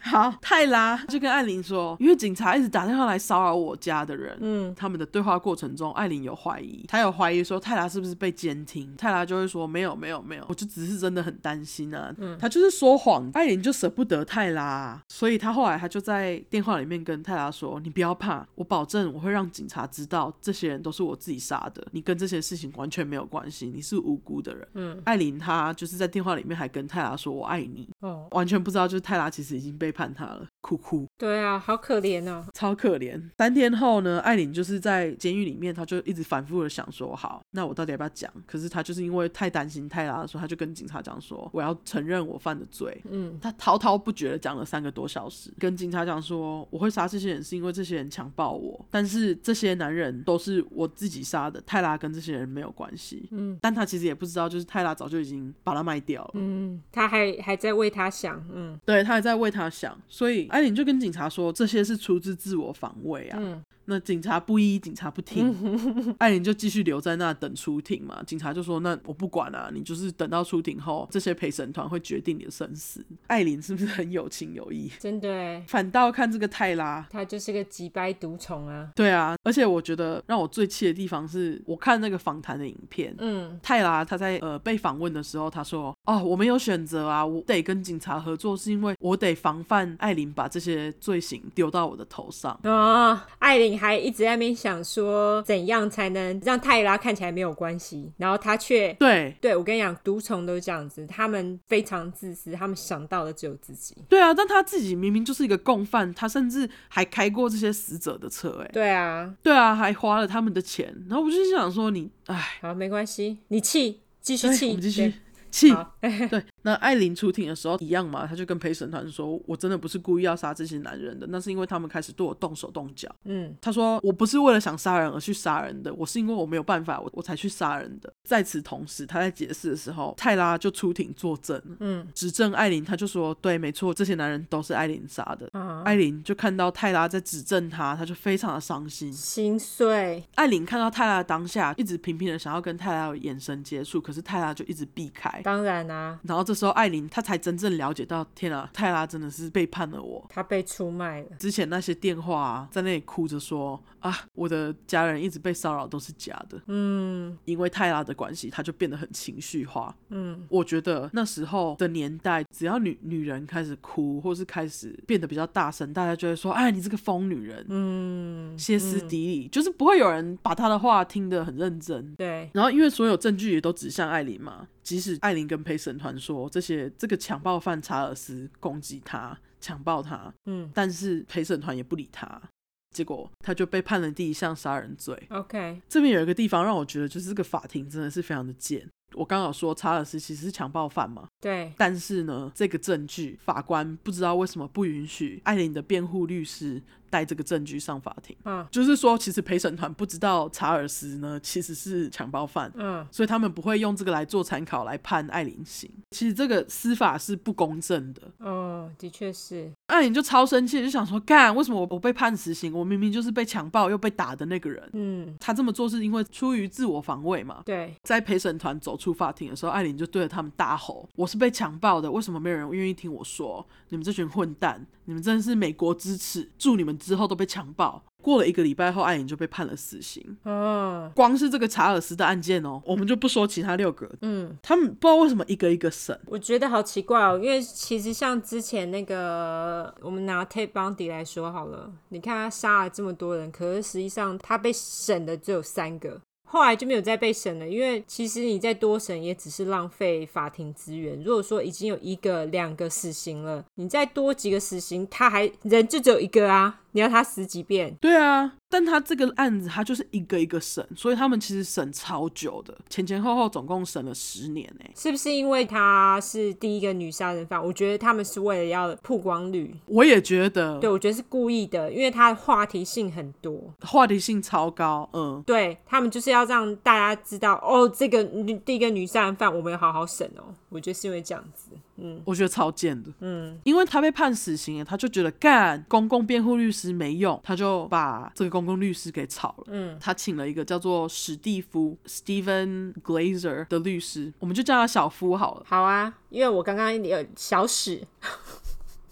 Speaker 1: 好，泰拉就跟艾琳说，因为警察一直打电话来骚扰我家的人。
Speaker 2: 嗯
Speaker 1: 他们的对话过程中，艾琳有怀疑，她有怀疑说泰拉是不是被监听，泰拉就会说没有没有没有，我就只是真的很担心啊，
Speaker 2: 嗯
Speaker 1: 他就是说谎，艾琳就舍不得泰拉，啊所以他后来他就在电话里面跟泰拉说：“你不要怕，我保证我会让警察知道这些人都是我自己杀的，你跟这些事情完全没有关系，你是无辜的人。”
Speaker 2: 嗯，
Speaker 1: 艾琳她就是在电话里面还跟泰拉说“我爱你”，
Speaker 2: 哦，
Speaker 1: 完全不知道就是泰拉其实已经背叛他了，哭哭。
Speaker 2: 对啊，好可怜哦，
Speaker 1: 超可怜。三天后呢，艾琳就是在监狱里面，她就一直反复的想说，好，那我到底要不要讲？可是她就是因为太担心泰拉的时候，她就跟警察讲说，我要承认我犯的罪。
Speaker 2: 嗯
Speaker 1: 她滔滔不绝的讲了三个多小时，跟警察讲说，我会杀这些人是因为这些人强暴我，但是这些男人都是我自己杀的，泰拉跟这些人没有关系。
Speaker 2: 嗯
Speaker 1: 但她其实也不知道，就是泰拉早就已经把他卖掉了。
Speaker 2: 嗯，他还还在为他想，嗯
Speaker 1: 对她还在为他想，所以艾琳就跟警察说，这些是出自自我防卫啊。
Speaker 2: 嗯
Speaker 1: 那警察不依，警察不听，艾琳就继续留在那等出庭嘛。警察就说：“那我不管啊，你就是等到出庭后，这些陪审团会决定你的生死。”艾琳是不是很有情有义？
Speaker 2: 真的耶，
Speaker 1: 反倒看这个泰拉，
Speaker 2: 他就是个急掰毒虫啊，
Speaker 1: 对啊，而且我觉得让我最气的地方是我看那个访谈的影片。
Speaker 2: 嗯
Speaker 1: 泰拉他在呃被访问的时候，他说：“哦，我没有选择啊，我得跟警察合作，是因为我得防范艾琳把这些罪行丢到我的头上。”
Speaker 2: 哦，艾琳还一直在那边想说怎样才能让泰拉看起来没有关系，然后他却。
Speaker 1: 对，
Speaker 2: 对，我跟你讲，毒虫都是这样子，他们非常自私，他们想到的只有自己。
Speaker 1: 对啊，但他自己明明就是一个共犯，他甚至还开过这些死者的车、欸，哎，
Speaker 2: 对啊，
Speaker 1: 对啊，还花了他们的钱。然后我就想说你，哎，
Speaker 2: 好，没关系，你气，继续
Speaker 1: 对
Speaker 2: 气，
Speaker 1: 哎我们继
Speaker 2: 对
Speaker 1: 续。气。
Speaker 2: 好，
Speaker 1: 对，那艾琳出庭的时候一样嘛，他就跟陪审团说：“我真的不是故意要杀这些男人的，那是因为他们开始对我动手动脚。”
Speaker 2: 嗯
Speaker 1: 他说：“我不是为了想杀人而去杀人的，我是因为我没有办法，我我才去杀人的。”在此同时，他在解释的时候，泰拉就出庭作证，
Speaker 2: 嗯
Speaker 1: 指证艾琳，他就说：“对，没错，这些男人都是艾琳杀的。”
Speaker 2: 啊，
Speaker 1: 艾琳就看到泰拉在指证他，他就非常的伤心。
Speaker 2: 心碎，
Speaker 1: 艾琳看到泰拉的当下，一直频频的想要跟泰拉有眼神接触，可是泰拉就一直避开。
Speaker 2: 当然啊，
Speaker 1: 然后这这时候艾琳她才真正了解到，天啊，泰拉真的是背叛了我。
Speaker 2: 他被出卖了。
Speaker 1: 之前那些电话、啊、在那里哭着说啊，我的家人一直被骚扰都是假的，
Speaker 2: 嗯
Speaker 1: 因为泰拉的关系，她就变得很情绪化。
Speaker 2: 嗯，
Speaker 1: 我觉得那时候的年代，只要女女人开始哭，或是开始变得比较大声，大家就会说：“哎，你这个疯女人，
Speaker 2: 嗯，
Speaker 1: 歇斯底里。就是不会有人把她的话听得很认真。
Speaker 2: 对，
Speaker 1: 然后，因为所有证据也都指向艾琳嘛，即使艾琳跟陪审团说这些这个强暴犯查尔斯攻击她、强暴她，
Speaker 2: 嗯
Speaker 1: 但是陪审团也不理她，结果她就被判了第一项杀人罪。
Speaker 2: ，OK，
Speaker 1: 这边有一个地方让我觉得，就是这个法庭真的是非常的贱。我刚好说查尔斯其实是强暴犯嘛，
Speaker 2: 对，
Speaker 1: 但是呢，这个证据法官不知道为什么不允许艾琳的辩护律师带这个证据上法庭，
Speaker 2: 嗯
Speaker 1: 就是说其实陪审团不知道查尔斯呢其实是强暴犯。
Speaker 2: 嗯，
Speaker 1: 所以他们不会用这个来做参考来判艾琳刑。其实这个司法是不公正的，
Speaker 2: 哦，的确是，
Speaker 1: 艾琳就超生气，就想说干为什么我我被判死刑？我明明就是被强暴又被打的那个人。
Speaker 2: 嗯，
Speaker 1: 他这么做是因为出于自我防卫嘛？
Speaker 2: 对，
Speaker 1: 在陪审团走出法庭的时候，艾琳就对着他们大吼：“我是被强暴的，为什么没有人愿意听我说？你们这群混蛋，你们真是美国之耻！祝你们之后都被强暴。”过了一个礼拜后，艾琳就被判了死刑。
Speaker 2: 哦，
Speaker 1: 光是这个查尔斯的案件哦，我们就不说其他六个，
Speaker 2: 嗯，
Speaker 1: 他们不知道为什么一个一个审，
Speaker 2: 我觉得好奇怪哦，因为其实像之前那个，我们拿 Ted Bundy 来说好了，你看他杀了这么多人，可是实际上他被审的只有三个。后来就没有再被审了，因为其实你再多审也只是浪费法庭资源。如果说已经有一个、两个死刑了，你再多几个死刑，他还人就只有一个啊，你要他死几遍？
Speaker 1: 对啊，但他这个案子他就是一个一个审，所以他们其实审超久的，前前后后总共审了十年哎、
Speaker 2: 是不是因为她是第一个女杀人犯？我觉得他们是为了要曝光率，
Speaker 1: 我也觉得
Speaker 2: 对我觉得是故意的，因为她的话题性很多，
Speaker 1: 话题性超高，嗯，
Speaker 2: 对他们就是要让大家知道哦，这个女第一个女杀人犯我们要好好审哦。我觉得是因为这样子，嗯
Speaker 1: 我觉得超贱的。
Speaker 2: 嗯
Speaker 1: 因为他被判死刑欸了，他就觉得干公共辩护律师没用，他就把这个公共律师给炒了。
Speaker 2: 嗯
Speaker 1: 他请了一个叫做史蒂夫 （Steven Glazer） 的律师，我们就叫他小夫好了。
Speaker 2: 好啊，因为我刚刚有小史，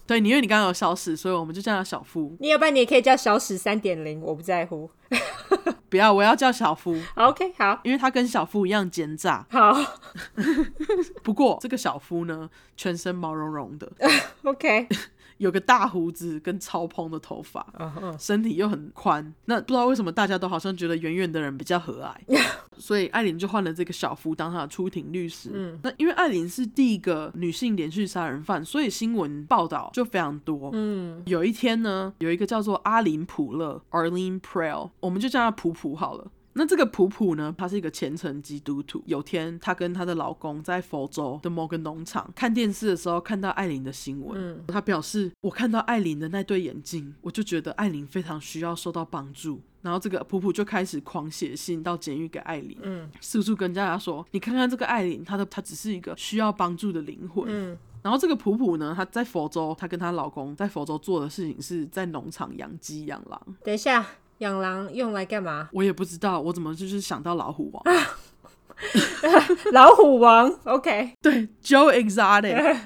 Speaker 1: 对，你因为你刚刚有小史，所以我们就叫他小夫。
Speaker 2: 你要不然你也可以叫小史三点零，我不在乎。
Speaker 1: 不要，我要叫小夫，
Speaker 2: 好 OK，好，
Speaker 1: 因为他跟小夫一样奸诈。
Speaker 2: 好
Speaker 1: 不过这个小夫呢，全身毛茸茸的，
Speaker 2: ，OK，
Speaker 1: 有个大胡子跟超蓬的头发，
Speaker 2: 嗯嗯
Speaker 1: 身体又很宽，那不知道为什么大家都好像觉得圆圆的人比较和蔼，所以艾琳就换了这个小夫当她的出庭律师。
Speaker 2: 嗯，
Speaker 1: 那因为艾琳是第一个女性连续杀人犯，所以新闻报道就非常多。
Speaker 2: 嗯
Speaker 1: 有一天呢，有一个叫做阿林普勒 （Arlene Prell），我们就叫她普普好了。那这个普普呢，她是一个虔诚基督徒。有天，她跟她的老公在佛州的某个农场看电视的时候，看到艾琳的新闻，
Speaker 2: 嗯
Speaker 1: 他表示，我看到艾琳的那对眼睛，我就觉得艾琳非常需要受到帮助。然后这个普普就开始狂写信到监狱给艾琳，
Speaker 2: 嗯
Speaker 1: 四处跟大家说：“你看看这个艾琳，她的她只是一个需要帮助的灵魂。
Speaker 2: 嗯
Speaker 1: 然后这个普普呢，她在佛州，她跟她老公在佛州做的事情是在农场养鸡养狼。
Speaker 2: 等一下，养狼用来干嘛？
Speaker 1: 我也不知道，我怎么就是想到老虎王？
Speaker 2: 老虎王，OK
Speaker 1: 对，Joe Exotic，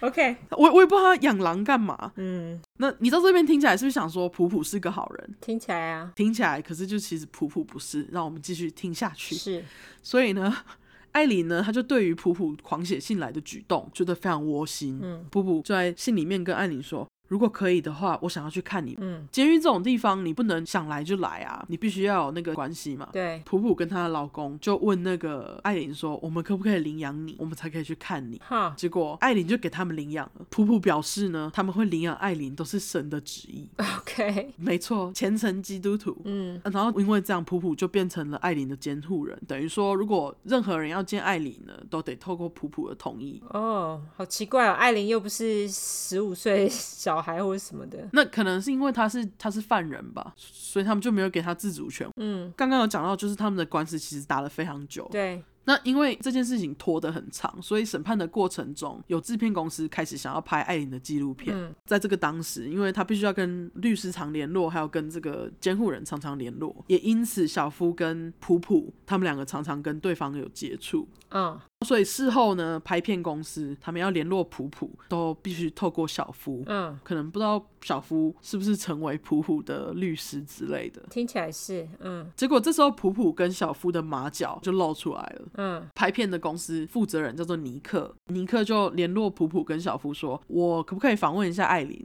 Speaker 2: OK，
Speaker 1: 我我也不知道他养狼干嘛。
Speaker 2: 嗯，
Speaker 1: 那你到这边听起来是不是想说普普是个好人？
Speaker 2: 听起来啊，
Speaker 1: 听起来，可是就其实普普不是。让我们继续听下去。
Speaker 2: 是，
Speaker 1: 所以呢， 艾琳呢，她就对于普普狂写信来的举动觉得非常窝心。
Speaker 2: 嗯
Speaker 1: 普普就在信里面跟艾琳说：“如果可以的话，我想要去看你。
Speaker 2: 嗯，
Speaker 1: 监狱这种地方，你不能想来就来啊，你必须要有那个关系嘛。”
Speaker 2: 对，
Speaker 1: 普普跟她的老公就问那个艾琳说：“我们可不可以领养你，我们才可以去看你？”
Speaker 2: 哈，
Speaker 1: 结果艾琳就给他们领养了。普普表示呢，他们会领养艾琳都是神的旨意，
Speaker 2: OK，
Speaker 1: 没错，虔诚基督徒。啊
Speaker 2: 嗯
Speaker 1: 然后因为这样，普普就变成了艾琳的监护人，等于说，如果任何人要见艾琳呢，都得透过普普的同意。
Speaker 2: 哦，好奇怪哦，艾琳又不是十五岁 小孩或者什么的。
Speaker 1: 那可能是因为他是他是犯人吧，所以他们就没有给他自主权。
Speaker 2: 嗯，
Speaker 1: 刚刚有讲到，就是他们的官司其实打了非常久。
Speaker 2: 对，
Speaker 1: 那因为这件事情拖得很长，所以审判的过程中，有制片公司开始想要拍艾琳的纪录片。
Speaker 2: 嗯
Speaker 1: 在这个当时，因为他必须要跟律师常联络，还有跟这个监护人常常联络，也因此小夫跟普普他们两个常常跟对方有接触。
Speaker 2: 嗯
Speaker 1: 所以事后呢，拍片公司他们要联络普普，都必须透过小夫。
Speaker 2: 嗯，
Speaker 1: 可能不知道小夫是不是成为普普的律师之类的。
Speaker 2: 听起来是，嗯
Speaker 1: 结果这时候普普跟小夫的马脚就露出来了。
Speaker 2: 嗯
Speaker 1: 拍片的公司负责人叫做尼克，尼克就联络普普跟小夫说：“我可不可以访问一下艾琳？”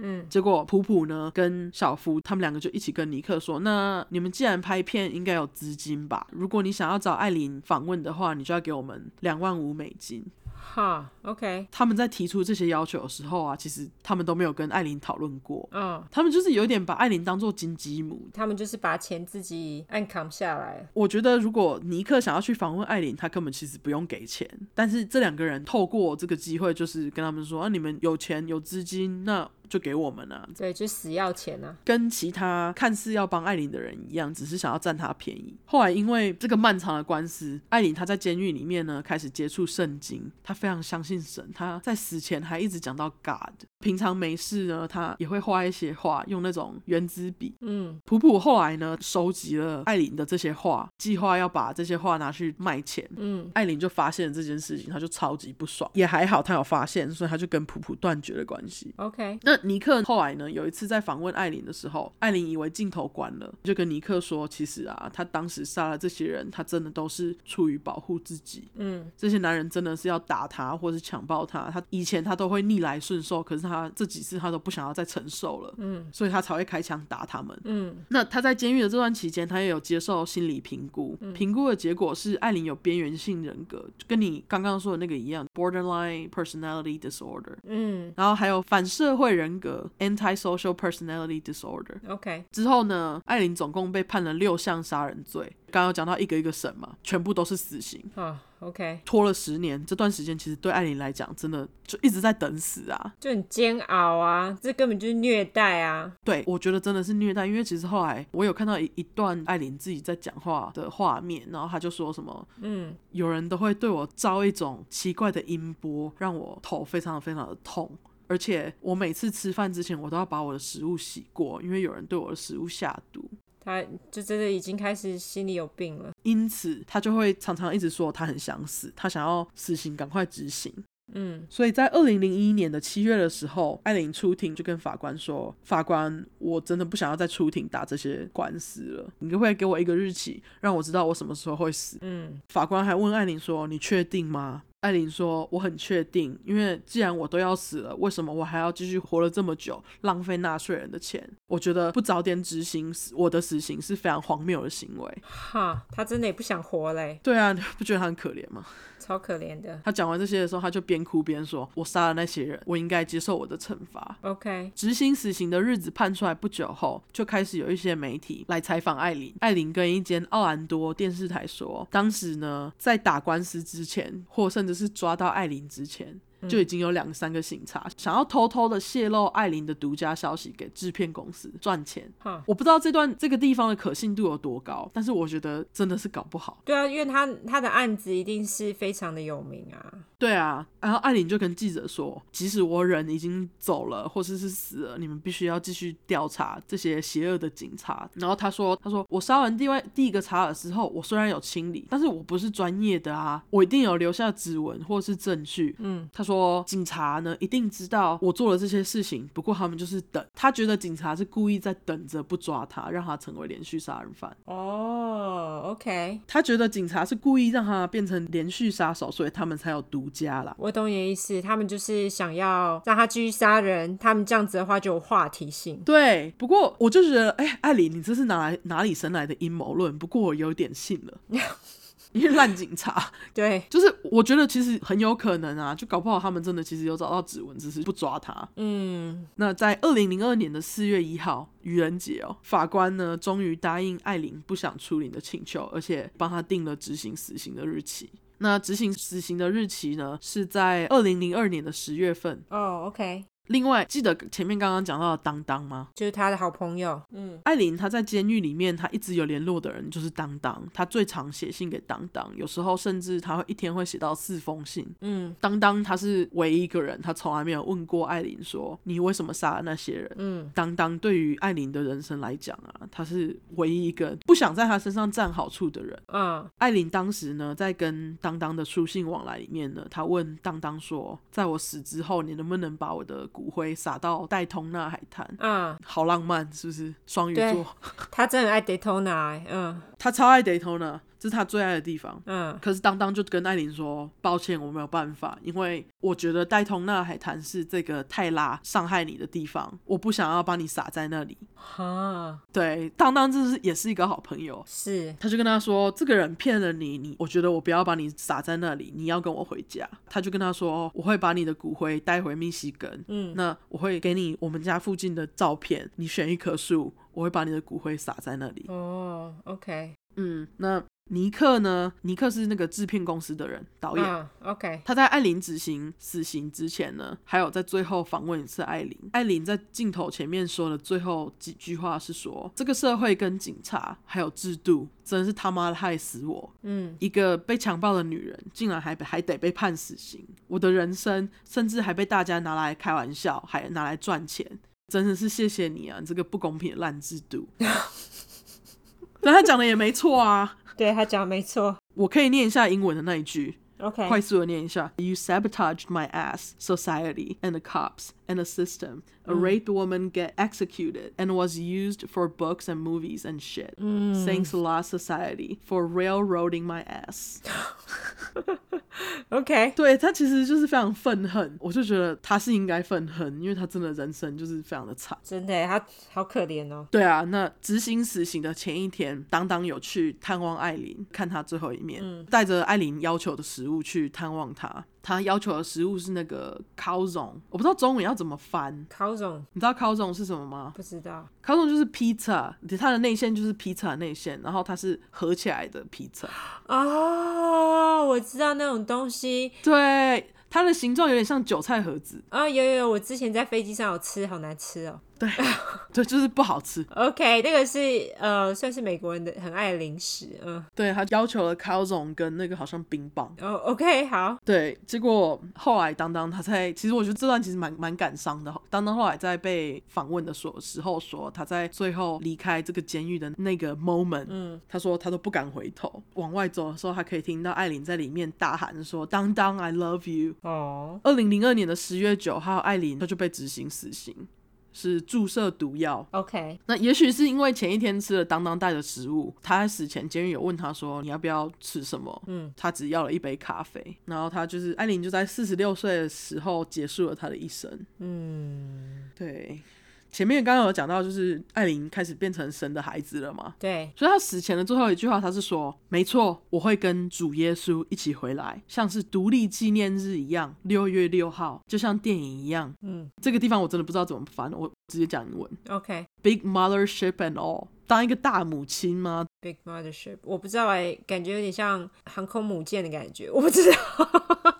Speaker 2: 嗯
Speaker 1: 结果普普呢跟小夫他们两个就一起跟尼克说：“那你们既然拍片，应该有资金吧？如果你想要找艾琳访问的话，你就要给我们两万五美金。”
Speaker 2: 哈，OK，
Speaker 1: 他们在提出这些要求的时候啊，其实他们都没有跟艾琳讨论过，
Speaker 2: 嗯，
Speaker 1: 他们就是有点把艾琳当做金鸡母。
Speaker 2: 他们就是把钱自己按扛下来。
Speaker 1: 我觉得如果尼克想要去访问艾琳，他根本其实不用给钱，但是这两个人透过这个机会，就是跟他们说啊，你们有钱有资金，那就给我们啊，
Speaker 2: 对，就死要钱啊！
Speaker 1: 跟其他看似要帮艾琳的人一样，只是想要占她便宜。后来因为这个漫长的官司，艾琳她在监狱里面呢，开始接触圣经，她非常相信神，她在死前还一直讲到 God。平常没事呢，她也会画一些画，用那种圆珠笔。
Speaker 2: 嗯，
Speaker 1: 普普后来呢，收集了艾琳的这些画，计划要把这些画拿去卖钱。
Speaker 2: 嗯，
Speaker 1: 艾琳就发现了这件事情，她就超级不爽，也还好她有发现，所以她就跟普普断绝了关系。
Speaker 2: OK，
Speaker 1: 那尼克后来呢？有一次在访问艾琳的时候，艾琳以为镜头关了，就跟尼克说：“其实啊，他当时杀了这些人，他真的都是出于保护自己。
Speaker 2: 嗯
Speaker 1: 这些男人真的是要打他，或是强暴他。他以前他都会逆来顺受，可是他这几次他都不想要再承受了，
Speaker 2: 嗯
Speaker 1: 所以他才会开枪打他们。
Speaker 2: 嗯
Speaker 1: 那他在监狱的这段期间，他也有接受心理评估，评估的结果是艾琳有边缘性人格，就跟你刚刚说的那个一样，borderline personality disorder。
Speaker 2: 嗯
Speaker 1: 然后还有反社会人格 （antisocial personality disorder）。
Speaker 2: ，OK，
Speaker 1: 之后呢，艾琳总共被判了六项杀人罪，刚刚有讲到一个一个审嘛，全部都是死刑，
Speaker 2: 好，OK，
Speaker 1: 拖了十年。这段时间其实对艾琳来讲，真的就一直在等死啊。
Speaker 2: 就很煎熬啊，这根本就是虐待啊！
Speaker 1: 对，我觉得真的是虐待，因为其实后来我有看到一一段艾琳自己在讲话的画面，然后她就说什么，
Speaker 2: 嗯，
Speaker 1: 有人都会对我造一种奇怪的音波，让我头非常非常的痛。而且我每次吃饭之前，我都要把我的食物洗过，因为有人对我的食物下毒。
Speaker 2: 他就真的已经开始心里有病了。
Speaker 1: 因此，他就会常常一直说他很想死，他想要死刑赶快执行。
Speaker 2: 嗯
Speaker 1: 所以在二零零一年的七月的时候，艾琳出庭就跟法官说：“法官，我真的不想要再出庭打这些官司了，你可不可以给我一个日期，让我知道我什么时候会死？”
Speaker 2: 嗯
Speaker 1: 法官还问艾琳说：“你确定吗？”艾琳说：“我很确定，因为既然我都要死了，为什么我还要继续活了这么久，浪费纳税人的钱？我觉得不早点执行死我的死刑是非常荒谬的行为。
Speaker 2: 哈，他真的也不想活嘞，
Speaker 1: 对啊，你不觉得他很可怜吗？”
Speaker 2: 超可怜的。
Speaker 1: 他讲完这些的时候，他就边哭边说：“我杀了那些人，我应该接受我的惩罚。”
Speaker 2: OK，
Speaker 1: 执行死刑的日子判出来不久后，就开始有一些媒体来采访艾琳。艾琳跟一间奥兰多电视台说，当时呢，在打官司之前，或甚至是抓到艾琳之前。就已经有两三个警察想要偷偷的泄露艾琳的独家消息给制片公司赚钱。
Speaker 2: 哈，
Speaker 1: 我不知道这段这个地方的可信度有多高，但是我觉得真的是搞不好。
Speaker 2: 对啊，因为他他的案子一定是非常的有名啊。
Speaker 1: 对啊，然后艾琳就跟记者说，即使我人已经走了，或者是死了，你们必须要继续调查这些邪恶的警察。然后他说，他说我杀完第外第一个查尔之后，我虽然有清理，但是我不是专业的啊，我一定有留下指纹或是证据。
Speaker 2: 嗯
Speaker 1: 他说，警察呢一定知道我做了这些事情，不过他们就是等。他觉得警察是故意在等着不抓他，让他成为连续杀人犯。
Speaker 2: 哦，OK，
Speaker 1: 他觉得警察是故意让他变成连续杀手，所以他们才有独家啦。
Speaker 2: 我懂你的意思，他们就是想要让他继续杀人，他们这样子的话就有话题性。
Speaker 1: 对，不过我就觉得，哎、艾琳，你这是哪来哪里生来的阴谋论？不过我有点信了，因为烂警察，
Speaker 2: 对，
Speaker 1: 就是我觉得其实很有可能啊，就搞不好他们真的其实有找到指纹，只是不抓他。
Speaker 2: 嗯
Speaker 1: 那在二零零二年的四月一号，愚人节哦，法官呢终于答应艾琳不想出庭的请求，而且帮他定了执行死刑的日期。那执行死刑的日期呢是在二零零二年的十月份，
Speaker 2: 哦，OK，
Speaker 1: 另外，记得前面刚刚讲到的当当吗？
Speaker 2: 就是他的好朋友，嗯，
Speaker 1: 艾琳她在监狱里面，她一直有联络的人就是当当，她最常写信给当当，有时候甚至她会一天会写到四封信。
Speaker 2: 嗯，
Speaker 1: 当当他是唯一一个人，他从来没有问过艾琳说你为什么杀了那些人。
Speaker 2: 嗯，
Speaker 1: 当当对于艾琳的人生来讲啊，他是唯一一个不想在他身上占好处的人。
Speaker 2: 嗯，
Speaker 1: 艾琳当时呢，在跟当当的书信往来里面呢，她问当当说，在我死之后，你能不能把我的骨灰撒到戴通纳海滩？
Speaker 2: 嗯，
Speaker 1: 好浪漫，是不是？双鱼
Speaker 2: 对
Speaker 1: 座，
Speaker 2: 他真的很爱 Daytona，欸嗯
Speaker 1: 他超爱 Daytona，这是他最爱的地方。
Speaker 2: 嗯
Speaker 1: 可是当当就跟艾琳说：“抱歉，我没有办法，因为我觉得戴通纳海滩是这个泰拉伤害你的地方，我不想要把你撒在那里。
Speaker 2: 哈，”
Speaker 1: 对，当当这是也是一个好朋友，
Speaker 2: 是，
Speaker 1: 他就跟他说：“这个人骗了你，你我觉得我不要把你撒在那里，你要跟我回家。”他就跟他说：“我会把你的骨灰带回密西根，
Speaker 2: 嗯
Speaker 1: 那我会给你我们家附近的照片，你选一棵树，我会把你的骨灰撒在那里。”
Speaker 2: 哦，OK，
Speaker 1: 嗯，那尼克呢？尼克是那个制片公司的人，导演。
Speaker 2: 嗯，OK，
Speaker 1: 他在艾琳执行死刑之前呢，还有在最后访问一次艾琳。艾琳在镜头前面说的最后几句话是说：“这个社会跟警察还有制度，真是他妈的害死我！
Speaker 2: 嗯
Speaker 1: 一个被强暴的女人，竟然还还得被判死刑。我的人生甚至还被大家拿来开玩笑，还拿来赚钱。真的是谢谢你啊，你这个不公平的烂制度。”但他讲的也没错啊，
Speaker 2: 对他讲得没错
Speaker 1: 我可以念一下英文的那一句。
Speaker 2: ，OK，
Speaker 1: 快速的念一下：You sabotaged my ass, society, and the cops, and the system. A raped woman get executed and was used for books and movies and shit. Thanks a lot, society, for railroading my ass.
Speaker 2: OK，
Speaker 1: 对他其实就是非常愤恨，我就觉得他是应该愤恨，因为他真的人生就是非常的惨。
Speaker 2: 真的欸，他好可怜哦，
Speaker 1: 对啊，那执行死刑的前一天，当当有去探望艾琳，看她最后一面，带着艾琳要求的食物去探望她。她要求的食物是那个 cow zone，我不知道中文要怎么翻。
Speaker 2: 考总
Speaker 1: 你知道 cow zone 是什么吗
Speaker 2: 不知道，
Speaker 1: ？cow zone 就是 pizza，它的内馅就是 pizza 的内馅，然后它是合起来的 pizza。
Speaker 2: 哦，我知道那种东西，
Speaker 1: 对，它的形状有点像韭菜盒子，
Speaker 2: 啊、有有有，我之前在飞机上有吃，好难吃哦。
Speaker 1: 对，就是不好吃。
Speaker 2: OK，那个是呃，算是美国人的很爱零食，嗯，
Speaker 1: 对，他要求了 cow zone 跟那个好像冰棒。
Speaker 2: 哦、o k 好，
Speaker 1: 对，结果后来当当他在，其实我觉得这段其实蛮蛮感伤的。当当后来在被访问的时候时候说，他在最后离开这个监狱的那个 moment，
Speaker 2: 嗯，
Speaker 1: 他说他都不敢回头，往外走的时候，他可以听到艾琳在里面大喊说：“当当，I love you。”
Speaker 2: 哦，
Speaker 1: 二零零二年的十月九号，艾琳她就被执行死刑，是注射毒药。
Speaker 2: OK，
Speaker 1: 那也许是因为前一天吃了当当带的食物，他在死前监狱有问他说你要不要吃什么，
Speaker 2: 嗯，
Speaker 1: 他只要了一杯咖啡，然后他就是艾琳就在四十六岁的时候结束了他的一生。
Speaker 2: 嗯，
Speaker 1: 对，前面刚刚有讲到，就是艾琳开始变成神的孩子了嘛，
Speaker 2: 对，
Speaker 1: 所以他死前的最后一句话，他是说：“没错，我会跟主耶稣一起回来，像是独立纪念日一样，六月六号，就像电影一样。”
Speaker 2: 嗯
Speaker 1: 这个地方我真的不知道怎么翻，我直接讲英文。
Speaker 2: ，OK，Big、
Speaker 1: Big mothership and all，当一个大母亲吗？
Speaker 2: Mothership，我不知道哎、感觉有点像航空母舰的感觉，我不知道，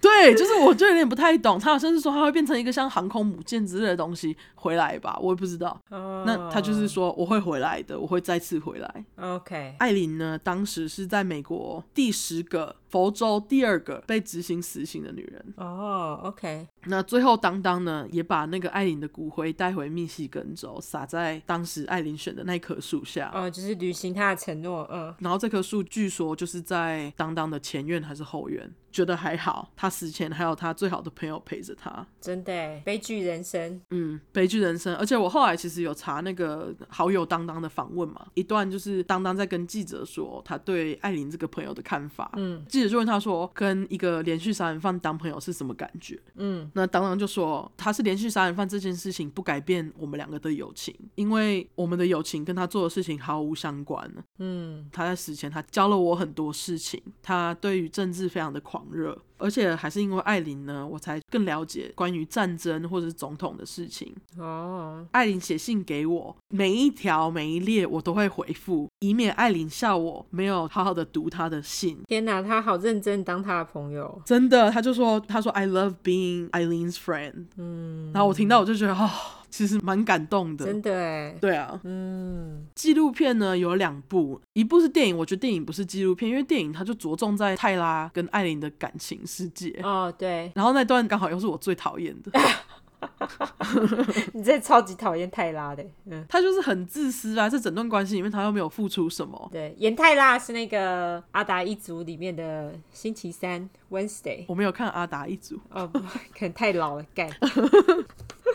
Speaker 1: 对，就是我就有点不太懂，他好像是说他会变成一个像航空母舰之类的东西回来吧，我也不知道。
Speaker 2: 哦，
Speaker 1: 那他就是说我会回来的，我会再次回来。
Speaker 2: 哦 OK，
Speaker 1: 艾琳呢，当时是在美国第十个佛州第二个被执行死刑的女人。
Speaker 2: 哦，OK，
Speaker 1: 那最后，当当呢也把那个艾琳的骨灰带回密西根州，撒在当时艾琳选的那棵树下。
Speaker 2: 哦，就是履行他的承诺，嗯，
Speaker 1: 然后这棵树据说就是在当当的前院还是后院，觉得还好。他死前还有他最好的朋友陪着他，
Speaker 2: 真的欸，悲剧人生，
Speaker 1: 嗯，悲剧人生。而且我后来其实有查那个好友当当的访问嘛，一段就是当当在跟记者说他对艾琳这个朋友的看法。
Speaker 2: 嗯
Speaker 1: 记者就问他说，跟一个连续杀人犯当朋友是什么感觉？
Speaker 2: 嗯
Speaker 1: 那当当就说，他是连续杀人犯这件事情不改变我们两个的友情，因为我们的友情跟他做的事情毫无相关。
Speaker 2: 嗯
Speaker 1: 他在死前，他教了我很多事情。他对于政治非常的狂热。而且还是因为艾琳呢，我才更了解关于战争或者是总统的事情。
Speaker 2: 哦，
Speaker 1: 艾琳写信给我，每一条每一列我都会回复，以免艾琳笑我没有好好的读她的信。
Speaker 2: 天哪，他好认真当他的朋友。
Speaker 1: 真的，他就说，他说 I love being Eileen's friend，
Speaker 2: 嗯，
Speaker 1: 然后我听到我就觉得哦，其实蛮感动的。
Speaker 2: 真的哎。
Speaker 1: 对啊，
Speaker 2: 嗯，
Speaker 1: 纪录片呢有两部，一部是电影，我觉得电影不是纪录片，因为电影它就着重在泰拉跟艾琳的感情世界。
Speaker 2: 哦， 对，
Speaker 1: 然后那段刚好又是我最讨厌 的，
Speaker 2: 你真的超级讨厌泰拉的。嗯，
Speaker 1: 他就是很自私啊，在整段关系里面他又没有付出什么，
Speaker 2: 对，演泰拉是那个《阿达一族》里面的星期三 Wednesday。
Speaker 1: 我没有看阿达一族，
Speaker 2: 哦，不 可能太老了，干。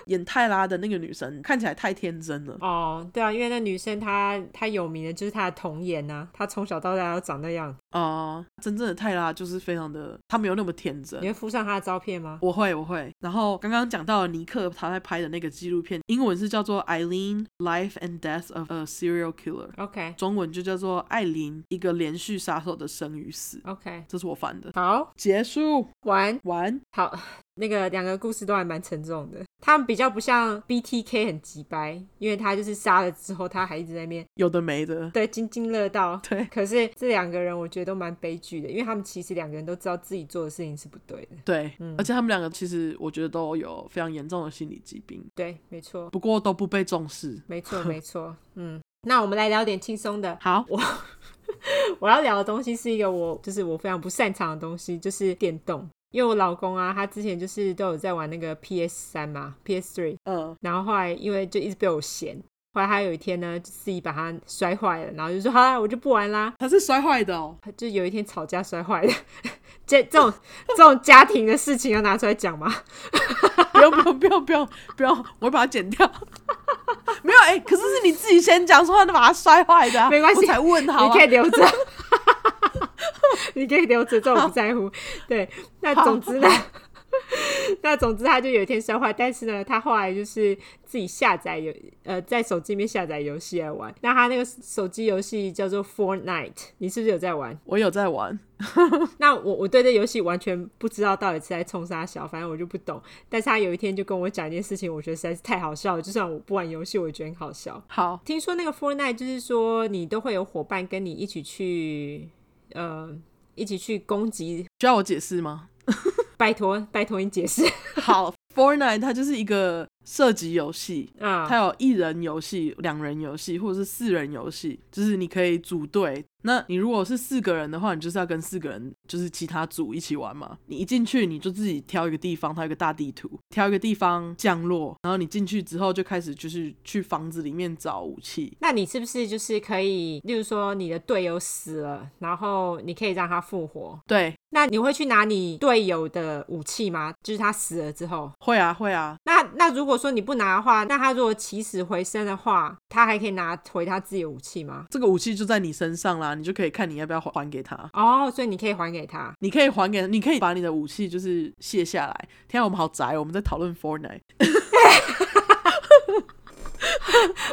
Speaker 1: 演泰拉的那个女生看起来太天真了。
Speaker 2: 哦，对啊，因为那女生她她有名的就是她的童颜呐、她从小到大都长那样。
Speaker 1: 啊、真正的泰拉就是非常的，她没有那么天真
Speaker 2: 你。会附上她的照片吗？
Speaker 1: 我会，我会。然后刚刚讲到了尼克他在拍的那个纪录片，英文是叫做《Eileen: Life and Death of a Serial Killer》，
Speaker 2: OK
Speaker 1: 中文就叫做《艾琳：一个连续杀手的生与死》。
Speaker 2: OK，
Speaker 1: 这是我翻的。
Speaker 2: 好
Speaker 1: 结束，
Speaker 2: 玩
Speaker 1: 完。
Speaker 2: 好， 那个两个故事都还蛮沉重的。他们比较不像 BTK 很急掰，因为他就是杀了之后，他还一直在那边
Speaker 1: 有的没的。
Speaker 2: 对津津乐道。
Speaker 1: 对
Speaker 2: 可是这两个人我觉得都蛮悲剧的，因为他们其实两个人都知道自己做的事情是不对的。
Speaker 1: 对，
Speaker 2: 嗯
Speaker 1: 而且他们两个其实我觉得都有非常严重的心理疾病，
Speaker 2: 对，没错，
Speaker 1: 不过都不被重视。
Speaker 2: 没错，没错。 嗯，那我们来聊点轻松的。
Speaker 1: 好，
Speaker 2: 我要聊的东西是一个我就是我非常不擅长的东西，就是电动。因为我老公啊，他之前就是都有在玩那个 PS 三嘛，PS three，
Speaker 1: 嗯，
Speaker 2: 然后后来因为就一直被我嫌，后来他有一天呢，就自己把它摔坏了，然后就说好啦，我就不玩啦。
Speaker 1: 他是摔坏的哦。
Speaker 2: 他就有一天吵架摔坏了，这这种这种家庭的事情要拿出来讲吗？
Speaker 1: 不用，不用，不用，不用，不用，我会把它剪掉。 没有，哎、可是是你自己先讲说他把它摔坏的、啊，
Speaker 2: 没关系
Speaker 1: 我才问好、啊。
Speaker 2: 你可以留 着，你可以留着，这我不在乎。对，那总之呢， 那总之他就有一天摔坏，但是呢，他后来就是自己下载游，呃，在手机里面下载游戏来玩。那他那个手机游戏叫做 Fortnite，你是不是有在玩？
Speaker 1: 我有在玩，
Speaker 2: 那我我对这游戏完全不知道到底是在冲啥小，反正我就不懂。但是他有一天就跟我讲一件事情，我觉得实在是太好笑了。就算我不玩游戏，我也觉得很好笑。
Speaker 1: 好，
Speaker 2: 听说那个 Fortnite 就是说你都会有伙伴跟你一起去，呃，一起去攻击。
Speaker 1: 需要我解释吗？
Speaker 2: 拜托，拜托你解释
Speaker 1: 好，Fortnite 它就是一个射击游戏，
Speaker 2: 啊！
Speaker 1: 它有一人游戏、两人游戏或者是四人游戏，就是你可以组队。那你如果是四个人的话，你就是要跟四个人，就是其他组一起玩嘛。你一进去你就自己挑一个地方，它有一个大地图，挑一个地方降落，然后你进去之后就开始就是去房子里面找武器，
Speaker 2: 那你是不是就是可以，例如说你的队友死了，然后你可以让他复活？
Speaker 1: 对，
Speaker 2: 那你会去拿你队友的武器吗？就是他死了之后，
Speaker 1: 会啊，会啊，
Speaker 2: 那那如果说你不拿的话，那他如果起死回生的话，他还可以拿回他自己的武器吗？
Speaker 1: 这个武器就在你身上啦，你就可以看你要不要还还给他。
Speaker 2: 哦，所以你可以还给他。
Speaker 1: 你可以还给，你可以把你的武器就是卸下来。天啊，我们好宅哦，我们在讨论 Fortnite。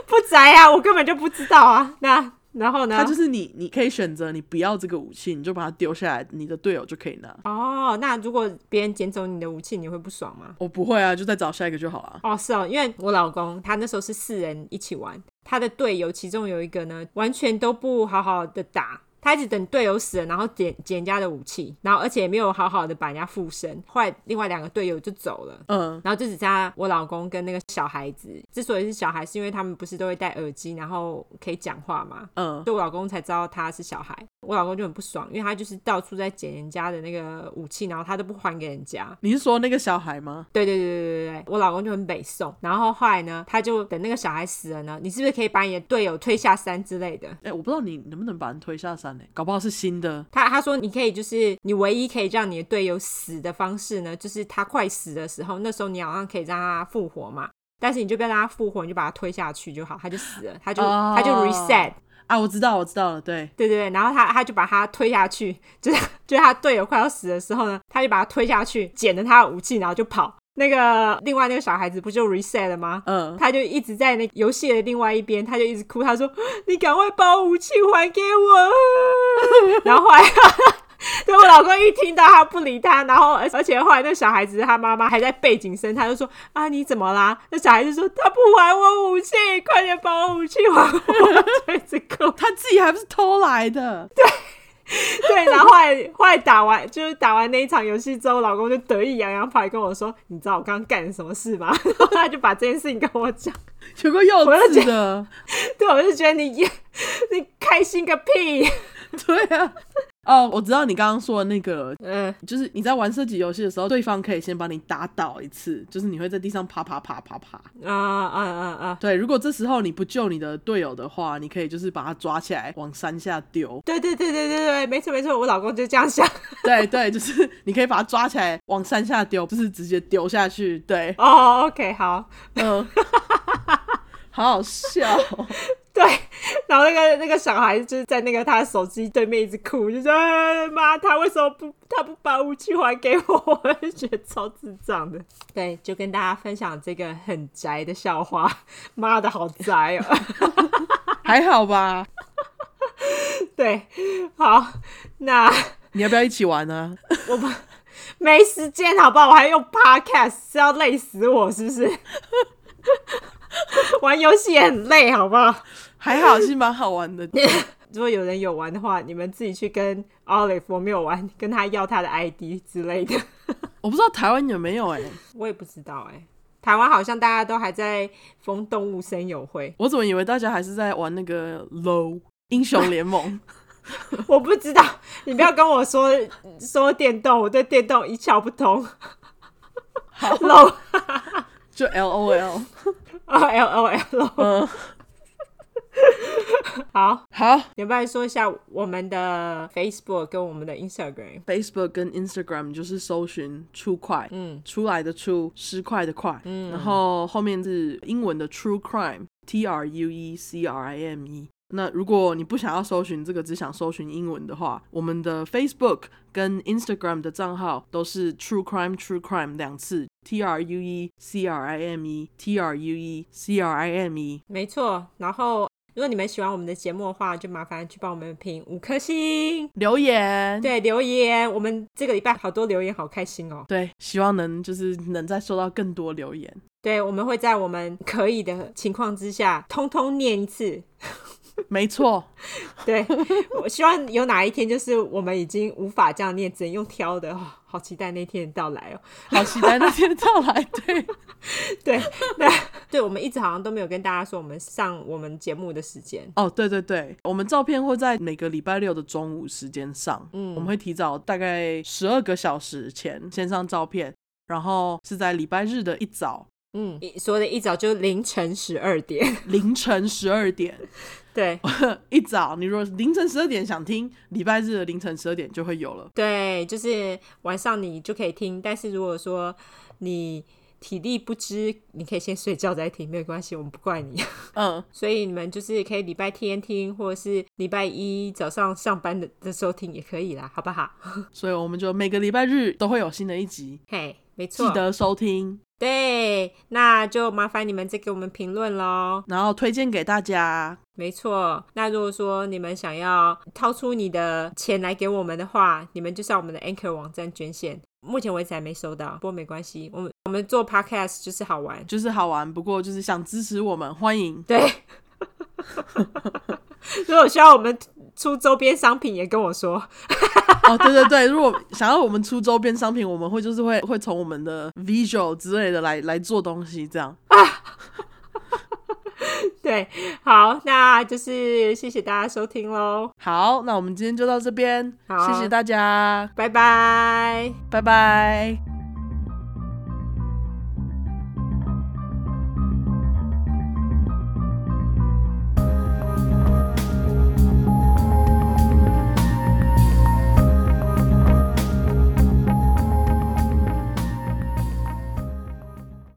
Speaker 2: 不宅啊，我根本就不知道啊。那然后呢？
Speaker 1: 它就是你，你可以选择你不要这个武器，你就把它丢下来，你的队友就可以拿。
Speaker 2: 哦，那如果别人捡走你的武器，你会不爽吗？
Speaker 1: 我不会啊，就再找下一个就好啊了。
Speaker 2: 哦，是哦，因为我老公他那时候是四人一起玩，他的队友其中有一个呢，完全都不好好的打。他一直等队友死了，然后捡捡人家的武器，然后而且也没有好好的把人家附身。后来另外两个队友就走了，
Speaker 1: 嗯，
Speaker 2: 然后就只剩下我老公跟那个小孩子。之所以是小孩，是因为他们不是都会戴耳机，然后可以讲话嘛。
Speaker 1: 嗯，
Speaker 2: 所以我老公才知道他是小孩，我老公就很不爽，因为他就是到处在捡人家的那个武器，然后他都不还给人家。
Speaker 1: 你是说那个小孩吗？
Speaker 2: 对对对对对对，我老公就很北宋。然后后来呢，他就等那个小孩死了呢，你是不是可以把你的队友推下山之类的？
Speaker 1: 哎、我不知道你能不能把人推下山呢、搞不好是新的。
Speaker 2: 他他说你可以就是你唯一可以让你的队友死的方式呢，就是他快死的时候，那时候你好像可以让他复活嘛，但是你就不要让他复活，你就把他推下去就好，他就死了，他就、他就
Speaker 1: 哦
Speaker 2: reset，
Speaker 1: 啊，我知道，我知道了，对，
Speaker 2: 对对对，然后他他就把他推下去，就是就是他队友快要死的时候呢，他就把他推下去，捡了他的武器，然后就跑。那个另外那个小孩子不就 reset 了吗？
Speaker 1: 嗯，
Speaker 2: 他就一直在那游戏的另外一边，他就一直哭， 他说：“你赶快把我武器还给我。”然后后来对，所以我老公一听到他不理他，然后而而且后来那小孩子他妈妈还在背景声，他就说啊你怎么啦？那小孩子说他不还我武器，快点把我武器还我， 就一直哭。
Speaker 1: 他自己还不是偷来的，
Speaker 2: 对，然后后来后来打完就是打完那一场游戏之后，我老公就得意洋洋跑来跟我说：“你知道我刚刚干了什么事吗？” 然后他就把这件事情跟我讲。
Speaker 1: 有个幼
Speaker 2: 我要
Speaker 1: 稚
Speaker 2: 讲
Speaker 1: 的，
Speaker 2: 对，我就觉得你你开心个屁。
Speaker 1: 对啊。哦，我知道你刚刚说的那个了，
Speaker 2: 嗯，
Speaker 1: 就是你在玩射击游戏的时候，对方可以先把你打倒一次，就是你会在地上啪啪啪啪啪。
Speaker 2: 啊啊啊啊！。
Speaker 1: 对，如果这时候你不救你的队友的话，你可以就是把他抓起来往山下丢
Speaker 2: 对对对对对对，没错没错，我老公就这样想。
Speaker 1: 对对，就是 你可以把他抓起来往山下丢，就是直接丢下去。对，
Speaker 2: 哦、o k 好，
Speaker 1: 嗯，好好笑哦。
Speaker 2: 对。然后那个那个小孩就是在那个他的手机对面一直哭，就说哎妈，他为什么不他不把武器还给我？我就觉得超智障的。对，就跟大家分享这个很宅的笑话，妈的好宅哦。
Speaker 1: 还好吧？
Speaker 2: 对，好，那
Speaker 1: 你要不要一起玩呢、
Speaker 2: 没时间好不好？我还用 podcast 是要累死我是不是？ 玩游戏也很累好不好？
Speaker 1: 还好，是蛮好玩的。
Speaker 2: 如果有人有玩的话，你们自己去跟 Olive，我没有玩，跟他要他的 ID 之类的。
Speaker 1: 我不知道台湾有没有哎、
Speaker 2: 我也不知道哎、台湾好像大家都还在封动物森友会，
Speaker 1: 我怎么以为大家还是在玩那个 LO 英雄联盟？
Speaker 2: 我不知道。你不要跟我说 说电动，我对电动一窍不通。
Speaker 1: 好
Speaker 2: LOL
Speaker 1: 就 LOL。
Speaker 2: 哦 L O L，
Speaker 1: 嗯，
Speaker 2: 好，
Speaker 1: 好
Speaker 2: 你要不要说一下我们的 Facebook 跟我们的 Instagram？
Speaker 1: ，Facebook 跟 Instagram 就是搜寻出快。
Speaker 2: 嗯，
Speaker 1: 出来的出，失快的快，
Speaker 2: 嗯
Speaker 1: 然后后面是英文的 true crime，T R U E C R I M E。那如果你不想要搜寻这个，只想搜寻英文的话，我们的 Facebook 跟 Instagram 的账号都是 true crime true crime 两次，T R U E C R I M E T R U E C R I M E。
Speaker 2: 没错。然后，如果你们喜欢我们的节目的话，就麻烦去帮我们评五颗星。
Speaker 1: 留言，
Speaker 2: 对，留言，我们这个礼拜好多留言，好开心哦。
Speaker 1: 对，希望能就是能再收到更多留言。
Speaker 2: 对，我们会在我们可以的情况之下，通通念一次。
Speaker 1: 没错，
Speaker 2: 对， 我希望有哪一天，就是我们已经无法这样念，只能用挑的、哦。好期待那天的到来哦。
Speaker 1: 好期待那天到来。对，
Speaker 2: 对，那对我们一直好像都没有跟大家说我们上我们节目的时间。
Speaker 1: 哦，对对对，我们照片会在每个礼拜六的中午时间上，嗯，我们会提早大概十二个小时前先上照片，然后是在礼拜日的一早
Speaker 2: 嗯，一说的一早就凌晨十二点。
Speaker 1: 凌晨十二点，
Speaker 2: 对
Speaker 1: 一早你如果凌晨十二点想听，礼拜日的凌晨十二点就会有了。
Speaker 2: 对，就是晚上你就可以听，但是如果说你体力不支，你可以先睡觉再听，没有关系，我们不怪你。
Speaker 1: 嗯，
Speaker 2: 所以你们就是可以礼拜天听，或者是礼拜一早上上班的的时候听也可以啦，好不好？
Speaker 1: 所以我们就每个礼拜日都会有新的一集，
Speaker 2: 嘿，没
Speaker 1: 记
Speaker 2: 错，
Speaker 1: 得收听，
Speaker 2: 对，那就麻烦你们再给我们评论喽。
Speaker 1: 然后推荐给大家。
Speaker 2: 没错，那如果说你们想要掏出你的钱来给我们的话，你们就上我们的 Anchor 网站捐献。目前为止还没收到，不过没关系，我们我们做 podcast 就是好玩。
Speaker 1: 就是好玩，不过就是想支持我们，欢迎。
Speaker 2: 对， 如果需要我们出周边商品，也跟我说。
Speaker 1: 哦，对对对，如果想要我们出周边商品，我们会就是会会从我们的 visual 之类的来来做东西，这样。
Speaker 2: 对，好，那就是谢谢大家收听喽，
Speaker 1: 好，那我们今天就到这边，
Speaker 2: 好
Speaker 1: 谢谢大家，
Speaker 2: 拜拜。
Speaker 1: 拜拜。